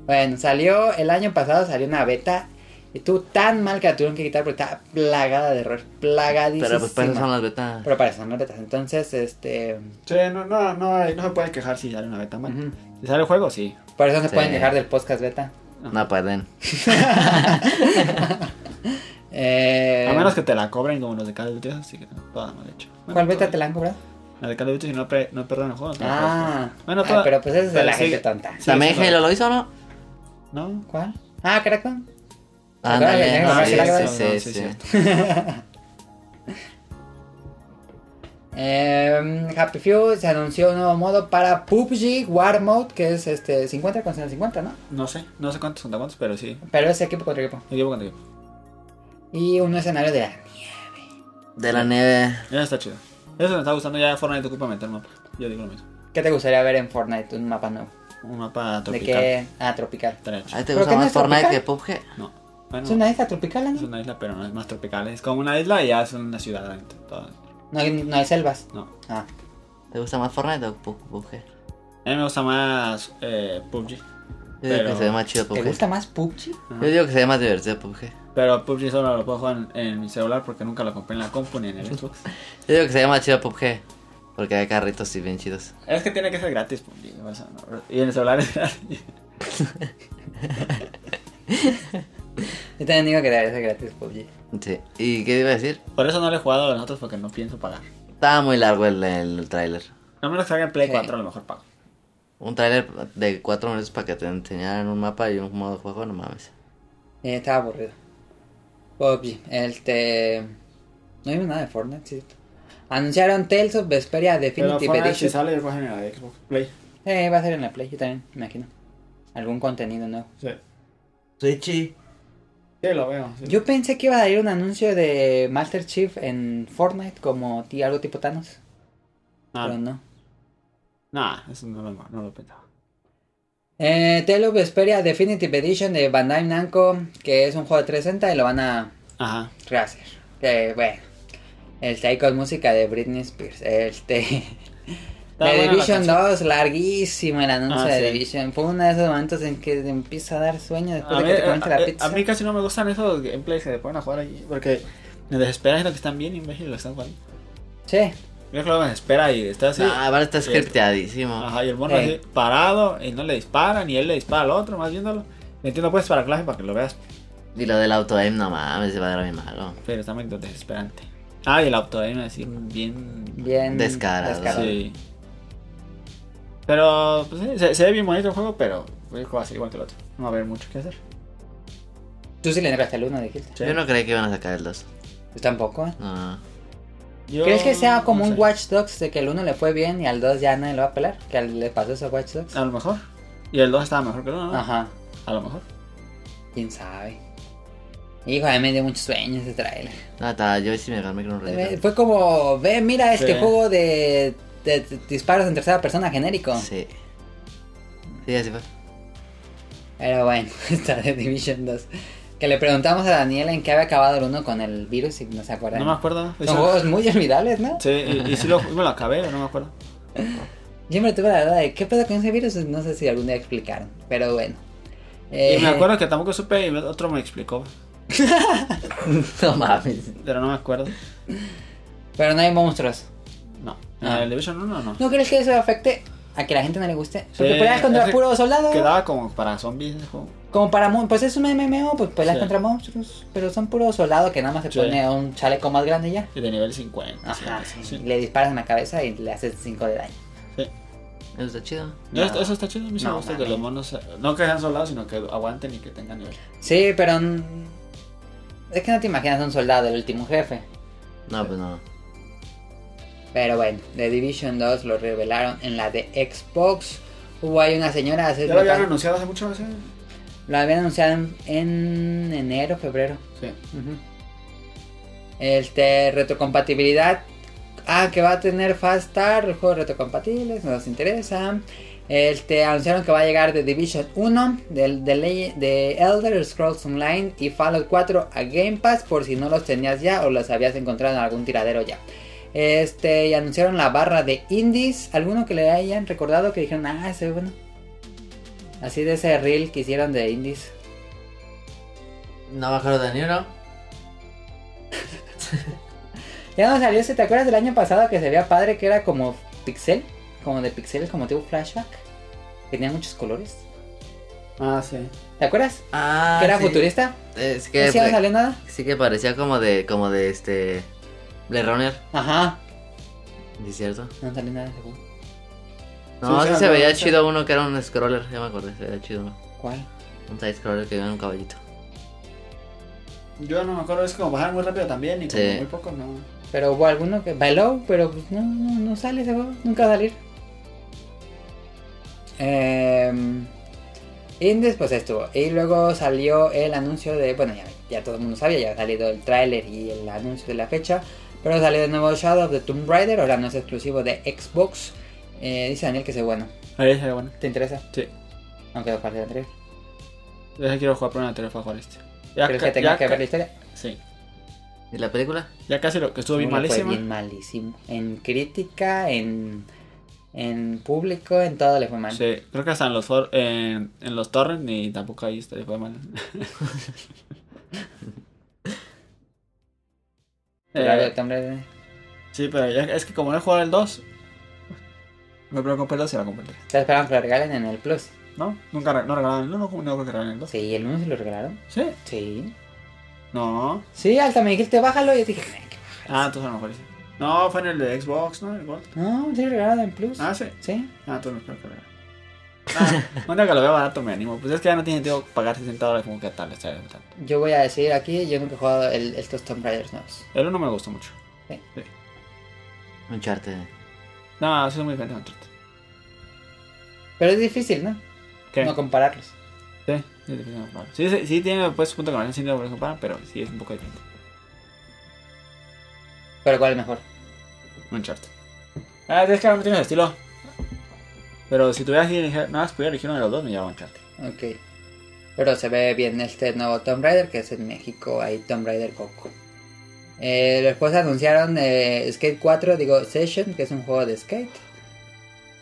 Speaker 1: Bueno, salió el año pasado, salió una beta. Y estuvo tan mal que la tuvieron que quitar porque estaba plagada de errores. Plagadísima.
Speaker 3: Pero pues para eso son las betas.
Speaker 1: Pero para eso son las betas. Entonces, este.
Speaker 2: Sí, no, no, no, hay- no se puede quejar si sale una beta mal.
Speaker 1: ujú.
Speaker 2: Si sale el juego, sí.
Speaker 1: Por eso se
Speaker 3: Sí.
Speaker 1: pueden dejar del podcast beta.
Speaker 3: No pueden.
Speaker 1: Eh,
Speaker 2: A menos que te la cobren como los de Call of Duty, así que toda mal hecho. Bueno,
Speaker 1: ¿Cuál beta
Speaker 2: todavía.
Speaker 1: te la han cobrado?
Speaker 2: La de Call of Duty, si no, pre- no pierden el juego. te la
Speaker 1: Ah,
Speaker 2: puedes- Bueno,
Speaker 1: ah,
Speaker 2: toda-
Speaker 1: pero pues esa es de
Speaker 2: pero
Speaker 1: la
Speaker 2: sigue-
Speaker 1: gente tonta.
Speaker 2: sigue
Speaker 3: ¿También
Speaker 2: siendo-
Speaker 3: Halo lo hizo o no?
Speaker 2: No.
Speaker 1: ¿Cuál? Ah, Crackdown.
Speaker 3: Ándale,
Speaker 1: Ah,
Speaker 3: sí,
Speaker 1: ya, ya,
Speaker 3: sí,
Speaker 2: ya,
Speaker 3: sí,
Speaker 2: sí,
Speaker 3: sí.
Speaker 2: cierto.
Speaker 1: Eh, Happy Few se anunció un nuevo modo para PUBG War Mode, que es este 50 contra 50, ¿no?
Speaker 2: No sé, no sé cuántos son cuántos, pero sí.
Speaker 1: Pero es equipo contra equipo.
Speaker 2: Equipo contra equipo.
Speaker 1: Y un escenario de la
Speaker 3: De la nieve.
Speaker 2: Ya está chido. Eso me está gustando, ya Fortnite ocupa meter mapa. Yo digo lo mismo.
Speaker 1: ¿Qué te gustaría ver en Fortnite? Un mapa nuevo.
Speaker 2: Un mapa
Speaker 1: ¿De
Speaker 2: tropical.
Speaker 1: qué? Ah, tropical.
Speaker 2: Estaría chido.
Speaker 3: Ahí te
Speaker 1: ¿Pero
Speaker 3: gusta
Speaker 1: qué no
Speaker 3: más
Speaker 1: es
Speaker 3: Fortnite
Speaker 1: tropical?
Speaker 3: que PUBG.
Speaker 2: No. Bueno,
Speaker 1: ¿Es una isla tropical,
Speaker 2: es
Speaker 1: Ani?
Speaker 2: una isla, pero no es más tropical. Es como una isla y ya es una ciudad adentro. todo.
Speaker 1: No hay, no hay selvas.
Speaker 2: No.
Speaker 1: Ah,
Speaker 3: ¿Te gusta más Fortnite o Pu- PUBG? Yo
Speaker 2: A mí me gusta más eh, PUBG.
Speaker 3: digo que
Speaker 2: Pero-
Speaker 3: se ve más chido
Speaker 1: ¿te
Speaker 3: PUBG.
Speaker 1: gusta más PUBG?
Speaker 3: Yo digo que se ve más divertido PUBG.
Speaker 2: Pero PUBG solo lo puedo jugar en, en mi celular porque nunca lo compré en la compu ni en el
Speaker 1: (laughs)
Speaker 2: Xbox.
Speaker 3: Yo digo que se ve más chido PUBG. Porque hay carritos y bien chidos.
Speaker 2: es que tiene que ser gratis PUBG. o sea, no, y en el celular es gratis. (laughs)
Speaker 1: Yo también digo que debería ser gratis PUBG.
Speaker 3: Sí. ¿Y qué iba a decir?
Speaker 2: Por eso no lo he jugado a los otros porque no pienso pagar.
Speaker 3: Estaba muy largo el, el tráiler.
Speaker 2: No menos que salga en Play
Speaker 1: Sí.
Speaker 2: 4 a lo mejor pago.
Speaker 3: Un tráiler de 4 minutos para que te enseñaran un mapa y un modo de juego, no mames.
Speaker 1: Eh, estaba aburrido. PUBG, este. No hay nada de Fortnite, sí. Anunciaron Tales of Vesperia
Speaker 2: Pero
Speaker 1: Definitive
Speaker 2: Fortnite si
Speaker 1: Edition.
Speaker 2: sale yo juego en la Xbox Play.
Speaker 1: Eh, va a ser en la Play, yo también, me imagino. Algún contenido nuevo.
Speaker 2: Sí.
Speaker 3: Richie.
Speaker 2: Sí, lo veo. sí.
Speaker 1: Yo pensé que iba a salir un anuncio de Master Chief en Fortnite, como ti- algo tipo Thanos,
Speaker 2: Ah,
Speaker 1: pero no.
Speaker 2: nah, eso no lo, no lo pensaba.
Speaker 1: Eh, Tales of Vesperia Definitive Edition de Bandai Namco, que es un juego de 360 y lo van a
Speaker 2: Ajá.
Speaker 1: rehacer. Que Eh, bueno, este ahí con música de Britney Spears.
Speaker 2: (laughs)
Speaker 1: Este.
Speaker 2: Está
Speaker 1: The
Speaker 2: buena la
Speaker 1: Division
Speaker 2: canción.
Speaker 1: 2, larguísimo el anuncio
Speaker 2: Ah,
Speaker 1: de
Speaker 2: sí.
Speaker 1: Division. Fue uno de esos momentos en que te empieza a dar sueño después
Speaker 2: A
Speaker 1: de
Speaker 2: mí,
Speaker 1: que te comiste
Speaker 2: a-
Speaker 1: la
Speaker 2: a-
Speaker 1: pizza.
Speaker 2: a mí casi no me gustan esos gameplays que se ponen a jugar allí porque me desespera es lo que están bien imbéciles lo que están jugando.
Speaker 1: Sí.
Speaker 2: Yo creo que me desespera y está así.
Speaker 3: Ah, ahora está
Speaker 2: Sí.
Speaker 3: scripteadísimo.
Speaker 2: Ajá, y el mono
Speaker 1: Ey.
Speaker 2: así parado y no le disparan y él le dispara al otro, más viéndolo. Me entiendo pues para clase para que lo veas,
Speaker 3: Y lo del auto aim, no mames, se va a dar bien malo.
Speaker 2: pero está medio desesperante. Ah, y el auto ahí me decía bien.
Speaker 1: Bien.
Speaker 3: Descarado.
Speaker 2: Sí. Pero, pues sí, se, se ve bien bonito el juego, pero voy a jugar así igual que el otro. No va a haber mucho que hacer.
Speaker 1: Tú sí le entraste al uno, dijiste.
Speaker 2: Sí.
Speaker 3: Yo no creí que iban a sacar el 2.
Speaker 1: Yo tampoco, ¿eh?
Speaker 3: No.
Speaker 2: Yo-
Speaker 1: ¿Crees que sea como
Speaker 2: no
Speaker 1: un
Speaker 2: sé.
Speaker 1: Watch Dogs de que el uno le fue bien y al 2 ya nadie lo va a pelar? Que al- le pasó eso a Watch Dogs.
Speaker 2: A lo mejor. Y el 2 estaba mejor que el 1, ¿no?
Speaker 1: Ajá.
Speaker 2: A lo mejor.
Speaker 1: ¿Quién sabe? Hijo, a mí me dio mucho sueño ese trailer.
Speaker 3: No, está, yo sí me calmé con un ratito.
Speaker 1: Eh, Fue como, ve, mira este
Speaker 2: Sí.
Speaker 1: juego de, de- de disparos en tercera persona genérico.
Speaker 3: Sí. Sí, así fue.
Speaker 1: Pero bueno, (laughs) está de Division 2. Que le preguntamos a Daniel en qué había acabado el 1 con el virus y no se acuerda.
Speaker 2: No me acuerdo.
Speaker 1: Son juegos muy olvidables, ¿no?
Speaker 2: Sí, y, y si lo, me lo acabé, no me acuerdo.
Speaker 1: Siempre tuve la duda de qué pedo con ese virus. No sé si algún día explicaron, pero bueno. Eh,
Speaker 2: Y
Speaker 1: (laughs)
Speaker 2: me acuerdo que tampoco supe y otro me explicó,
Speaker 3: No mames.
Speaker 2: pero no me acuerdo.
Speaker 1: Pero no hay monstruos.
Speaker 2: No.
Speaker 1: Ah.
Speaker 2: En el Division 1 no.
Speaker 1: ¿No crees que eso afecte a que la gente no le guste? Porque
Speaker 2: Sí,
Speaker 1: peleas contra
Speaker 2: ese-
Speaker 1: puro soldado.
Speaker 2: Quedaba como para zombies ese juego.
Speaker 1: Como para mon- pues es un MMO, pues peleas
Speaker 2: Sí.
Speaker 1: contra monstruos, pero son puro soldado que nada más se
Speaker 2: Sí.
Speaker 1: pone un chaleco más grande y ya.
Speaker 2: Y de nivel 50. sí,
Speaker 1: Ajá.
Speaker 2: sí, sí.
Speaker 1: Le disparas en la cabeza y le haces 5 de daño.
Speaker 2: Sí.
Speaker 3: Eso está chido.
Speaker 2: Yo
Speaker 1: No.
Speaker 2: esto- Eso está chido, a mí sí me
Speaker 1: No,
Speaker 2: gusta que
Speaker 1: mami.
Speaker 2: los monos, eh, no que sean soldados, sino que aguanten y que tengan nivel.
Speaker 1: Sí, pero. mm, Es que no te imaginas un soldado del último jefe.
Speaker 3: No, pues no.
Speaker 1: Pero bueno, The Division 2 lo revelaron en la de Xbox. Hubo ahí una señora hace
Speaker 2: ¿Ya lo habían
Speaker 1: tan-
Speaker 2: anunciado hace mucho? Hace...
Speaker 1: lo habían anunciado en, en enero, febrero.
Speaker 2: Sí.
Speaker 1: Ujú. Este, retrocompatibilidad. Ah, que va a tener Fastar, el juego retrocompatible, no nos interesa. Este, anunciaron que va a llegar The Division 1, del- de, Ley- de Elder Scrolls Online y Fallout 4 a Game Pass por si no los tenías ya o los habías encontrado en algún tiradero ya. Este, y anunciaron la barra de indies. Alguno que le hayan recordado que dijeron, ah, ese es bueno. Así de ese reel que hicieron de indies.
Speaker 3: No me acuerdo de ni uno.
Speaker 1: Ya no salió ese, ¿te acuerdas del año pasado que se veía padre que era como pixel? Como de pixel, como tipo flashback. Que tenía muchos colores.
Speaker 2: Ah, sí.
Speaker 1: ¿Te acuerdas?
Speaker 3: Ah,
Speaker 1: que era
Speaker 3: sí.
Speaker 1: futurista.
Speaker 3: Es que,
Speaker 1: ¿No se salió nada?
Speaker 3: sí que parecía como de, como de este... Blade Runner,
Speaker 1: Ajá.
Speaker 3: ¿sí ¿es cierto?
Speaker 1: No salió nada de ese juego.
Speaker 3: No,
Speaker 2: Sí,
Speaker 3: sí,
Speaker 2: sí,
Speaker 3: se
Speaker 2: no,
Speaker 3: veía
Speaker 2: sí.
Speaker 3: chido uno que era un scroller, ya me acordé, se veía chido uno.
Speaker 1: ¿Cuál?
Speaker 3: Un side scroller que iba en un caballito.
Speaker 2: Yo no me acuerdo, es que como bajaron muy rápido también y como
Speaker 3: Sí.
Speaker 2: muy pocos, no.
Speaker 1: Pero hubo alguno que bailó, pero pues no, no, no sale ese juego. Nunca va a salir. Eh, Indies, pues estuvo. Y luego salió el anuncio de. Bueno, ya, ya todo el mundo sabía, ya ha salido el tráiler y el anuncio de la fecha. Pero salió de nuevo Shadow of the Tomb Raider, ahora no es exclusivo de Xbox. Eh, dice Daniel que es bueno.
Speaker 2: Ahí se ve bueno.
Speaker 1: ¿Te interesa?
Speaker 2: Sí.
Speaker 1: Aunque lo partido anterior.
Speaker 2: Yo sí quiero jugar por una tarea jugar este. Ya
Speaker 1: ¿Crees
Speaker 2: ca-
Speaker 1: que tenga
Speaker 2: ya
Speaker 1: que ver
Speaker 2: ca-
Speaker 1: la historia?
Speaker 2: Sí.
Speaker 3: ¿Y la película?
Speaker 2: Ya casi lo que estuvo bien
Speaker 1: No, le fue
Speaker 2: malísima.
Speaker 1: bien malísimo. En crítica, en, en público, en todo le fue mal.
Speaker 2: Sí, creo que hasta en los, for- en, en los torrents ni tampoco ahí estaría fue mal.
Speaker 1: (laughs) Pero a ver,
Speaker 2: Eh,
Speaker 1: hombre,
Speaker 2: sí, pero ya, es que como no he jugado el 2, me preocupé el 2 y la compré el 3.
Speaker 1: ¿Te esperando que lo regalen en el Plus?
Speaker 2: ¿No? Nunca re- no regalaron el 1, no, no creo que regalaron el 2. Sí.
Speaker 1: Sí, ¿el 1 se lo regalaron? Sí.
Speaker 2: No.
Speaker 1: Sí, hasta me dijiste, bájalo. Y yo dije, "Ay, qué
Speaker 2: Ah, entonces a lo mejor sí. No, fue en el de Xbox, ¿no? El Gold.
Speaker 1: p- no, sí lo regalaron en Plus.
Speaker 2: Ah, sí.
Speaker 1: Sí.
Speaker 2: Ah, tú no espero que lo vea. Ah, un día que lo vea barato me animo. Pues es que ya no tiene sentido pagar 60 dólares como que tal, está bien, tal.
Speaker 1: Yo voy a decir aquí, yo nunca he jugado el- estos Tomb Raiders nuevos.
Speaker 2: El uno me gustó mucho.
Speaker 3: Un charte.
Speaker 2: No, eso es muy diferente. al otro.
Speaker 1: Pero es difícil, ¿no?
Speaker 2: ¿Qué?
Speaker 1: No compararlos.
Speaker 2: Sí, es difícil de comparar. Sí, sí, sí tiene pues punto con el síndrome de comparar, pero sí es un poco diferente.
Speaker 1: Pero ¿cuál es mejor?
Speaker 2: Un chart. Ah, es que ahora no tiene estilo. pero si tuvieras que elegir, nada más pudiera elegir uno de los dos, me llevaba un chart.
Speaker 1: Ok. Pero se ve bien este nuevo Tomb Raider, que es en México, ahí Tomb Raider Coco. Eh, después anunciaron eh, Skate 4, digo Session, que es un juego de skate.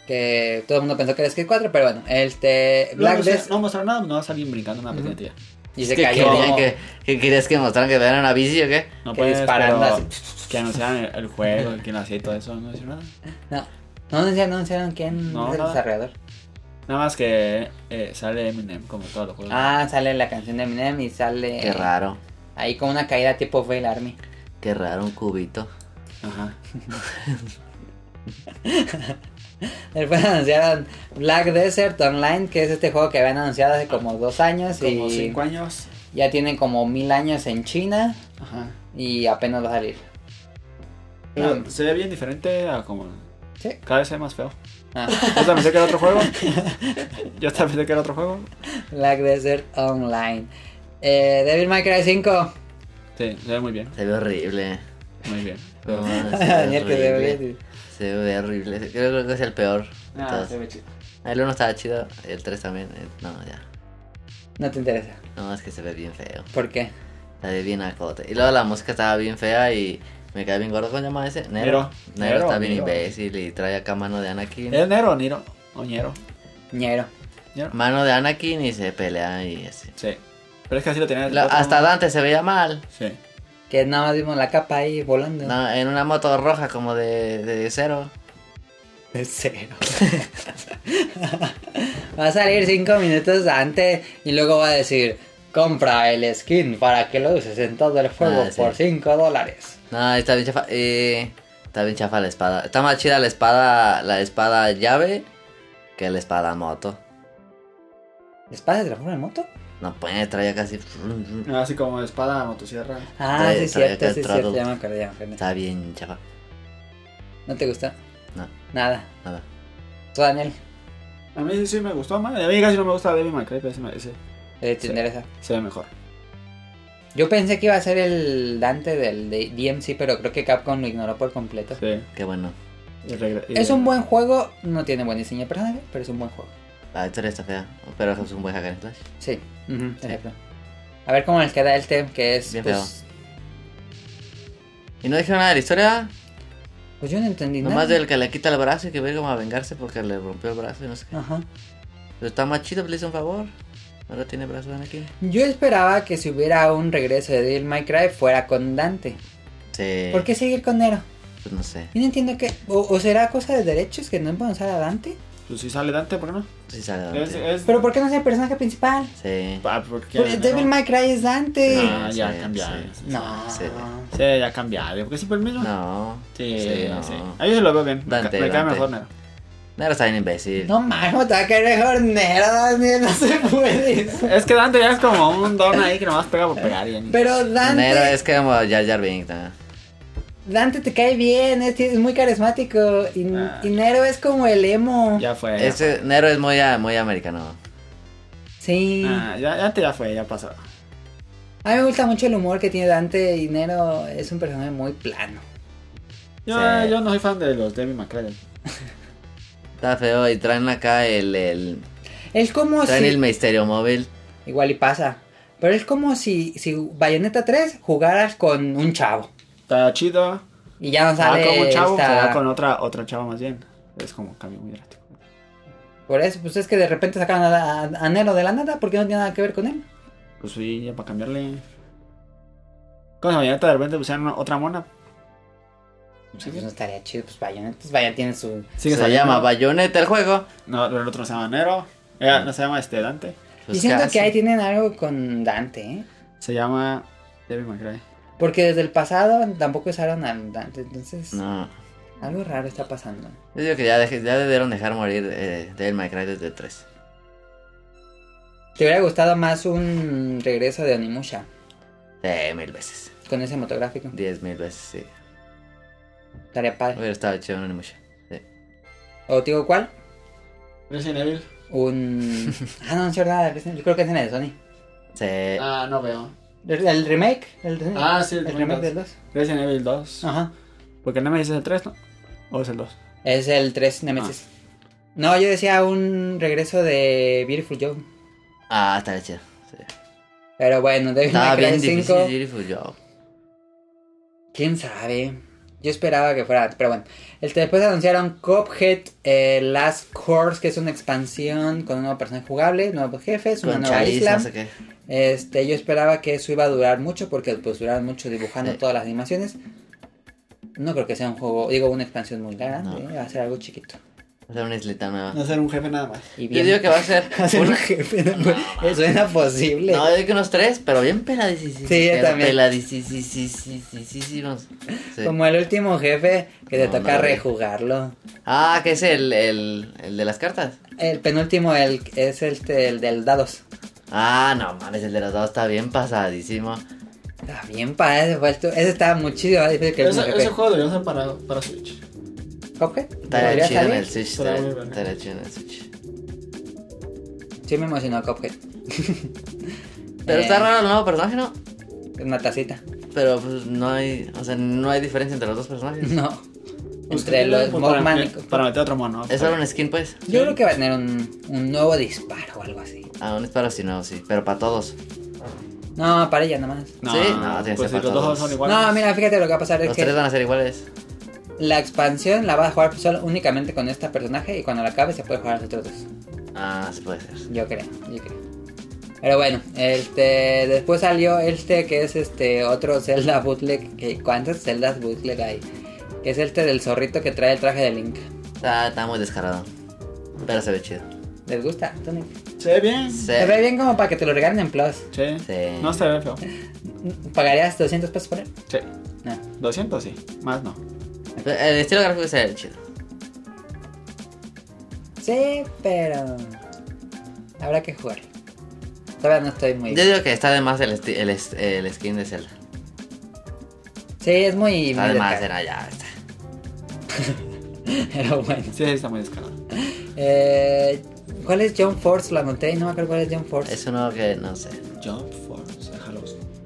Speaker 1: Que todo el mundo pensó que era Skate 4, pero bueno, este
Speaker 2: No,
Speaker 1: Black
Speaker 2: no, sé,
Speaker 1: Death
Speaker 2: no mostrar nada, no va a salir brincando una pequeña tía.
Speaker 1: y se
Speaker 3: ¿Qué
Speaker 1: cayó.
Speaker 3: querían que, que querías que mostraran que vean una bici o qué?
Speaker 2: No
Speaker 1: Que
Speaker 2: puedes,
Speaker 1: disparando
Speaker 2: pero
Speaker 1: así.
Speaker 2: que anunciaran el, el juego, que no hacía y todo eso, no decir nada.
Speaker 1: No, no anunciaron, no anunciaron quién
Speaker 2: No,
Speaker 1: es el
Speaker 2: nada.
Speaker 1: desarrollador.
Speaker 2: Nada más que eh, sale Eminem como todos los juegos.
Speaker 1: Ah, sale la canción de Eminem y sale
Speaker 3: Qué raro.
Speaker 1: ahí con una caída tipo Fail Army.
Speaker 3: Qué raro, un cubito.
Speaker 2: Ajá.
Speaker 1: Después anunciaron Black Desert Online, que es este juego que habían anunciado hace como dos años
Speaker 2: Como
Speaker 1: y
Speaker 2: 5 años.
Speaker 1: ya tienen como mil años en China
Speaker 2: Ajá.
Speaker 1: y apenas va a salir.
Speaker 3: Uh.
Speaker 2: Pero
Speaker 1: Ah.
Speaker 2: se ve bien diferente a como.
Speaker 1: Sí.
Speaker 3: (laughs)
Speaker 2: Cada vez se ve más feo.
Speaker 1: Ah,
Speaker 2: Yo también pensé que era
Speaker 1: (laughs)
Speaker 2: otro juego. Yo hasta pensé que era otro juego.
Speaker 1: Black Desert Online. Eh, Devil May Cry
Speaker 3: (laughs)
Speaker 1: 5.
Speaker 2: Sí, se ve muy bien.
Speaker 3: Se ve horrible.
Speaker 2: Muy bien.
Speaker 3: No, se ve
Speaker 1: Daniel, que
Speaker 3: horrible.
Speaker 1: debería-
Speaker 3: Se ve horrible. Creo, creo que es el peor. de todos.
Speaker 2: ve chido.
Speaker 3: El 1 estaba chido, el 3 también. el- No, ya.
Speaker 1: No te interesa.
Speaker 3: No, es que se ve bien feo.
Speaker 1: ¿Por qué?
Speaker 3: Se ve bien acote. Y luego la música estaba bien fea y me cae bien gordo con llama ese.
Speaker 2: Nero.
Speaker 3: Nero. Nero,
Speaker 2: Nero,
Speaker 3: está bien
Speaker 2: Nero. Eh.
Speaker 3: imbécil y trae acá mano de Anakin.
Speaker 2: ¿Es Nero o Niro? ¿O Ñero?
Speaker 1: Ñero.
Speaker 2: ¿Ñero?
Speaker 3: Mano de Anakin y se pelea y así.
Speaker 2: Sí. Pero es que así lo tenía.
Speaker 3: La-
Speaker 2: otro,
Speaker 3: hasta
Speaker 2: ¿no?
Speaker 3: Dante se veía mal.
Speaker 2: Sí.
Speaker 1: Que nada más vimos la capa ahí volando. (laughs)
Speaker 3: No, en una moto roja como de, de cero.
Speaker 1: De cero. (laughs) va a salir cinco minutos antes y luego va a decir, compra el skin para que lo uses en todo el juego
Speaker 3: Ah, sí.
Speaker 1: por 5 dólares.
Speaker 3: No, está bien chafa. eh, está bien chafa la espada. Está más chida la espada, la espada llave que la espada moto.
Speaker 1: ¿La espada se transforma en moto?
Speaker 3: No puede, traía casi.
Speaker 2: Ah, Así como espada, motosierra.
Speaker 1: Ah,
Speaker 3: Trae-
Speaker 1: sí, es
Speaker 3: trae
Speaker 1: cierto,
Speaker 3: acá
Speaker 1: sí, es
Speaker 3: trago.
Speaker 1: cierto. Ya me acordé, ya me acordé.
Speaker 3: Está bien, chava.
Speaker 1: ¿No te gusta?
Speaker 3: No.
Speaker 1: Nada.
Speaker 3: Nada.
Speaker 1: Tú, Daniel,
Speaker 2: A mí sí, sí me gustó más. A mí casi no me gusta Devil May Cry, pero ese, me- ese
Speaker 1: eh, te
Speaker 2: Sí.
Speaker 1: interesa.
Speaker 2: se ve mejor.
Speaker 1: Yo pensé que iba a ser el Dante del de DMC, pero creo que Capcom lo ignoró por completo.
Speaker 2: Sí.
Speaker 3: Qué bueno.
Speaker 2: Y regre- y-
Speaker 1: Es un buen juego, no tiene buen diseño de personaje, pero es un buen juego.
Speaker 3: La historia está fea, pero es un buen hacker en Clash.
Speaker 1: Sí,
Speaker 2: Ujú.
Speaker 1: exacto. A ver cómo les queda este, que es.
Speaker 3: Bien
Speaker 1: Pues,
Speaker 3: Y no dijeron nada de la historia,
Speaker 1: pues yo no entendí nada.
Speaker 3: nomás del que le quita el brazo y que viene como a vengarse porque le rompió el brazo y no sé qué.
Speaker 1: Ajá.
Speaker 3: Pero está más chido, pues, le hizo un favor. Ahora tiene brazo Anakin.
Speaker 1: Yo esperaba que si hubiera un regreso de Devil May Cry fuera con Dante.
Speaker 3: Sí.
Speaker 1: ¿Por qué seguir con Nero?
Speaker 3: Pues no sé.
Speaker 1: Yo no entiendo qué. O, o será cosa de derechos que no pueden usar a Dante?
Speaker 2: Pues si sale Dante, ¿por qué no?
Speaker 3: Sí sale
Speaker 2: Es,
Speaker 3: adelante.
Speaker 2: es...
Speaker 1: ¿Pero por qué no es el personaje principal?
Speaker 3: Sí.
Speaker 2: Ah, porque
Speaker 1: Porque Devil May Cry es Dante.
Speaker 2: No. Ah, ya
Speaker 3: sí,
Speaker 2: cambiaron.
Speaker 3: sí,
Speaker 1: No.
Speaker 3: sí.
Speaker 2: Sí, ya cambiado. Porque siempre el mismo.
Speaker 3: No.
Speaker 2: Sí, sí.
Speaker 3: no.
Speaker 2: Ahí se lo veo bien. Me
Speaker 3: Dante,
Speaker 2: ca- me cae
Speaker 3: Dante.
Speaker 2: mejor, Nero.
Speaker 3: Nero está bien imbécil.
Speaker 1: No mames, ¿cómo te va a caer mejor Nero, Daniel? No se puede. eso.
Speaker 2: Es que Dante ya es como un don ahí que nomás pega por pegar y ya ni-
Speaker 1: Pero Dante.
Speaker 3: Nero es como Jar Jar Binks. ¿no?
Speaker 1: Dante te cae bien, es, es muy carismático. Y,
Speaker 2: Ah.
Speaker 1: y Nero es como el emo.
Speaker 2: Ya fue. ya
Speaker 3: Ese Nero es muy, a- muy americano.
Speaker 1: Sí.
Speaker 2: Ah, ya, ya te ya fue, ya pasó.
Speaker 1: A mí me gusta mucho el humor que tiene Dante y Nero es un personaje muy plano.
Speaker 2: Yo,
Speaker 3: Sí.
Speaker 2: yo no soy fan de los Devil May Cry.
Speaker 3: Está feo y traen acá el... el
Speaker 1: Es como
Speaker 3: traen
Speaker 1: si.
Speaker 3: el misterio móvil.
Speaker 1: Igual y pasa. Pero es como si, si Bayonetta 3 jugaras con un chavo.
Speaker 2: Está chido.
Speaker 1: Y ya no
Speaker 2: Ah,
Speaker 1: sale
Speaker 2: como un chavo,
Speaker 1: esta-
Speaker 2: pero con otra, otra chava más bien. Es como un cambio muy drástico.
Speaker 1: Por eso, pues es que de repente sacaron a, a, a Nero de la nada porque no tiene nada que ver con él.
Speaker 2: Pues sí, ya para cambiarle. Con esa mañanita de repente pusieron una- otra mona.
Speaker 1: Sí, pues no estaría chido, pues Bayonetta, pues vaya, tiene su...
Speaker 2: Sigue
Speaker 3: se
Speaker 2: saliendo.
Speaker 3: llama Bayonetta el juego.
Speaker 2: No, el otro no se llama Nero. Eh, no se llama este Dante.
Speaker 3: Pues
Speaker 1: y siento
Speaker 3: casi.
Speaker 1: que ahí tienen algo con Dante, ¿eh?
Speaker 2: Se llama Devil May Cry.
Speaker 1: Porque desde el pasado tampoco usaron al Dante, entonces
Speaker 3: No.
Speaker 1: algo raro está pasando.
Speaker 3: Yo digo que ya, deje- ya debieron dejar morir eh, Devil May Cry desde 3.
Speaker 1: ¿Te hubiera gustado más un regreso de Onimusha
Speaker 3: Sí, mil veces.
Speaker 1: con ese motográfico?
Speaker 3: Diez mil veces, sí.
Speaker 1: Estaría padre.
Speaker 3: Hubiera estado chido en mucho. Sí.
Speaker 1: ¿O te digo cuál?
Speaker 2: Resident Evil.
Speaker 1: (laughs) Un... Ah, no, no sé nada, yo creo que es en el de Sony.
Speaker 3: Sí.
Speaker 2: Ah, no veo.
Speaker 1: El, el remake, el,
Speaker 2: Ah, sí,
Speaker 1: el
Speaker 2: el
Speaker 1: remake
Speaker 2: remake Ah.
Speaker 1: del 2.
Speaker 2: Resident Evil 2.
Speaker 1: Ajá.
Speaker 2: Porque no me dices el 3, ¿no? ¿O es el 2?
Speaker 1: Es el 3 Nemesis.
Speaker 3: Ah.
Speaker 1: No, yo decía un regreso de Beautiful Joe.
Speaker 3: Ah, estaría chido. Sí.
Speaker 1: Pero bueno, Devil
Speaker 3: Estaba
Speaker 1: May Cry
Speaker 3: bien difícil pues,
Speaker 1: 5,
Speaker 3: Beautiful Job.
Speaker 1: quién sabe. Yo esperaba que fuera, pero bueno. Este, después anunciaron Cophead eh, Last Course, que es una expansión con un nuevo personaje jugable, nuevos jefes, una
Speaker 3: Con
Speaker 1: nueva
Speaker 3: Chalice,
Speaker 1: isla.
Speaker 3: no sé qué.
Speaker 1: Este, yo esperaba que eso iba a durar mucho porque pues duraron mucho dibujando
Speaker 3: Sí.
Speaker 1: todas las animaciones. No creo que sea un juego, digo, una expansión muy grande, eh,
Speaker 3: No.
Speaker 1: va a ser algo chiquito.
Speaker 3: Va a ser una islita nueva.
Speaker 2: No ser un jefe nada más.
Speaker 1: Y
Speaker 3: Yo
Speaker 1: bien.
Speaker 3: digo que va
Speaker 1: (laughs)
Speaker 3: a ser.
Speaker 1: Va a ser
Speaker 3: una-
Speaker 1: un jefe, no,
Speaker 3: (laughs)
Speaker 1: pues, suena posible.
Speaker 3: No, yo digo que unos tres, pero bien peladísimos.
Speaker 1: Sí, yo
Speaker 3: pero
Speaker 1: también.
Speaker 3: Peladísimos. Sí.
Speaker 1: Como el último jefe que te
Speaker 3: No,
Speaker 1: toca
Speaker 3: no, güey.
Speaker 1: rejugarlo.
Speaker 3: Ah, que es el, el, el de las cartas.
Speaker 1: El penúltimo el, es el, el del dados.
Speaker 3: Ah, no mames, el de los dados está bien pasadísimo.
Speaker 1: Está Ah, bien para ese fue el tu- Ese estaba muy chido. más difícil que el último
Speaker 2: Ese, ese
Speaker 1: jefe.
Speaker 2: juego debería ser para, para Switch.
Speaker 1: ¿Cophead?
Speaker 3: Estaría
Speaker 1: ¿Podría
Speaker 3: chido en
Speaker 1: salir?
Speaker 3: el Switch.
Speaker 2: Estaría muy
Speaker 3: Estaría
Speaker 2: bueno.
Speaker 3: estaría chido en el
Speaker 1: Eh.
Speaker 3: Switch.
Speaker 1: Sí me emocionó Cophead.
Speaker 3: (laughs) Pero
Speaker 1: Eh,
Speaker 3: está raro el nuevo personaje, ¿no?
Speaker 1: Una
Speaker 3: (laughs)
Speaker 1: tacita.
Speaker 3: Pero pues no hay. O sea, no hay diferencia entre los dos personajes.
Speaker 1: No. Entre los
Speaker 2: Pues para,
Speaker 1: Mogman y
Speaker 2: para,
Speaker 1: Cuphead.
Speaker 2: meter otro mono.
Speaker 3: Es solo un skin, pues.
Speaker 1: Yo creo que va a tener un, un nuevo disparo o algo así.
Speaker 3: Ah, un disparo sí, no, sí. Pero para todos.
Speaker 1: No, para ella nomás.
Speaker 2: No,
Speaker 3: Sí, no, tiene que
Speaker 2: pues
Speaker 3: ser
Speaker 2: si los
Speaker 3: para
Speaker 2: dos
Speaker 3: todos.
Speaker 2: son iguales.
Speaker 1: No, mira, fíjate lo que va a pasar es
Speaker 3: Los
Speaker 1: que
Speaker 3: tres van a ser iguales.
Speaker 1: la expansión la vas a jugar solo únicamente con este personaje y cuando la acabe se puede jugar a los otros dos.
Speaker 3: Ah, sí puede ser.
Speaker 1: Yo creo, yo creo. Pero bueno, este después salió este que es este otro Zelda bootleg. Que, ¿Cuántas celdas bootleg hay? Que es este del zorrito que trae el traje de Link.
Speaker 3: Está, está muy descarado. Pero se ve chido.
Speaker 1: ¿Les gusta, Tony?
Speaker 2: Se ve bien.
Speaker 3: Sí.
Speaker 2: Sí.
Speaker 1: Se ve bien como para que te lo regalen en Plus.
Speaker 3: Sí.
Speaker 2: No se ve feo.
Speaker 1: ¿Pagarías 200 pesos por él?
Speaker 2: Sí.
Speaker 1: No.
Speaker 2: 200 sí. Más no.
Speaker 3: El estilo gráfico se ve chido.
Speaker 1: Sí, Sí, pero. Habrá que jugar. Todavía no estoy muy.
Speaker 3: Yo digo que está de más el, esti- el, es- el skin de Zelda.
Speaker 1: Sí, es muy.
Speaker 3: Está
Speaker 1: muy
Speaker 3: de más,
Speaker 1: descarado.
Speaker 3: era ya. Está. eh.
Speaker 1: Pero bueno.
Speaker 2: Sí, está muy descarado.
Speaker 1: Eh, ¿Cuál es John Force? Lo anoté y no me acuerdo cuál es John Force.
Speaker 3: Es uno que no sé.
Speaker 2: Jump Force, déjalo.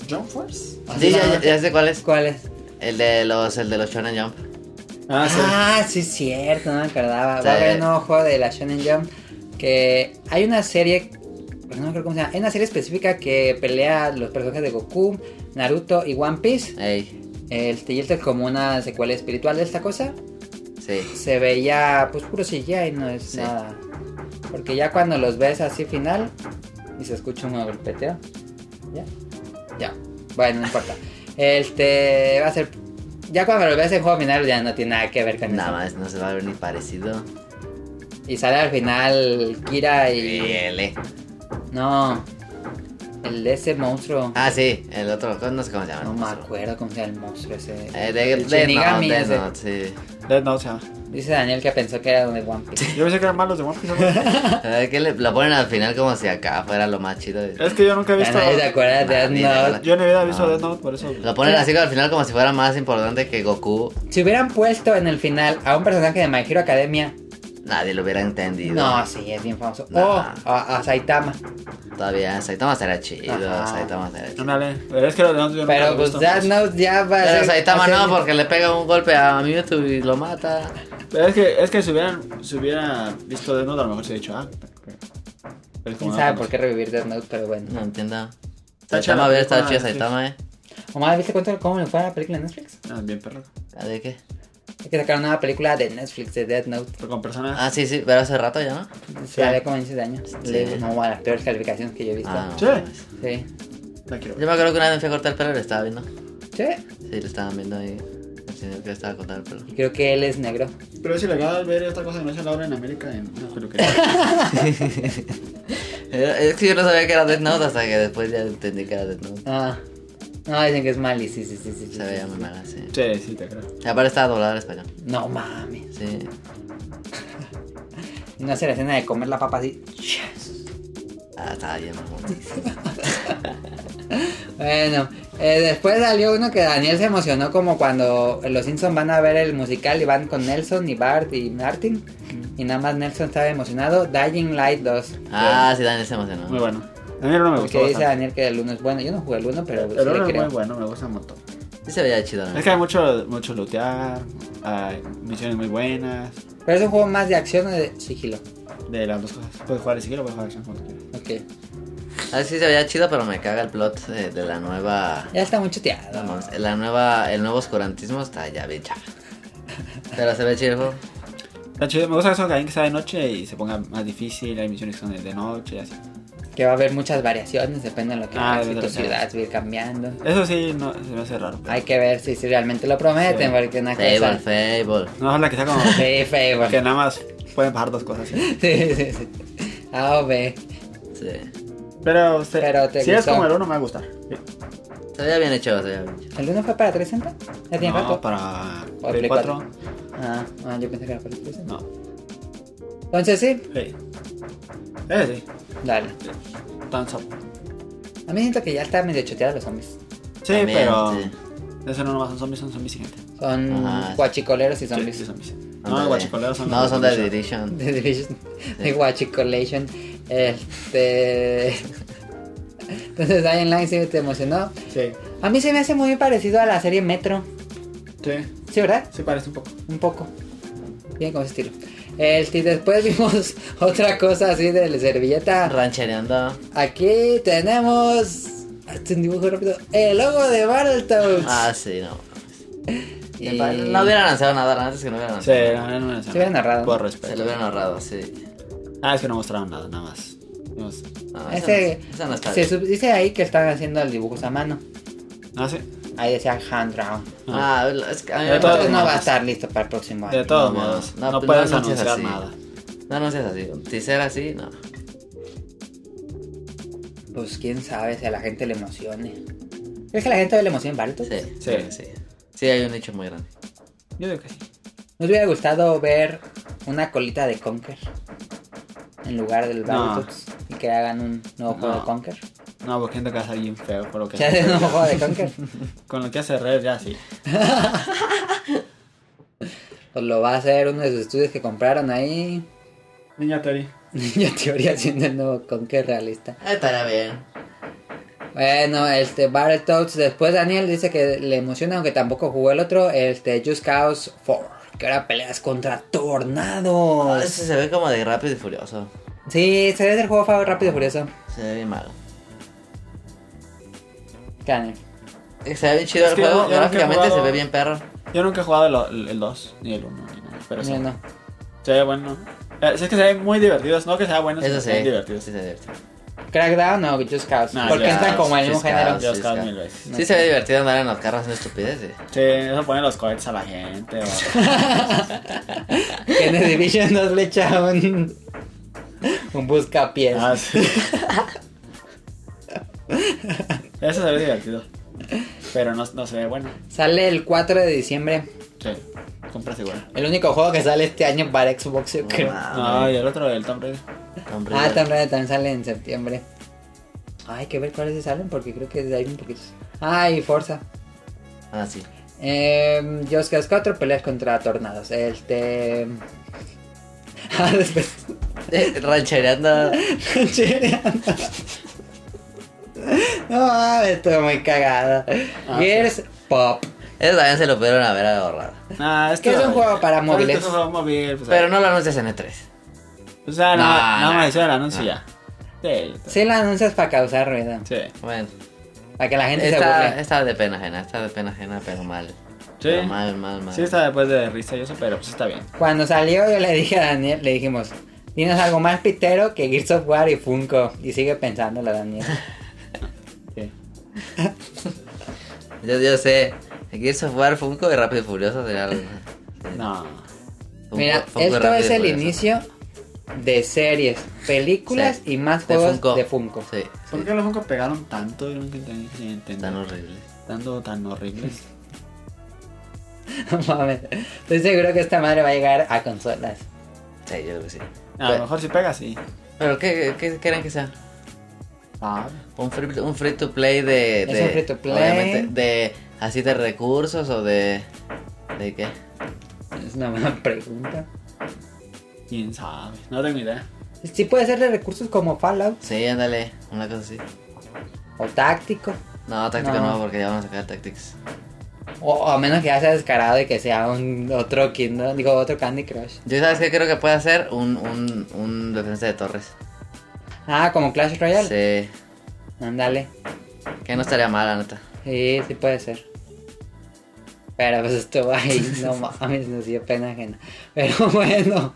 Speaker 2: ¿Jump Force?
Speaker 1: Ah,
Speaker 3: Sí,
Speaker 1: no,
Speaker 3: ya,
Speaker 1: no
Speaker 3: ya-
Speaker 1: sé.
Speaker 3: ya sé cuál es.
Speaker 1: ¿Cuál es?
Speaker 3: El de los, el de los Shonen Jump.
Speaker 2: Ah, sí.
Speaker 1: Ah, sí, es cierto, no me acordaba.
Speaker 3: Sí.
Speaker 1: Va a haber un nuevo juego de la Shonen Jump. Que hay una serie, pues no me acuerdo cómo se llama. Hay una serie específica que pelea los personajes de Goku, Naruto y One Piece.
Speaker 3: Ey,
Speaker 1: El y esto es como una secuela espiritual de esta cosa.
Speaker 3: sí.
Speaker 1: Se veía, pues puro CGI, no es
Speaker 3: Sí.
Speaker 1: nada. Porque ya cuando los ves así final y se escucha un golpeteo. Ya. Ya. Bueno, no
Speaker 3: (laughs)
Speaker 1: importa. Este va a ser. Ya cuando lo ves en juego final ya no tiene nada que ver con
Speaker 3: Nada
Speaker 1: eso.
Speaker 3: más, no se va a ver ni parecido.
Speaker 1: Y sale al final Kira y.
Speaker 3: Ele.
Speaker 1: No. El de ese monstruo.
Speaker 3: Ah, sí, el otro. No sé cómo se llama.
Speaker 1: no me
Speaker 3: monstruo.
Speaker 1: acuerdo cómo se llama el monstruo ese.
Speaker 3: Eh, de,
Speaker 1: El
Speaker 3: de,
Speaker 1: Shinigami
Speaker 3: no, de
Speaker 1: ese.
Speaker 3: no, sí.
Speaker 2: Dead Note se llama.
Speaker 1: Dice Daniel que pensó que era de One Piece.
Speaker 2: Yo pensé que eran malos de One Piece. ¿no?
Speaker 3: Eh, que le- lo ponen al final como si acá fuera lo más chido.
Speaker 2: es que yo nunca he
Speaker 1: Ya
Speaker 2: visto.
Speaker 1: nadie se acuerda de
Speaker 3: Nah,
Speaker 1: Death
Speaker 3: ni
Speaker 1: Note.
Speaker 3: de
Speaker 2: Yo no había visto
Speaker 3: No.
Speaker 2: Dead Note, por eso.
Speaker 3: Lo ponen así al final como si fuera más importante que Goku.
Speaker 1: Si hubieran puesto en el final a un personaje de My Hero Academia,
Speaker 3: Nadie lo hubiera entendido.
Speaker 1: no, sí, es bien famoso.
Speaker 3: No.
Speaker 1: O a, a Saitama.
Speaker 3: Todavía Saitama será chido.
Speaker 1: Ajá.
Speaker 3: Saitama será chido.
Speaker 2: Ándale, pero es que Dead Note yo nunca lo
Speaker 1: Pero
Speaker 2: he
Speaker 1: pues
Speaker 2: visto.
Speaker 1: Death Note ya va a
Speaker 3: Pero
Speaker 1: ser-
Speaker 3: Saitama
Speaker 1: va a ser-
Speaker 3: no, porque le pega un golpe a Mewtwo y lo mata.
Speaker 2: Pero es que, es que si, hubieran, si hubiera visto Death Note, a lo mejor se hubiera dicho, ah. pero- pero es como
Speaker 1: Quién
Speaker 2: no
Speaker 1: sabe
Speaker 2: lo
Speaker 1: por qué revivir Death Note, pero bueno.
Speaker 3: No entiendo.
Speaker 2: Está
Speaker 3: Saitama
Speaker 2: chida la
Speaker 3: hubiera estado chido
Speaker 2: película,
Speaker 3: Saitama, eh.
Speaker 1: Omar, ¿viste cuánto, cómo le fue a la película de Netflix?
Speaker 2: conoces. Ah, bien, perro.
Speaker 3: ¿La ¿De qué?
Speaker 1: Hay que sacar una nueva película de Netflix de Death Note.
Speaker 2: Pero con personas.
Speaker 3: Ah, sí, sí, pero hace rato ya, ¿no?
Speaker 1: Se la ve como 16 años.
Speaker 3: Sí.
Speaker 1: Le digo, no, a las peores calificaciones que yo he visto.
Speaker 3: Ah,
Speaker 2: Sí.
Speaker 3: mames.
Speaker 1: Sí.
Speaker 2: La quiero
Speaker 3: Yo
Speaker 2: ver.
Speaker 3: me acuerdo que una vez me fui a cortar el pelo y lo estaba viendo.
Speaker 1: Sí.
Speaker 3: Sí, lo estaban viendo ahí. El señor que estaba cortando el pelo.
Speaker 1: Y creo que él es negro.
Speaker 2: Pero es ilegal ver esta cosa que no hace Laura en América en una peluquería.
Speaker 1: (laughs)
Speaker 3: Era- Es que yo no sabía que era Death Note hasta que después ya entendí que era Death Note.
Speaker 1: Ah. No, dicen que es Mali, sí, sí, sí, sí. sí,
Speaker 3: Se veía
Speaker 1: sí,
Speaker 3: muy
Speaker 1: sí.
Speaker 3: mala, sí.
Speaker 2: sí, sí, te creo.
Speaker 3: Y aparte estaba doblada al español.
Speaker 1: No mames.
Speaker 3: Sí.
Speaker 1: Y no hace la escena de comer la papa así.
Speaker 3: Ah, estaba bien, mamón.
Speaker 1: Bueno, eh, después salió uno que Daniel se emocionó como cuando los Simpsons van a ver el musical y van con Nelson y Bart y Martin. Y nada más Nelson estaba emocionado. Dying Light 2.
Speaker 3: Ah, sí, Daniel se emocionó.
Speaker 2: Muy bueno. A mí no me gustó.
Speaker 1: Porque dice
Speaker 2: bastante.
Speaker 1: Daniel que el 1 es bueno. Yo no jugué el 1, pero sí
Speaker 2: El
Speaker 1: le
Speaker 2: oro es
Speaker 1: creo. Ah.
Speaker 2: muy bueno, me gusta un montón.
Speaker 3: Sí se veía chido, ¿no?
Speaker 2: Es que hay mucho, mucho lootear, hay misiones muy buenas,
Speaker 1: Pero es un juego más de acción o de sigilo.
Speaker 2: de las dos cosas. Puedes jugar de sigilo, puedes jugar de acción como tú quieras.
Speaker 1: Ok.
Speaker 3: Ah, sí se veía chido, pero me caga el plot de, de la nueva...
Speaker 1: Ya está muy chuteado.
Speaker 3: Vamos, la nueva... El nuevo oscurantismo está ya bien chafa. Pero se ve chido el juego.
Speaker 2: Está chido, me gusta eso que alguien que sea de noche y se ponga más difícil, hay misiones que son de- de noche y así.
Speaker 1: Que va a haber muchas variaciones, depende de lo que
Speaker 2: Ah,
Speaker 1: hagas y
Speaker 2: depende
Speaker 1: tu
Speaker 2: de lo que
Speaker 1: ciudad va a ir cambiando.
Speaker 2: Eso sí, no, se me hace raro. pero-
Speaker 1: Hay que ver si, si realmente lo prometen,
Speaker 2: Sí.
Speaker 1: porque una
Speaker 3: Fable,
Speaker 1: cosa.
Speaker 3: Fable.
Speaker 2: No, la que sea como
Speaker 1: (laughs) Sí, Fable.
Speaker 2: que nada más pueden bajar dos cosas. ¿sí?
Speaker 1: (laughs) Sí, sí, sí. A o B.
Speaker 3: Sí.
Speaker 2: Pero, se-
Speaker 1: Pero te
Speaker 2: si es
Speaker 1: gustó.
Speaker 2: como el uno, me va a gustar. Sí.
Speaker 3: Se veía bien hecho, se veía bien hecho.
Speaker 1: ¿El 1 fue para 360? ¿Ya tiene
Speaker 2: No,
Speaker 1: rato?
Speaker 2: para
Speaker 1: Para
Speaker 2: Play
Speaker 1: Play
Speaker 2: 4.
Speaker 1: cuatro. Ah, ah, yo pensé que era para 360.
Speaker 2: No,
Speaker 1: Entonces sí,
Speaker 2: sí. Eh, sí,
Speaker 1: dale.
Speaker 2: tan sap.
Speaker 1: A mí siento que ya está medio choteado los zombies.
Speaker 2: Sí,
Speaker 3: También,
Speaker 2: pero.
Speaker 3: sí.
Speaker 2: Eso no nomás son zombies, son zombies y gente.
Speaker 1: Son
Speaker 3: Ajá.
Speaker 1: guachicoleros y zombies. (laughs)
Speaker 2: Ah, Sí, zombies. No,
Speaker 3: Ándale.
Speaker 2: guachicoleros son.
Speaker 3: No,
Speaker 2: los
Speaker 3: son de
Speaker 2: zombies.
Speaker 3: Edition.
Speaker 1: The Division. The Guachicolation. Este. Entonces, Dying Light sí te emocionó.
Speaker 2: Sí,
Speaker 1: A mí se me hace muy parecido a la serie Metro.
Speaker 2: sí,
Speaker 1: ¿Sí, verdad?
Speaker 2: sí, parece un poco.
Speaker 1: Un poco. Bien con ese estilo. Este, y después (laughs) vimos otra cosa así de la servilleta.
Speaker 3: Ranchereando.
Speaker 1: Aquí tenemos. Hazte un dibujo rápido. El logo de Battletoads.
Speaker 3: Ah, sí, no.
Speaker 1: Y-
Speaker 3: No hubieran lanzado nada, antes que no hubieran
Speaker 2: Sí,
Speaker 3: lanzado.
Speaker 2: no, no, no, no.
Speaker 1: Se hubieran narrado.
Speaker 2: Por
Speaker 3: Ah. Se
Speaker 2: respeto.
Speaker 3: lo hubieran ahorrado, sí.
Speaker 2: Ah, es que no mostraron nada, nada más. No, sé.
Speaker 3: No, eso
Speaker 1: Ese,
Speaker 3: no- eso no está
Speaker 1: se
Speaker 3: bien.
Speaker 1: sub- dice ahí que están haciendo el dibujo a mano.
Speaker 2: Ah, sí.
Speaker 1: Ahí decía hand drawn.
Speaker 3: Ah, es que a mí
Speaker 2: De
Speaker 3: me
Speaker 2: todos
Speaker 1: Entonces no
Speaker 2: modos.
Speaker 1: va a estar listo para el próximo año.
Speaker 2: De todos
Speaker 3: no,
Speaker 2: modos,
Speaker 3: no,
Speaker 2: no,
Speaker 3: pues,
Speaker 2: puedes
Speaker 3: no anuncias
Speaker 2: anunciar
Speaker 3: así.
Speaker 2: nada.
Speaker 3: No, no seas así. Si ser así, no.
Speaker 1: Pues quién sabe si a la gente le emocione. ¿Crees que a la gente le emociona Bartos?
Speaker 3: Sí, sí,
Speaker 2: Sí.
Speaker 3: sí. Sí, hay un nicho muy grande.
Speaker 2: Yo digo que sí.
Speaker 1: Nos hubiera gustado ver una colita de Conker. en lugar del
Speaker 2: No.
Speaker 1: Battletoads y que hagan un nuevo juego
Speaker 2: No.
Speaker 1: de Conker.
Speaker 2: No, porque siento que va a ser bien feo por lo
Speaker 1: (laughs)
Speaker 3: (laughs)
Speaker 2: que
Speaker 1: ¿Se hace un nuevo juego de Conker?
Speaker 2: Con lo que hace Rare ya sí.
Speaker 1: Pues lo va a hacer uno de sus estudios que compraron ahí.
Speaker 2: Niña Tori.
Speaker 1: Yo teoría (laughs) haciendo el nuevo Conker realista.
Speaker 3: Ah, Estará bien.
Speaker 1: Bueno, este Battletoads. Después Daniel dice que le emociona, aunque tampoco jugó el otro. Este Just Cause 4. Que ahora peleas contra
Speaker 3: Oh,
Speaker 2: Ah,
Speaker 1: tornados.
Speaker 3: ese se ve como de rápido y furioso.
Speaker 1: Sí, se ve el juego favorito rápido y furioso.
Speaker 3: Se ve bien malo.
Speaker 1: Daniel.
Speaker 3: Se ve bien chido
Speaker 2: Es
Speaker 3: el
Speaker 2: que
Speaker 3: juego.
Speaker 2: yo nunca he
Speaker 3: Gráficamente se
Speaker 2: jugado-
Speaker 3: ve bien perro.
Speaker 2: Yo nunca he jugado el 2, ni el 1, ni nada. Pero sí.
Speaker 1: No, no.
Speaker 2: Se ve bueno. Eh, si es que se ve muy divertido. No que sea bueno,
Speaker 3: Eso
Speaker 2: sino
Speaker 3: sí.
Speaker 2: que es divertido.
Speaker 3: Sí, se ve divertido.
Speaker 1: Crackdown o Just Cause.
Speaker 2: No,
Speaker 1: Ah, porque
Speaker 2: Just
Speaker 1: entran
Speaker 2: Cause,
Speaker 1: como en el mismo
Speaker 3: Just
Speaker 1: género.
Speaker 3: Cause.
Speaker 2: Yo he
Speaker 3: sí,
Speaker 2: jugado
Speaker 3: sí.
Speaker 2: mil veces.
Speaker 3: Sí, se ve divertido andar en los carros haciendo estupideces.
Speaker 2: Sí, eso pone los cohetes a la
Speaker 3: (laughs)
Speaker 2: gente. o- ah,
Speaker 1: Que en The Division nos le echa un. Un buscapiés.
Speaker 2: Ah, sí. Eso se ve divertido. Pero no, no se ve bueno.
Speaker 1: Sale el 4 de diciembre.
Speaker 2: Sí. Compras igual.
Speaker 1: El único juego que sale este año para Xbox,
Speaker 2: Ah,
Speaker 1: yo
Speaker 3: No
Speaker 1: creo.
Speaker 3: mames,
Speaker 2: No, y el otro, el Tomb Raider.
Speaker 3: hombre.
Speaker 1: Ah, Tomb Raider también sale en septiembre. Ah, Hay que ver cuáles se salen porque creo que hay un poquito. Ah, y Forza.
Speaker 3: Ah, sí.
Speaker 1: Eh, Just Cause 4, peleas contra tornados. Este. (laughs) Ah, después. (laughs)
Speaker 3: Eh, (laughs) Ranchereando.
Speaker 1: Chereando. No mames, estoy muy cagada.
Speaker 2: Ah,
Speaker 1: Gears Pop.
Speaker 3: Eso también se lo pudieron haber ahorrado.
Speaker 2: Ah,
Speaker 1: Que es un juego para móviles.
Speaker 2: Es un juego móvil. Pues,
Speaker 3: Pero no lo anuncias en E E3.
Speaker 2: O sea,
Speaker 3: No,
Speaker 2: nada, más- nada
Speaker 3: no.
Speaker 2: más hicieron el anuncio
Speaker 3: No.
Speaker 2: y ya. Sí, yo
Speaker 1: Sí, la anuncias para causar ruido.
Speaker 2: también. sí.
Speaker 3: Bueno,
Speaker 1: Para que la gente se
Speaker 3: esta,
Speaker 1: burle.
Speaker 3: esta de pena ajena, esta de pena ajena, pero mal. Pero mal, mal, mal.
Speaker 2: Sí, está después de risa y eso, pero pues está bien.
Speaker 1: Cuando salió, yo le dije a Daniel, le dijimos: Tienes algo más pitero que Gears of War y Funko. Y sigue pensándolo, Daniel.
Speaker 2: Sí.
Speaker 3: Yo, yo sé, Gears of War, Funko y Rápido y Furioso será
Speaker 1: (laughs)
Speaker 3: el-
Speaker 2: No.
Speaker 3: Funko-
Speaker 1: Mira,
Speaker 3: Funko y
Speaker 1: esto
Speaker 3: Rápido y
Speaker 1: es el
Speaker 3: Furioso.
Speaker 1: inicio de series, películas
Speaker 3: Sí.
Speaker 1: y más
Speaker 3: De
Speaker 1: juegos
Speaker 3: Funko.
Speaker 1: de Funko.
Speaker 3: Sí,
Speaker 2: ¿Por
Speaker 3: sí.
Speaker 2: qué los Funko pegaron tanto? Yo nunca entendí. sí, entendí.
Speaker 3: Tan horrible.
Speaker 2: Tanto tan horribles.
Speaker 1: (laughs) No mames. Estoy seguro que esta madre va a llegar a consolas.
Speaker 3: Sí, yo creo que sí.
Speaker 1: Ah,
Speaker 2: A lo mejor si pega, sí.
Speaker 3: ¿Pero qué, qué creen que sea?
Speaker 2: Ah,
Speaker 3: ¿Un free, un free to play de.
Speaker 1: Es
Speaker 3: de-
Speaker 1: un free to play.
Speaker 3: obviamente, de. Así de recursos o de. ¿De qué?
Speaker 1: Es una buena pregunta.
Speaker 2: quién sabe. No tengo idea.
Speaker 1: Sí puede ser de recursos como Fallout
Speaker 3: Sí, ándale, una cosa así.
Speaker 1: o táctico.
Speaker 3: No, táctico
Speaker 1: No.
Speaker 3: no. porque ya van a sacar Tactics.
Speaker 1: O, o a menos que ya sea descarado y que sea un otro Kindle, digo otro Candy Crush.
Speaker 3: Yo, ¿sabes qué creo que puede hacer? Un, un, un defensa de torres.
Speaker 1: Ah, como Clash Royale.
Speaker 3: Sí,
Speaker 1: Ándale.
Speaker 3: que no estaría mal, la neta.
Speaker 1: Sí, sí puede ser. Pero pues esto va
Speaker 3: (laughs)
Speaker 1: ahí, no mames, nos dio pena ajena. Pero (laughs) bueno.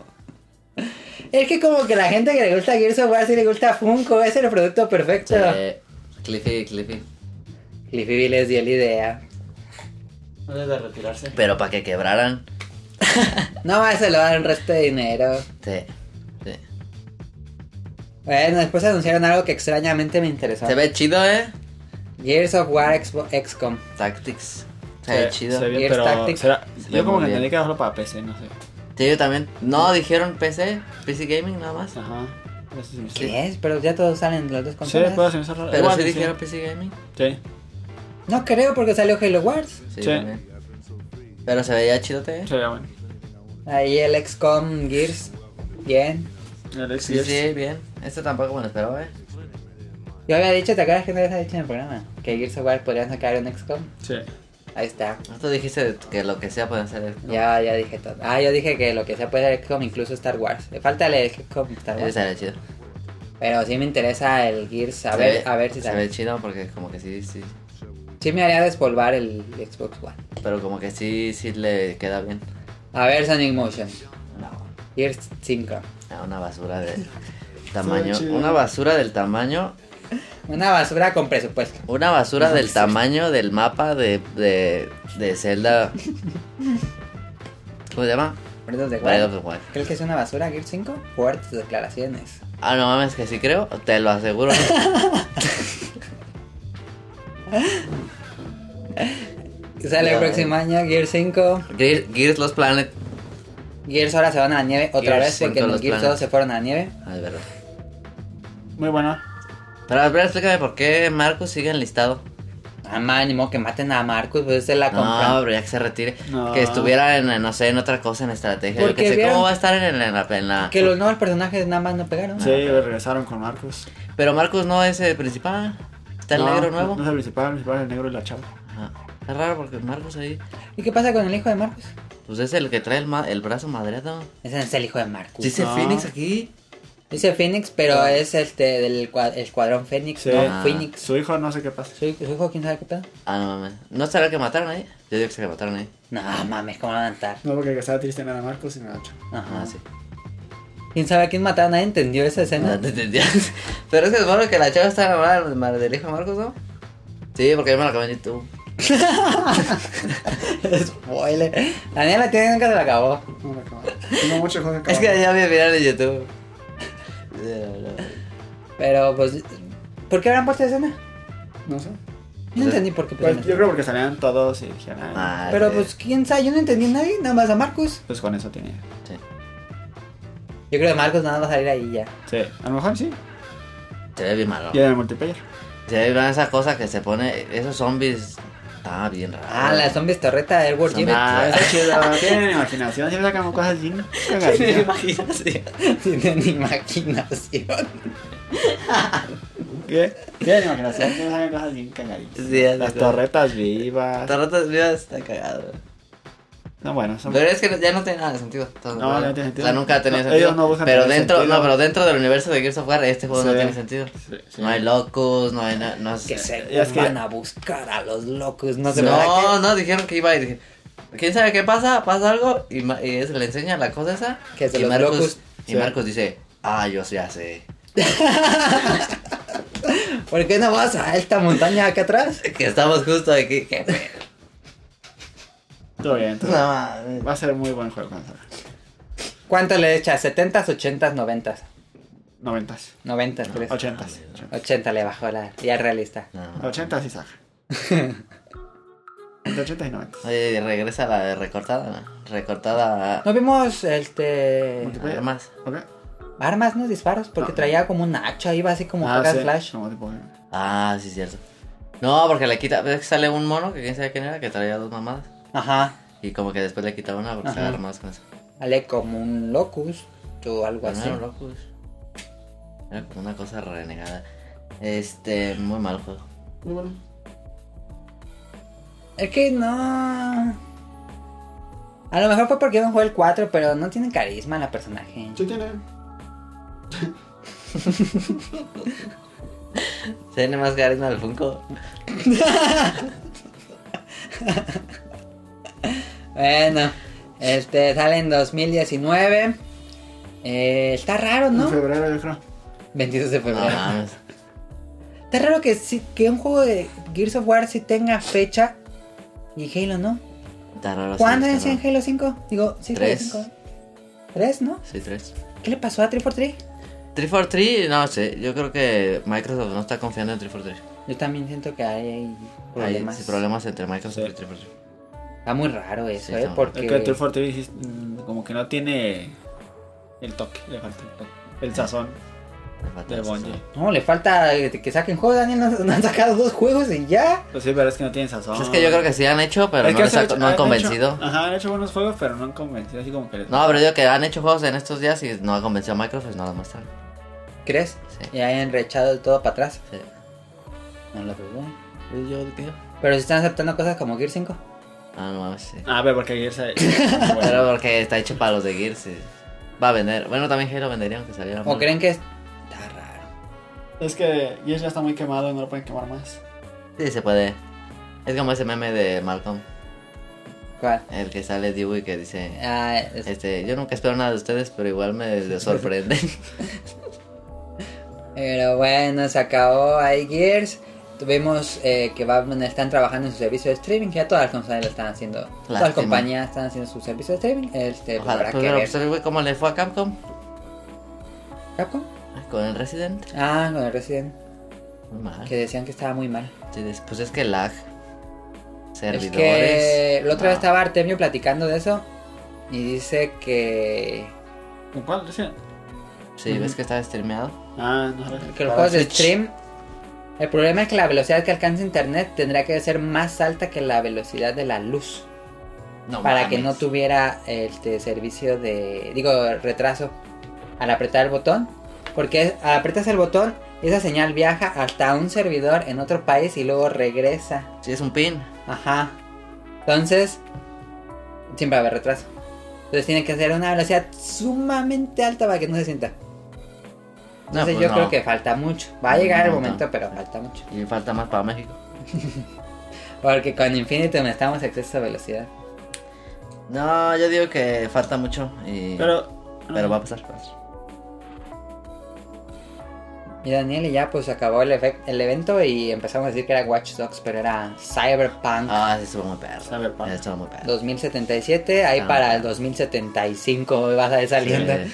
Speaker 1: Es que como que la gente que le gusta Gears of War sí le gusta Funko, es el producto perfecto.
Speaker 3: Sí. Cliffy, Cliffy.
Speaker 1: Cliffy B les dio la idea.
Speaker 2: No debe retirarse.
Speaker 3: Pero para que quebraran.
Speaker 1: No más se lo dan el resto de dinero.
Speaker 3: Sí. sí.
Speaker 1: Bueno, después anunciaron algo que extrañamente me interesó.
Speaker 3: Se ve chido, ¿eh?
Speaker 1: Gears of War Expo- XCOM.
Speaker 3: Tactics. Se ve chido.
Speaker 2: Se ve bien,
Speaker 1: Gears
Speaker 2: pero.
Speaker 1: Tactics.
Speaker 2: será-
Speaker 3: Se ve
Speaker 2: Yo como
Speaker 3: muy
Speaker 2: que
Speaker 3: bien.
Speaker 2: entendí que era solo para PC, no sé.
Speaker 3: Sí, yo también. No, dijeron PC, PC Gaming nada más.
Speaker 2: Ajá. Eso sí me hizo-
Speaker 1: ¿Qué es? Pero ya todos salen las dos
Speaker 2: Sí,
Speaker 1: consolas.
Speaker 2: después
Speaker 3: pues.
Speaker 2: se me hizo raro.
Speaker 3: Pero
Speaker 2: Igual,
Speaker 3: sí
Speaker 2: sí.
Speaker 3: dijeron PC Gaming.
Speaker 2: Sí.
Speaker 1: No creo porque salió Halo Wars.
Speaker 2: Sí.
Speaker 3: Sí, también. Pero se veía chido, ¿eh?
Speaker 2: Se veía bueno.
Speaker 1: Ahí el XCOM Gears. Bien.
Speaker 2: El
Speaker 3: Sí,
Speaker 2: Xbox.
Speaker 3: sí, bien. Este tampoco me lo esperaba, ¿eh?
Speaker 1: Yo había dicho, ¿te acuerdas que no había dicho en el programa? Que Gears of War podrían sacar un XCOM.
Speaker 2: Sí.
Speaker 1: Ahí está.
Speaker 3: Tú dijiste que lo que sea pueden hacer
Speaker 1: Ya, ya dije todo. Ah, yo dije que lo que sea puede ser XCOM, incluso Star Wars. Le falta el XCOM Star
Speaker 3: Ese
Speaker 1: Wars.
Speaker 3: se ve chido.
Speaker 1: Pero sí me interesa el Gears. A
Speaker 3: Se
Speaker 1: ver,
Speaker 3: ve-
Speaker 1: a ver si
Speaker 3: Se ve
Speaker 1: sale.
Speaker 3: chido porque como que sí, sí.
Speaker 1: Sí me haría despolvar el Xbox One.
Speaker 3: Pero como que sí, sí le queda bien.
Speaker 1: A ver Sonic Motion.
Speaker 3: No.
Speaker 1: Gears 5.
Speaker 3: Ah, una basura de tamaño.
Speaker 2: chido.
Speaker 3: Una basura del tamaño.
Speaker 1: Una basura con presupuesto.
Speaker 3: Una basura del tamaño del mapa de, de, de Zelda. ¿Cómo se llama?
Speaker 1: Breath of the
Speaker 3: Breath
Speaker 1: Wild.
Speaker 3: of the Wild.
Speaker 1: ¿Crees que es una basura Gears 5? Fuertes declaraciones.
Speaker 3: Ah, no mames, que sí creo. Te
Speaker 1: (laughs)
Speaker 3: lo aseguro.
Speaker 1: Sale el
Speaker 3: Ya,
Speaker 1: próximo año Gears 5.
Speaker 3: Gears, Gears Lost Planet.
Speaker 1: Gears ahora se van a la nieve otra
Speaker 3: Gears
Speaker 1: vez porque
Speaker 3: cinco,
Speaker 1: en
Speaker 3: los
Speaker 1: los Gears
Speaker 3: planes.
Speaker 1: 2 se fueron a la nieve.
Speaker 3: Ah, de verdad.
Speaker 2: Muy bueno.
Speaker 3: Ah, Pero a ver, explícame por qué Marcus sigue enlistado.
Speaker 1: Ah, man, ni modo que maten a Marcus, pues se la
Speaker 3: No,
Speaker 1: compran.
Speaker 3: pero ya que se retire.
Speaker 2: No.
Speaker 3: Que estuviera en, eh, no sé, en otra cosa, en estrategia. Yo
Speaker 1: Porque
Speaker 3: que sé
Speaker 1: vieron-
Speaker 3: cómo va a estar en, en la, en la-
Speaker 1: Que los nuevos personajes nada más no pegaron.
Speaker 2: Sí, regresaron con Marcus.
Speaker 3: Pero Marcus no es el principal. Está el
Speaker 2: No,
Speaker 3: negro nuevo.
Speaker 2: No es el principal, el principal es el negro y la chava.
Speaker 3: Ajá. Es raro porque Marcus ahí.
Speaker 1: ¿Y qué pasa con el hijo de Marcus?
Speaker 3: Pues es el que trae el, ma- el brazo madreado.
Speaker 1: Ese Pues no es el hijo de Marcus.
Speaker 3: Dice
Speaker 2: No.
Speaker 3: Phoenix aquí.
Speaker 1: Dice Phoenix, pero es este del cua- el escuadrón Phoenix,
Speaker 2: Sí.
Speaker 1: no
Speaker 3: Ah.
Speaker 1: Phoenix.
Speaker 2: Su hijo no sé qué pasa.
Speaker 1: ¿Su, hijo- su hijo quién sabe qué pedo?
Speaker 3: Ah, no mames. ¿No será el que mataron ahí? Yo digo que se que mataron ahí.
Speaker 1: No mames, ¿cómo van a matar?
Speaker 2: No, porque el que estaba triste no era Marcus, sino la chava.
Speaker 1: Ajá.
Speaker 3: Ah, sí. Ah,
Speaker 1: ¿Quién sabe a quién mataron? Nadie entendió esa
Speaker 3: No
Speaker 1: escena.
Speaker 3: te entendías. Pero es que es bueno que la chava está enamorada del mar- del hijo de Marcos, ¿no? Sí, porque yo me la acabé en YouTube.
Speaker 1: (laughs) Spoiler. La niña la tiene nunca se la acabó.
Speaker 2: No me acabo. Tengo muchas cosas
Speaker 3: (laughs) Es que
Speaker 2: acabar.
Speaker 3: ya vi el final de (laughs) YouTube. Ya, ya.
Speaker 1: Pero pues. ¿Por qué habrán puesto esa escena?
Speaker 2: No sé.
Speaker 1: Yo no entendí por qué
Speaker 2: Pues,
Speaker 1: pusieron
Speaker 2: yo
Speaker 1: esa.
Speaker 2: creo porque salían todos y dijeron, ah,
Speaker 3: Madre.
Speaker 1: Pero pues quién sabe, yo no entendí a nadie, nada más a Marcus.
Speaker 2: pues con eso tenía.
Speaker 1: Yo creo que Marcus nada más va a salir ahí ya.
Speaker 2: Sí, a lo mejor sí.
Speaker 3: Se ve bien malo.
Speaker 2: Y era el multiplayer.
Speaker 3: Se ve bien esa cosa que se pone. Esos zombies. Está bien raro.
Speaker 1: Ah, la zombies torreta de Edward Jim.
Speaker 2: (laughs)
Speaker 3: Zombie.
Speaker 2: Ah, eso es chido. Tienen imaginación, siempre sacan cosas bien cagaditas.
Speaker 1: (laughs)
Speaker 3: imaginación.
Speaker 1: Tienen imaginación.
Speaker 2: ¿Qué? Tienen imaginación, siempre sacan cosas bien cagaditas.
Speaker 3: Sí, así
Speaker 2: Las
Speaker 3: como-
Speaker 2: torretas vivas.
Speaker 3: Torretas vivas está cagado.
Speaker 2: No, bueno, son...
Speaker 3: Pero es que ya no tiene nada de sentido. Todo
Speaker 2: No,
Speaker 3: raro.
Speaker 2: no tiene sentido.
Speaker 3: O sea, nunca ha tenido
Speaker 2: No,
Speaker 3: sentido.
Speaker 2: ellos no buscan
Speaker 3: pero
Speaker 2: tener
Speaker 3: dentro,
Speaker 2: sentido.
Speaker 3: no, pero dentro del universo de Gears of War, este juego no
Speaker 2: Sí.
Speaker 3: tiene sentido.
Speaker 2: Sí, sí.
Speaker 3: No hay locos, no hay nada. No,
Speaker 1: Que se
Speaker 2: Ya es que-
Speaker 1: van a buscar a los locos, no sé ¿verdad
Speaker 3: no,
Speaker 1: que-
Speaker 3: no, dijeron que iba a ir. ¿Quién sabe qué pasa? Pasa algo y, Ma- y se le enseña la cosa esa.
Speaker 1: Que es de
Speaker 3: y
Speaker 1: los
Speaker 3: Marcos,
Speaker 1: locos.
Speaker 3: Y
Speaker 2: Sí.
Speaker 3: Marcos dice, ah, yo ya sé.
Speaker 1: ¿Por qué no vas a esta montaña acá atrás?
Speaker 3: Que estamos justo aquí. Qué pedo.
Speaker 2: (laughs) Todo bien, todo
Speaker 3: No mames.
Speaker 2: bien. Va a ser muy buen juego cuando salga.
Speaker 1: ¿Cuánto le echas? ¿70s, 80s, 90s?
Speaker 2: Noventas.
Speaker 1: 90, creo.
Speaker 2: Ochentas.
Speaker 1: 80 le bajó la. Ya es realista.
Speaker 3: No.
Speaker 2: Ochentas y saca. Entre ochentas y noventas.
Speaker 3: Oye, y regresa la de recortada. ¿no? Recortada.
Speaker 1: No vimos este.
Speaker 2: Multiplayer.
Speaker 3: Armas.
Speaker 2: Ok.
Speaker 1: Armas, ¿no? Disparos, porque
Speaker 2: No.
Speaker 1: traía como un hacha, iba así como
Speaker 2: Ah,
Speaker 1: haga
Speaker 2: sí,
Speaker 1: flash.
Speaker 2: Como tipo...
Speaker 3: Ah, sí, cierto. No, porque le quita. ¿Ves que sale un mono que quién sabe quién era? Que traía dos mamadas.
Speaker 1: Ajá.
Speaker 3: Y como que después le quita una porque se
Speaker 1: Ajá.
Speaker 3: agarra más con eso.
Speaker 1: Sale como un locus o algo
Speaker 2: Ah,
Speaker 3: Pero no
Speaker 1: así.
Speaker 3: era un Locust. Era como una cosa renegada. Este, muy mal juego.
Speaker 2: Muy bueno.
Speaker 1: Es que no. A lo mejor fue porque no jugué el 4, pero no tiene carisma la personaje.
Speaker 2: Sí tiene.
Speaker 3: Tiene más carisma el Funko.
Speaker 1: Bueno, este sale en 2019. Eh, está raro,
Speaker 2: En
Speaker 1: ¿no?
Speaker 2: febrero yo creo.
Speaker 1: 22 de
Speaker 3: No
Speaker 1: febrero.
Speaker 3: mames.
Speaker 1: Está raro que, sí- que un juego de Gears of War sí tenga fecha y Halo no.
Speaker 3: Está raro. sí,
Speaker 1: ¿Cuándo
Speaker 3: está
Speaker 1: es en
Speaker 3: raro.
Speaker 1: Halo 5? Digo, sí, Halo
Speaker 3: Tres.
Speaker 1: 5. ¿Tres, no?
Speaker 3: Sí, tres.
Speaker 1: ¿Qué le pasó a 343?
Speaker 3: 343, no sé. Yo creo que Microsoft no está confiando en 343.
Speaker 1: Yo también siento que hay, hay
Speaker 3: Hay
Speaker 1: problemas.
Speaker 3: sí, problemas entre Microsoft
Speaker 2: Sí.
Speaker 3: y 343.
Speaker 1: Está muy raro eso,
Speaker 3: Sí,
Speaker 1: ¿eh?
Speaker 3: está muy
Speaker 1: Porque...
Speaker 2: Es que el 343 mm, como que no tiene el toque, le falta el toque. El sazón
Speaker 3: Me falta
Speaker 2: de
Speaker 3: eso,
Speaker 2: Bungie.
Speaker 3: sí.
Speaker 1: No, le falta eh, que que saquen juego, Daniel. (laughs) No, no han sacado dos juegos y ya.
Speaker 2: Pues sí, pero es que no tiene sazón.
Speaker 3: Es que yo creo que sí han hecho, pero
Speaker 2: Es
Speaker 3: no,
Speaker 2: que
Speaker 3: les
Speaker 2: han
Speaker 3: ha-
Speaker 2: hecho-
Speaker 3: no han convencido.
Speaker 2: hecho- ajá, han hecho buenos juegos, pero no han convencido. Así como que les-
Speaker 3: No, pero digo que han hecho juegos en estos días y no ha convencido a Microsoft, pues no lo muestran.
Speaker 1: ¿Crees?
Speaker 3: Sí.
Speaker 1: Y hayan rechado el todo para atrás.
Speaker 3: Sí.
Speaker 1: No lo dudo.
Speaker 3: Yo digo.
Speaker 1: Pero si están aceptando cosas como Gear 5.
Speaker 3: Ah, no mames, sí.
Speaker 2: A ver, porque ayer
Speaker 3: (laughs)
Speaker 2: se.
Speaker 3: Pero
Speaker 2: bueno,
Speaker 3: porque está hecho para los de Gears. sí. Va a vender. Bueno, también Halo vendería aunque saliera.
Speaker 1: ¿O
Speaker 3: mal.
Speaker 1: creen que es- está raro?
Speaker 2: es que Gears ya está muy quemado y no lo pueden quemar más.
Speaker 3: Sí, se puede. Es como ese meme de Malcolm,
Speaker 1: ¿Cuál?
Speaker 3: el que sale Dewey que dice...
Speaker 1: Ah, es-
Speaker 3: Este, yo nunca espero nada de ustedes, pero igual
Speaker 2: (laughs)
Speaker 3: me sorprenden.
Speaker 1: Pero bueno, se acabó ahí Gears. Tuvimos eh, que Batman están trabajando en su servicio de streaming, que ya todas las compañías lo están haciendo. Todas las
Speaker 3: Lástima.
Speaker 1: compañías están haciendo su servicio de streaming. Este, pues,
Speaker 3: Ojalá.
Speaker 1: habrá
Speaker 3: Pues,
Speaker 1: que
Speaker 3: Pero,
Speaker 1: ver.
Speaker 3: pues, güey, ¿cómo le fue a Capcom?
Speaker 1: ¿Capcom?
Speaker 3: Con el Resident.
Speaker 1: Ah, con el Resident,
Speaker 3: Muy mal.
Speaker 1: que decían que estaba muy mal.
Speaker 3: Sí, des- Pues es que lag.
Speaker 1: Es
Speaker 3: Servidores.
Speaker 1: que la otra vez
Speaker 3: No.
Speaker 1: estaba Artemio platicando de eso Y dice que,
Speaker 2: ¿Con cuál? recién?
Speaker 3: Sí, ves que estaba streameado.
Speaker 2: Ah, no sé.
Speaker 1: que los
Speaker 3: Para
Speaker 1: juegos de
Speaker 3: Switch.
Speaker 1: stream. El problema es que la velocidad que alcanza internet tendrá que ser más alta que la velocidad de la luz.
Speaker 3: No
Speaker 1: para
Speaker 3: mames.
Speaker 1: que no tuviera este servicio de digo retraso al apretar el botón porque es- apretas el botón esa señal viaja hasta un servidor en otro país y luego regresa
Speaker 3: Sí, es un pin.
Speaker 1: ajá entonces siempre va a haber retraso entonces tiene que ser una velocidad sumamente alta para que no se sienta
Speaker 3: No,
Speaker 1: entonces
Speaker 3: pues
Speaker 1: yo
Speaker 3: no.
Speaker 1: creo que falta mucho va a llegar el
Speaker 3: No, no.
Speaker 1: momento pero falta mucho
Speaker 3: Y falta más para México.
Speaker 1: porque con Infinitum estamos a exceso de velocidad
Speaker 3: No, yo digo que falta mucho. Y...
Speaker 2: Pero.
Speaker 3: pero va a pasar. va a pasar.
Speaker 1: Y Daniel, y ya pues acabó el, efec- el evento y empezamos a decir que era Watch Dogs, pero era Cyberpunk
Speaker 3: Ah, sí, estuvo muy perro.
Speaker 2: Cyberpunk.
Speaker 3: Sí, Estuvo muy perro.
Speaker 1: 2077. Ahí
Speaker 3: Ah.
Speaker 1: para el 2075 vas a ir saliendo.
Speaker 3: Sí.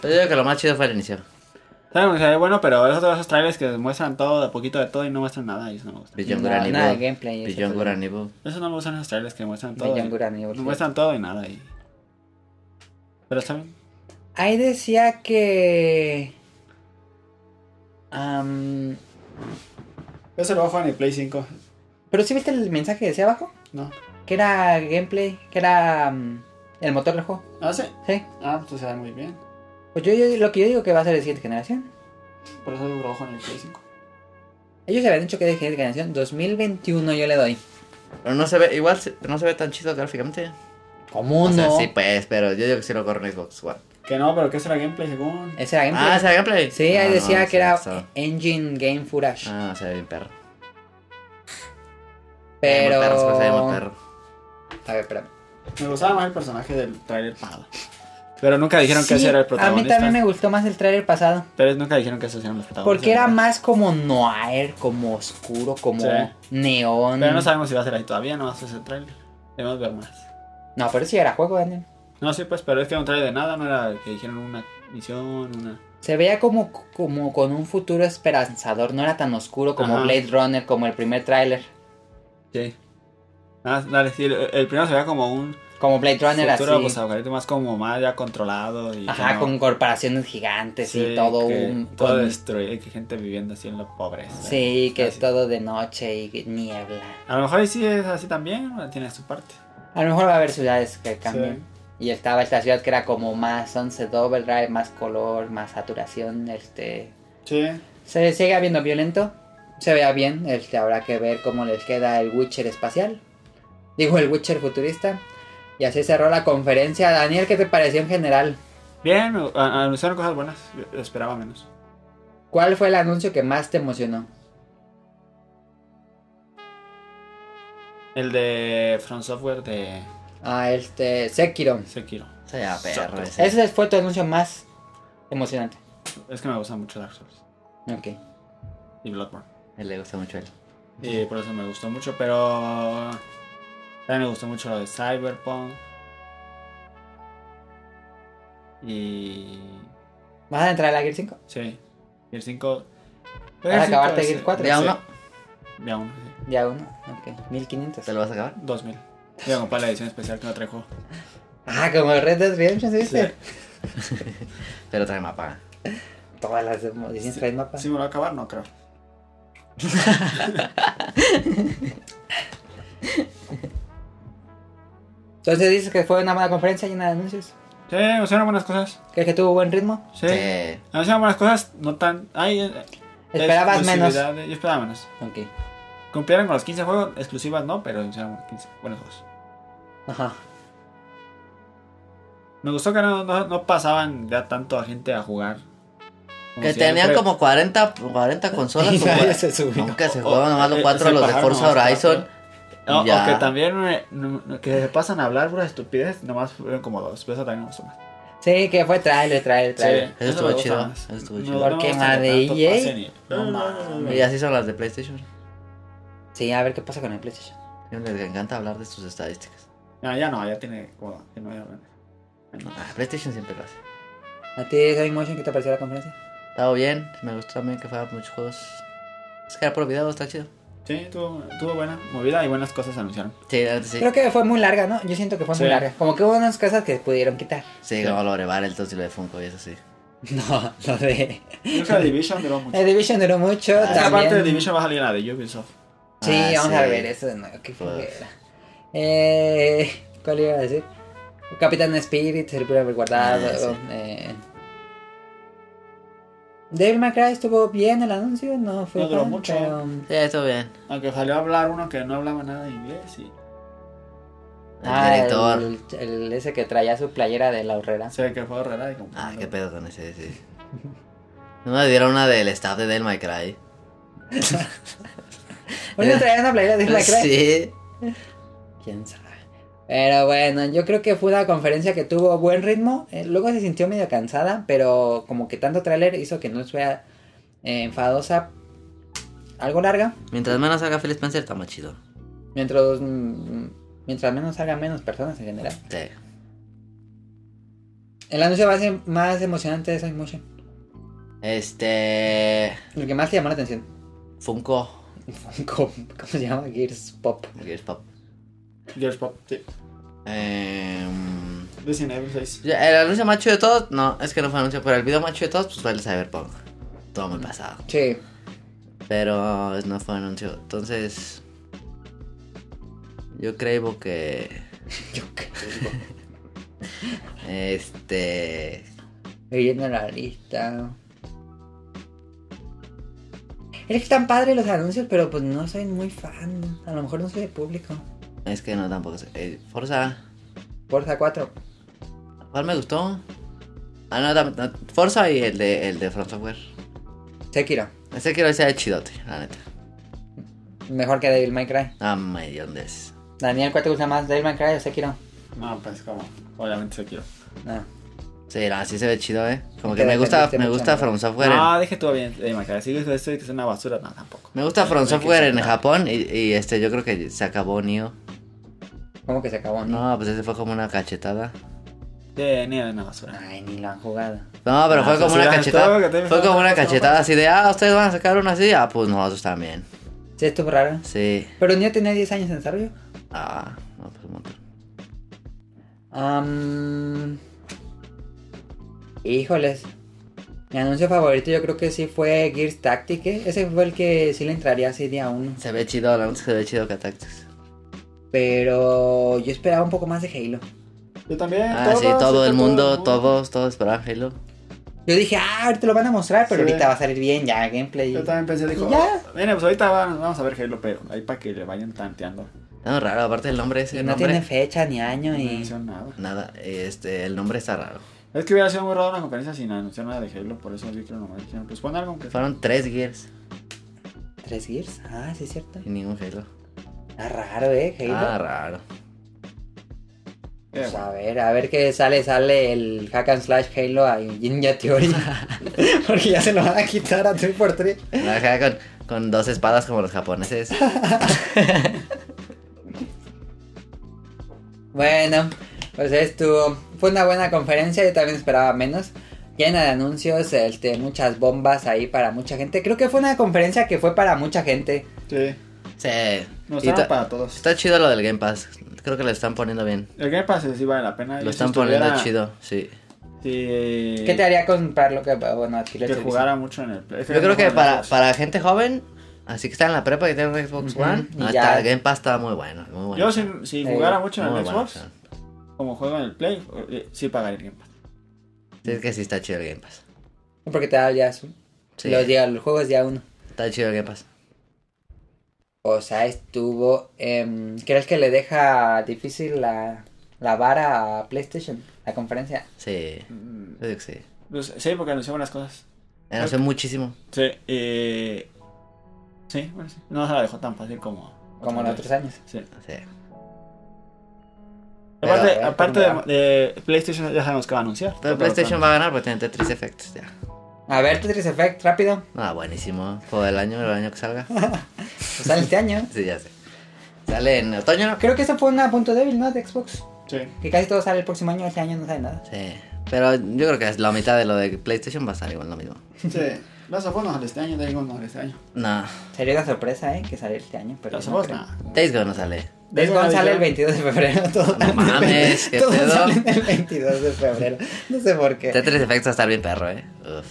Speaker 3: Pues Yo digo que lo más chido fue el inicio.
Speaker 2: Saben que se ve bueno, pero esos todos esos trailers que muestran todo, de poquito de todo y no muestran nada, y eso no me gusta.
Speaker 3: Beyond
Speaker 1: No,
Speaker 3: Good and
Speaker 1: nada de
Speaker 3: Evil.
Speaker 1: gameplay, eso
Speaker 3: Beyond
Speaker 1: fue
Speaker 3: Good
Speaker 1: lo-
Speaker 3: and Evil.
Speaker 2: Eso no me gustan esos trailers que muestran todo.
Speaker 1: Beyond
Speaker 2: y-
Speaker 1: Good and Evil,
Speaker 2: no
Speaker 1: sí.
Speaker 2: muestran Pues, todo y nada. Y... Pero está bien.
Speaker 1: Ahí decía que... am,
Speaker 2: Eso lo va a jugar en el Play 5.
Speaker 1: pero sí viste el mensaje que decía abajo,
Speaker 2: No.
Speaker 1: que era gameplay, que era am, el motor del juego.
Speaker 2: Ah, sí.
Speaker 1: Sí.
Speaker 2: Ah, pues se ve muy bien.
Speaker 1: Pues yo, yo- lo que yo digo que va a ser de siguiente generación.
Speaker 2: Por eso lo trabajo en el Play 5.
Speaker 1: Ellos habían dicho que de siguiente generación 2021 yo le doy.
Speaker 3: Pero no se ve, igual se- no se ve tan chido gráficamente.
Speaker 1: ¿Cómo
Speaker 3: O sea, sí, pues, pero yo digo que sí lo corro en Xbox One.
Speaker 2: Que no, pero que será gameplay según.
Speaker 1: Ese era gameplay.
Speaker 3: Ah, ¿se ve gameplay?
Speaker 1: Sí, ahí
Speaker 3: No,
Speaker 1: decía
Speaker 3: no,
Speaker 1: que
Speaker 3: se
Speaker 1: era
Speaker 3: pasó.
Speaker 1: Engine Game Footage.
Speaker 3: Ah, se ve bien perro.
Speaker 1: pero.
Speaker 3: Se ve muy perro, se ve muy perro.
Speaker 1: A ver, espérame.
Speaker 2: Me gustaba más el personaje del trailer pasado. Pero nunca dijeron que
Speaker 1: Sí,
Speaker 2: ese era el
Speaker 1: a mí
Speaker 2: protagonista.
Speaker 1: también me gustó más el trailer pasado.
Speaker 2: Pero nunca dijeron que esos eran los protagonistas.
Speaker 1: Porque era
Speaker 2: ¿verdad?
Speaker 1: más como noir, como oscuro, como
Speaker 2: Sí.
Speaker 1: neón.
Speaker 2: Pero no sabemos si va a ser ahí todavía, no va a ser ese trailer. Debemos ver más.
Speaker 1: No, pero sí era juego, Daniel.
Speaker 2: No, sí, pues, pero es que era un trailer de nada, no era que dijeron una misión, una.
Speaker 1: Se veía como, como con un futuro esperanzador. No era tan oscuro como
Speaker 2: Ajá.
Speaker 1: Blade Runner, como el primer tráiler.
Speaker 2: Sí. Ah, dale, sí, el, el primero se veía como un
Speaker 1: Como Blade Runner
Speaker 2: futuro
Speaker 1: así.
Speaker 2: pues, apocalíptico más como más ya controlado y que
Speaker 1: Ajá,
Speaker 2: no-
Speaker 1: con corporaciones gigantes
Speaker 2: sí,
Speaker 1: y todo
Speaker 2: que
Speaker 1: un.
Speaker 2: todo eh,
Speaker 1: con-
Speaker 2: destruido y que gente viviendo así en lo pobre.
Speaker 1: sí, que
Speaker 2: Así.
Speaker 1: todo de noche y niebla.
Speaker 2: A lo mejor ahí sí es así también, tiene su parte.
Speaker 1: A lo mejor va a haber ciudades que cambien.
Speaker 2: Sí.
Speaker 1: Y estaba esta ciudad que era como más Sunset Overdrive, más color, más saturación, este...
Speaker 2: Sí.
Speaker 1: Se sigue viendo violento, se vea bien, este, habrá que ver cómo les queda el Witcher espacial. Digo, el Witcher futurista. Y así cerró la conferencia. Daniel, ¿qué te pareció en general?
Speaker 2: Bien, me- a- anunciaron cosas buenas, yo esperaba menos.
Speaker 1: ¿Cuál fue el anuncio que más te emocionó?
Speaker 2: El de From Software de
Speaker 1: Ah, este, Sekiro.
Speaker 2: Sekiro.
Speaker 3: Se veía perro ese.
Speaker 1: Ese fue tu anuncio más emocionante.
Speaker 2: Es que me gusta mucho Dark Souls
Speaker 1: Ok.
Speaker 2: y Bloodborne.
Speaker 3: A él le gusta mucho él.
Speaker 2: Y por eso me gustó mucho, pero también me gustó mucho lo de Cyberpunk. Y
Speaker 1: ¿Vas a entrar a la Gear 5?
Speaker 2: sí. Y el 5.
Speaker 1: Para acabarte Gears 4.
Speaker 3: Día uno.
Speaker 2: Ya uno, sí.
Speaker 1: Ya uno. Ok. 1500.
Speaker 3: ¿Te lo vas a acabar?
Speaker 2: 2000. Voy a comprar la edición especial que no trae
Speaker 1: (laughs)
Speaker 2: juego.
Speaker 1: Ah, como el Red Dead Redemption, ¿viste?
Speaker 2: Sí.
Speaker 3: Pero trae mapa.
Speaker 1: Todas las ediciones traen mapa.
Speaker 2: Si me lo va a acabar, no creo.
Speaker 1: Entonces dices que fue una buena conferencia llena de anuncios.
Speaker 2: Sí, anunciaron buenas cosas.
Speaker 1: ¿Crees que tuvo buen ritmo?
Speaker 2: Sí.
Speaker 3: Sí.
Speaker 2: Anunciaron buenas cosas, no tan. Ay, eh,
Speaker 1: Esperabas menos.
Speaker 2: exclusividad de- Yo esperaba menos.
Speaker 1: Ok.
Speaker 2: Cumplieron con los 15 juegos, exclusivas no, pero anunciaron 15 buenos juegos.
Speaker 1: Ajá.
Speaker 2: Me gustó que no, no, no pasaban ya tanto a gente a jugar. Como
Speaker 3: Que
Speaker 2: si
Speaker 3: tenían
Speaker 2: siempre-
Speaker 3: como 40, 40
Speaker 2: (laughs)
Speaker 3: consolas.
Speaker 1: Y
Speaker 3: (laughs) como-
Speaker 1: nadie se subió.
Speaker 3: Nunca se
Speaker 2: O-
Speaker 3: jugaban nomás
Speaker 2: eh,
Speaker 3: los cuatro,
Speaker 2: se
Speaker 3: los de
Speaker 2: pasaron
Speaker 3: Forza
Speaker 2: nomás
Speaker 3: Horizon.
Speaker 2: No, o
Speaker 3: Ya.
Speaker 2: que también eh, no- no- que se pasan a hablar pura estupidez, nomás fueron como dos. Pero Eso también me gustó más.
Speaker 1: Sí, que fue trailer, trailer, trailer.
Speaker 3: Eso estuvo
Speaker 2: me gusta
Speaker 3: chido,
Speaker 2: más.
Speaker 3: eso estuvo
Speaker 2: No-
Speaker 3: chido.
Speaker 2: no me
Speaker 1: Porque
Speaker 2: gusta que
Speaker 1: la de
Speaker 2: tanto
Speaker 1: EA.
Speaker 2: pasen y- No, mames.
Speaker 3: Y así son las de PlayStation.
Speaker 1: Sí, a ver qué pasa con el PlayStation.
Speaker 3: A ellos Les encanta hablar de sus estadísticas.
Speaker 2: No, ya no, ya tiene como que no hay orden.
Speaker 3: Ah, PlayStation siempre lo hace.
Speaker 1: ¿A ti, Sonic Motion, qué te pareció la conferencia?
Speaker 3: Estaba bien, me gustó también que fuera muchos juegos. Es que era por video, está chido.
Speaker 2: Sí, tuvo, tuvo buena movida y buenas cosas anunciaron.
Speaker 3: Sí, la neta sí.
Speaker 1: Creo que fue muy larga, ¿no? Yo siento que fue
Speaker 2: Sí.
Speaker 1: muy larga. Como que hubo unas cosas que pudieron quitar.
Speaker 3: Sí, como lo brevar el y lo de Funko y eso sí.
Speaker 1: No, lo de.
Speaker 2: Creo
Speaker 3: (laughs)
Speaker 2: que Division duró mucho.
Speaker 1: The Division duró mucho.
Speaker 3: Ah,
Speaker 1: también.
Speaker 2: Aparte de Division va a salir la de Ubisoft.
Speaker 1: Sí,
Speaker 3: Ah,
Speaker 1: vamos a
Speaker 3: sí.
Speaker 1: ver eso de nuevo. Qué
Speaker 3: Uf.
Speaker 1: flojera. Eh, ¿Cuál iba a decir? Capitán Spirit, el puro guardado.
Speaker 3: Ah, sí.
Speaker 1: eh. Devil May Cry estuvo bien el anuncio, no fue
Speaker 2: No duró
Speaker 1: tan,
Speaker 2: mucho.
Speaker 1: pero-
Speaker 3: Sí, estuvo bien.
Speaker 2: Aunque salió a hablar uno que no hablaba nada de inglés y
Speaker 3: El director.
Speaker 1: Ah, El, el ese que traía su playera de la horrera.
Speaker 2: se que fue Herrera y como...
Speaker 3: Ah, qué pedo con ese, (laughs) sí. No me dieron una del staff de Del May Cry.
Speaker 1: Bueno, traía una playera de Devil May Cry.
Speaker 3: Sí.
Speaker 1: quién sabe. Pero bueno, yo creo que fue una conferencia que tuvo buen ritmo. eh, luego se sintió medio cansada, pero como que tanto tráiler hizo que no fuera eh, enfadosa. Algo larga.
Speaker 3: Mientras menos haga Phil Spencer, está más chido.
Speaker 1: Mientras, mm, mientras menos salgan menos personas en general.
Speaker 3: Sí.
Speaker 1: El anuncio más, em- más emocionante de Sonic Motion.
Speaker 3: Este.
Speaker 1: El que más te llamó la atención. (laughs)
Speaker 3: Funko.
Speaker 1: ¿Cómo, cómo se llama? Gears Pop.
Speaker 3: Gears Pop.
Speaker 2: Gears Pop, sí.
Speaker 3: Em,
Speaker 2: 19, 6.
Speaker 3: ya, el anuncio macho de todos. No, es que no fue anuncio, pero el video macho de todos pues, fue el Cyberpunk. Todo muy pasado.
Speaker 1: Sí.
Speaker 3: Pero no fue anuncio. Entonces. Yo creo (laughs) que.
Speaker 1: Yo qué.
Speaker 3: Este.
Speaker 1: Leyendo la lista. Es que están padres los anuncios, pero pues no soy muy fan. A lo mejor no soy de público.
Speaker 3: Es que no tampoco. sé. Eh, Forza.
Speaker 1: Forza 4.
Speaker 3: ¿Cuál me gustó? Ah, no, tam- no, Forza y el de, el de From Software.
Speaker 1: Sekiro.
Speaker 3: Ese quiero que sea chidote, la neta.
Speaker 1: Mejor que Devil May Cry.
Speaker 3: Ah, my goodness.
Speaker 1: Daniel, ¿cuál te gusta más? ¿Devil May Cry o Sekiro? Ah,
Speaker 2: No, pues como... Obviamente se quiero.
Speaker 1: No.
Speaker 3: Sí, no, sí se ve chido, eh. Como
Speaker 1: Y
Speaker 3: que
Speaker 1: te
Speaker 3: me gusta,
Speaker 1: defendiste
Speaker 3: me
Speaker 1: mucho,
Speaker 3: gusta
Speaker 1: ¿no?
Speaker 3: From Software. en-
Speaker 2: Ah, dije todo bien. Eh, Macara, si esto que es una basura, no, tampoco.
Speaker 3: Me gusta From
Speaker 2: Hay que
Speaker 3: Software en
Speaker 2: sacar.
Speaker 3: Japón y, y, este yo creo que se acabó Nio.
Speaker 1: ¿Cómo que se acabó?
Speaker 3: No, pues ese fue como una cachetada.
Speaker 2: Sí, ni era una basura.
Speaker 1: Ay, ni lo han jugado.
Speaker 3: No, pero
Speaker 2: Ah,
Speaker 3: fue como
Speaker 2: pues
Speaker 3: una
Speaker 2: ya, todo lo
Speaker 3: cachetada.
Speaker 2: que te-
Speaker 3: Fue como una cachetada así de, ah, ustedes van a sacar uno así. Ah, pues nosotros también.
Speaker 1: Sí, estuvo raro.
Speaker 3: Sí.
Speaker 1: Pero Neo tenía 10 años en desarrollo.
Speaker 3: Ah, no, pues un montón.
Speaker 1: Am, Híjoles. Mi anuncio favorito yo creo que sí fue Gears Tactic. ¿eh? Ese fue el que sí le entraría así día 1.
Speaker 3: Se ve chido, la música se ve chido Catactus.
Speaker 1: Pero yo esperaba un poco más de Halo.
Speaker 2: Yo también.
Speaker 3: Ah, sí, todo el mundo, todos, todos esperaban Halo.
Speaker 1: Yo dije, ah, ahorita lo van a mostrar, pero
Speaker 2: Sí.
Speaker 1: ahorita va a salir bien, ya gameplay.
Speaker 2: Yo también pensé, dijo,
Speaker 1: ¿Y ya?
Speaker 2: mira, pues ahorita va- vamos a ver Halo, pero ahí para que le vayan tanteando.
Speaker 3: Está muy raro, aparte el nombre ese,
Speaker 1: Y
Speaker 3: el
Speaker 1: no
Speaker 3: nombre.
Speaker 1: tiene fecha ni año
Speaker 2: No
Speaker 1: y...
Speaker 2: anunció nada.
Speaker 3: Nada, este, el nombre está raro.
Speaker 2: Es que hubiera sido muy raro una conferencia sin anunciar nada de Halo, por eso dije que nomás dijeron, pues pon algo que...
Speaker 3: Fueron tres Gears
Speaker 1: ¿Tres Gears? Ah, sí es cierto.
Speaker 3: y ningún Halo.
Speaker 1: Está raro, ¿eh? Halo.
Speaker 3: Ah, raro.
Speaker 1: Pues a ver, a ver qué sale, sale el hack and slash Halo a Ninja Theory. Porque ya se lo van a quitar a 3x3.
Speaker 3: La dejaba con, con dos espadas como los
Speaker 1: (laughs)
Speaker 3: japoneses.
Speaker 1: Bueno, pues estuvo. Fue una buena conferencia, yo también esperaba menos. Llena de anuncios, este, muchas bombas ahí para mucha gente. Creo que fue una conferencia que fue para mucha gente.
Speaker 2: Sí,
Speaker 3: Sí.
Speaker 2: no
Speaker 3: Y ta-
Speaker 2: está para todos.
Speaker 3: Está chido lo del Game Pass. Creo que lo están poniendo bien.
Speaker 2: El Game Pass sí vale la pena.
Speaker 3: Lo
Speaker 2: Yo si
Speaker 3: están poniendo
Speaker 2: estuviera-
Speaker 3: chido, sí.
Speaker 2: Sí,
Speaker 1: ¿Qué te haría comprar lo que, bueno, adquirir el
Speaker 2: que
Speaker 1: servicio?
Speaker 2: jugara mucho en el Play. Es
Speaker 3: Yo creo
Speaker 2: no
Speaker 3: que
Speaker 2: juego en
Speaker 3: para,
Speaker 2: Xbox.
Speaker 3: para gente joven, así que está en la prepa y tiene un Xbox
Speaker 1: Ujú,
Speaker 3: One,
Speaker 1: y
Speaker 3: hasta
Speaker 1: ya.
Speaker 3: el Game Pass está muy bueno. Muy bueno.
Speaker 2: Yo si, si
Speaker 1: Eh,
Speaker 2: jugara mucho en
Speaker 3: Muy
Speaker 2: el
Speaker 3: bueno,
Speaker 2: Xbox, como juego en el Play, eh, sí pagaría el Game Pass.
Speaker 3: sí, es que sí está chido el Game Pass.
Speaker 1: Porque te da ya su...
Speaker 3: Sí.
Speaker 1: Los, días, los juegos día uno.
Speaker 3: Está chido el Game Pass.
Speaker 1: O sea, estuvo... em, ¿Crees que le deja difícil la, la vara a PlayStation? La conferencia.
Speaker 3: Sí.
Speaker 2: Mm,
Speaker 3: Yo digo que sí.
Speaker 2: pues, sí, porque anunció buenas cosas.
Speaker 3: Anunció muchísimo.
Speaker 2: Sí, eh, sí, bueno, sí. No se la dejó tan fácil como...
Speaker 1: Como en otros años.
Speaker 2: Sí.
Speaker 3: Sí. Pero-
Speaker 2: Aparte,
Speaker 1: pero-
Speaker 2: aparte de, de PlayStation ya sabemos que va a anunciar.
Speaker 3: Pero PlayStation va a ganar porque tiene Tetris Effects ya.
Speaker 1: A ver, Tetris Effect, rápido.
Speaker 3: Ah, buenísimo. Juego del año, el año que
Speaker 1: (laughs)
Speaker 3: salga.
Speaker 1: Pues sale este año.
Speaker 3: Sí, ya sé. Sale en otoño, ¿no?
Speaker 1: Creo que ese fue un punto débil, ¿no? De Xbox.
Speaker 2: Sí.
Speaker 1: Que casi todo sale el próximo año, este año no sale nada.
Speaker 3: Sí. Pero yo creo que es la mitad de lo de PlayStation va a estar igual lo mismo.
Speaker 2: Sí. Los of Us no sale este año, Days Gone no sale este año.
Speaker 3: No.
Speaker 1: Sería una sorpresa, ¿eh? Que sale este año, pero
Speaker 2: Los
Speaker 1: yo
Speaker 2: of
Speaker 1: no
Speaker 2: Us
Speaker 1: creo.
Speaker 2: nada.
Speaker 3: Days Gone no sale.
Speaker 1: Days Gone
Speaker 2: Days Gone
Speaker 1: sale el
Speaker 2: ya-
Speaker 1: 22 de febrero. Todo
Speaker 3: No mames, qué
Speaker 1: todo
Speaker 3: pedo.
Speaker 1: sale el 22 de febrero. No sé por qué.
Speaker 3: Tetris Effects va a estar bien perro, eh. Uf.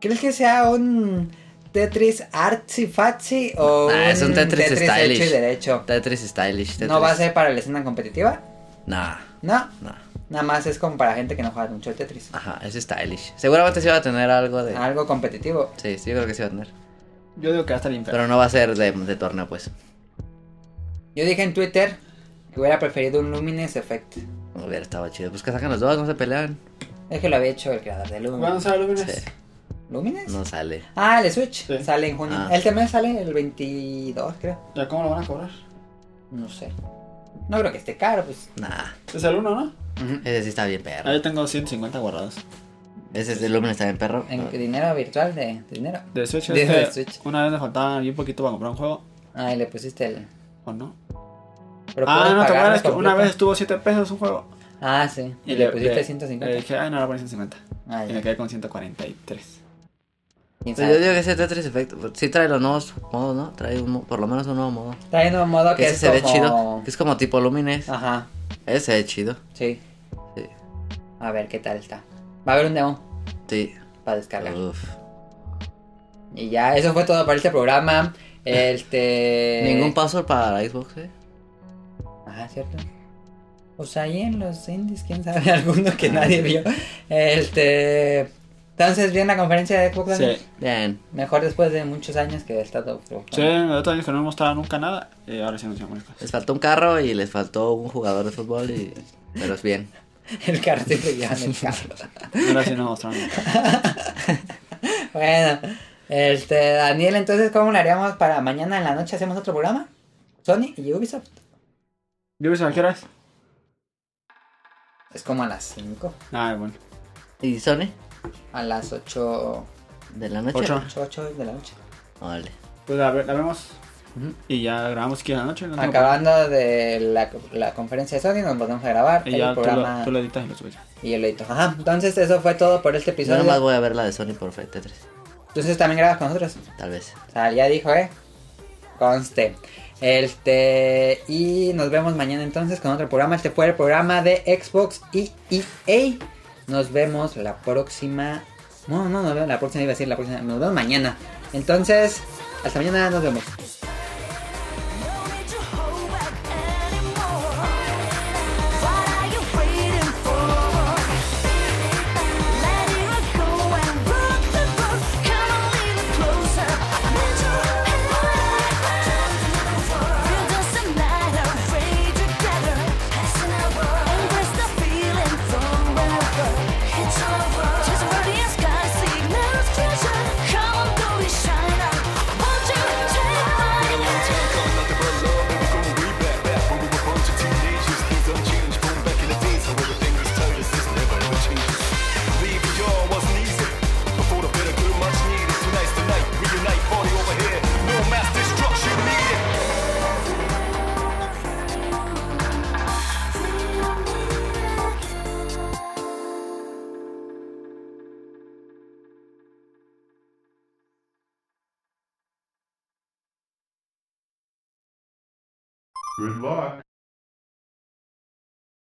Speaker 1: ¿Crees que sea un Tetris artsy fatsy o
Speaker 3: Ah, es un Tetris stylish.
Speaker 1: hecho y derecho?
Speaker 3: Tetris Stylish. Tetris.
Speaker 1: ¿No va a ser para la escena competitiva?
Speaker 3: Nah,
Speaker 1: No,
Speaker 3: nah.
Speaker 1: nada más es como para gente que no juega mucho al Tetris.
Speaker 3: Ajá, es Stylish. Seguramente Ah, sí va a tener algo de.
Speaker 1: Algo competitivo.
Speaker 3: Sí, sí, yo creo que sí va a tener.
Speaker 2: Yo digo que va a estar bien perro.
Speaker 3: Pero no va a ser de, de torneo, pues.
Speaker 1: Yo dije en Twitter que hubiera preferido un Lumines Effect.
Speaker 3: Hubiera estado chido. Pues que sacan los dos, no se pelean.
Speaker 1: Es que lo había hecho el creador de
Speaker 2: ¿Cuándo
Speaker 1: Lumines.
Speaker 2: sale Lumines?
Speaker 3: Sí,
Speaker 1: ¿Lumines?
Speaker 3: no sale.
Speaker 1: Ah, el de Switch.
Speaker 2: Sí.
Speaker 1: Sale en junio.
Speaker 3: Ah.
Speaker 1: Él también sale el 22, creo.
Speaker 2: ¿Ya cómo lo van a cobrar?
Speaker 1: No sé. No creo que esté caro, pues.
Speaker 3: Nah,
Speaker 2: Es el 1, ¿no?
Speaker 3: ese sí está bien perro.
Speaker 2: Ah, yo tengo 150 guardados.
Speaker 3: Ese de Lumen está bien perro.
Speaker 1: En dinero virtual de, de dinero.
Speaker 2: De Switch,
Speaker 1: De-
Speaker 2: este,
Speaker 1: de Switch.
Speaker 2: una vez me faltaba bien poquito para comprar un juego,
Speaker 1: Ah, y le pusiste el.
Speaker 2: ¿o no?
Speaker 1: Pero
Speaker 2: ah,
Speaker 1: puedes
Speaker 2: no,
Speaker 1: pagarlo
Speaker 2: te acuerdas que una
Speaker 1: completo.
Speaker 2: vez estuvo 7 pesos un juego.
Speaker 1: Ah, sí. Y le, pusiste 150.
Speaker 2: Le dije, ay, no, le poní 150.
Speaker 1: ah,
Speaker 2: Y me
Speaker 1: ya.
Speaker 2: quedé con 143.
Speaker 1: ¿Quién
Speaker 3: Pues yo
Speaker 1: sabe?
Speaker 3: digo que ese Tetris Effect sí trae los nuevos modos, ¿no? Trae un, mo- por lo menos un nuevo modo.
Speaker 1: Trae un modo que
Speaker 3: Que ese
Speaker 1: es
Speaker 3: se ve
Speaker 1: como...
Speaker 3: chido. Que es como tipo Lumines.
Speaker 1: Ajá,
Speaker 3: Ese se ve chido.
Speaker 1: sí.
Speaker 3: Sí.
Speaker 1: A ver qué tal está. Va a haber un demo
Speaker 3: Sí.
Speaker 1: para descargar.
Speaker 3: Uf.
Speaker 1: Y ya, eso fue todo para este programa. (laughs) Este.
Speaker 3: Ningún password para Xbox, eh.
Speaker 1: Ajá, cierto. Pues ahí en los indies, quién sabe, (laughs) alguno que nadie vio. Este. Entonces, bien la conferencia de Xbox.
Speaker 2: Sí.
Speaker 3: Bien.
Speaker 1: Mejor después de muchos años que he estado.
Speaker 2: Sí, me otro año que no me mostraba nunca nada. Y ahora sí anunciamos las cosas.
Speaker 3: Les faltó un carro y les faltó un jugador de fútbol y... Pero es bien.
Speaker 1: (laughs) El carro siempre llevan el carro.
Speaker 2: Ahora sí no mostraron
Speaker 1: (laughs)
Speaker 2: nada.
Speaker 1: bueno, este, Daniel, entonces, ¿cómo lo haríamos para mañana en la noche? ¿Hacemos otro programa? Sony y Ubisoft.
Speaker 2: ¿Ubisoft a qué hora es?
Speaker 1: Es como a las 5,
Speaker 2: Ah, bueno.
Speaker 3: ¿Y Sony?
Speaker 1: a las 8,
Speaker 3: ¿De la noche?
Speaker 2: Ocho.
Speaker 1: 8, 8 de la noche.
Speaker 3: Vale.
Speaker 2: Pues la, ve- la vemos.
Speaker 1: Ujú.
Speaker 2: Y ya grabamos aquí en la noche. no tengo
Speaker 1: Acabando de la, la conferencia de Sony, nos volvemos a grabar
Speaker 2: problema. Y
Speaker 1: el
Speaker 2: ya tú
Speaker 1: programa
Speaker 2: lo, tú lo editas y lo subes.
Speaker 1: y el edito. Ajá, entonces eso fue todo por este
Speaker 3: Yo nomás
Speaker 1: episodio.
Speaker 3: voy a ver la de Sony por Fe Tetris.
Speaker 1: Entonces también grabas con nosotros.
Speaker 3: Tal vez.
Speaker 1: O sea, ya dijo, eh. Conste. Este. Y nos vemos mañana entonces con otro programa. Este fue el programa de Xbox y EA. Nos vemos la próxima. No, no, nos vemos la próxima, iba a decir la próxima. Nos vemos mañana. Entonces, hasta mañana, nos vemos.
Speaker 4: It's over. Just ready as sky signals future. Come on, go and shine up. Won't you take my hand?
Speaker 5: Goodbye.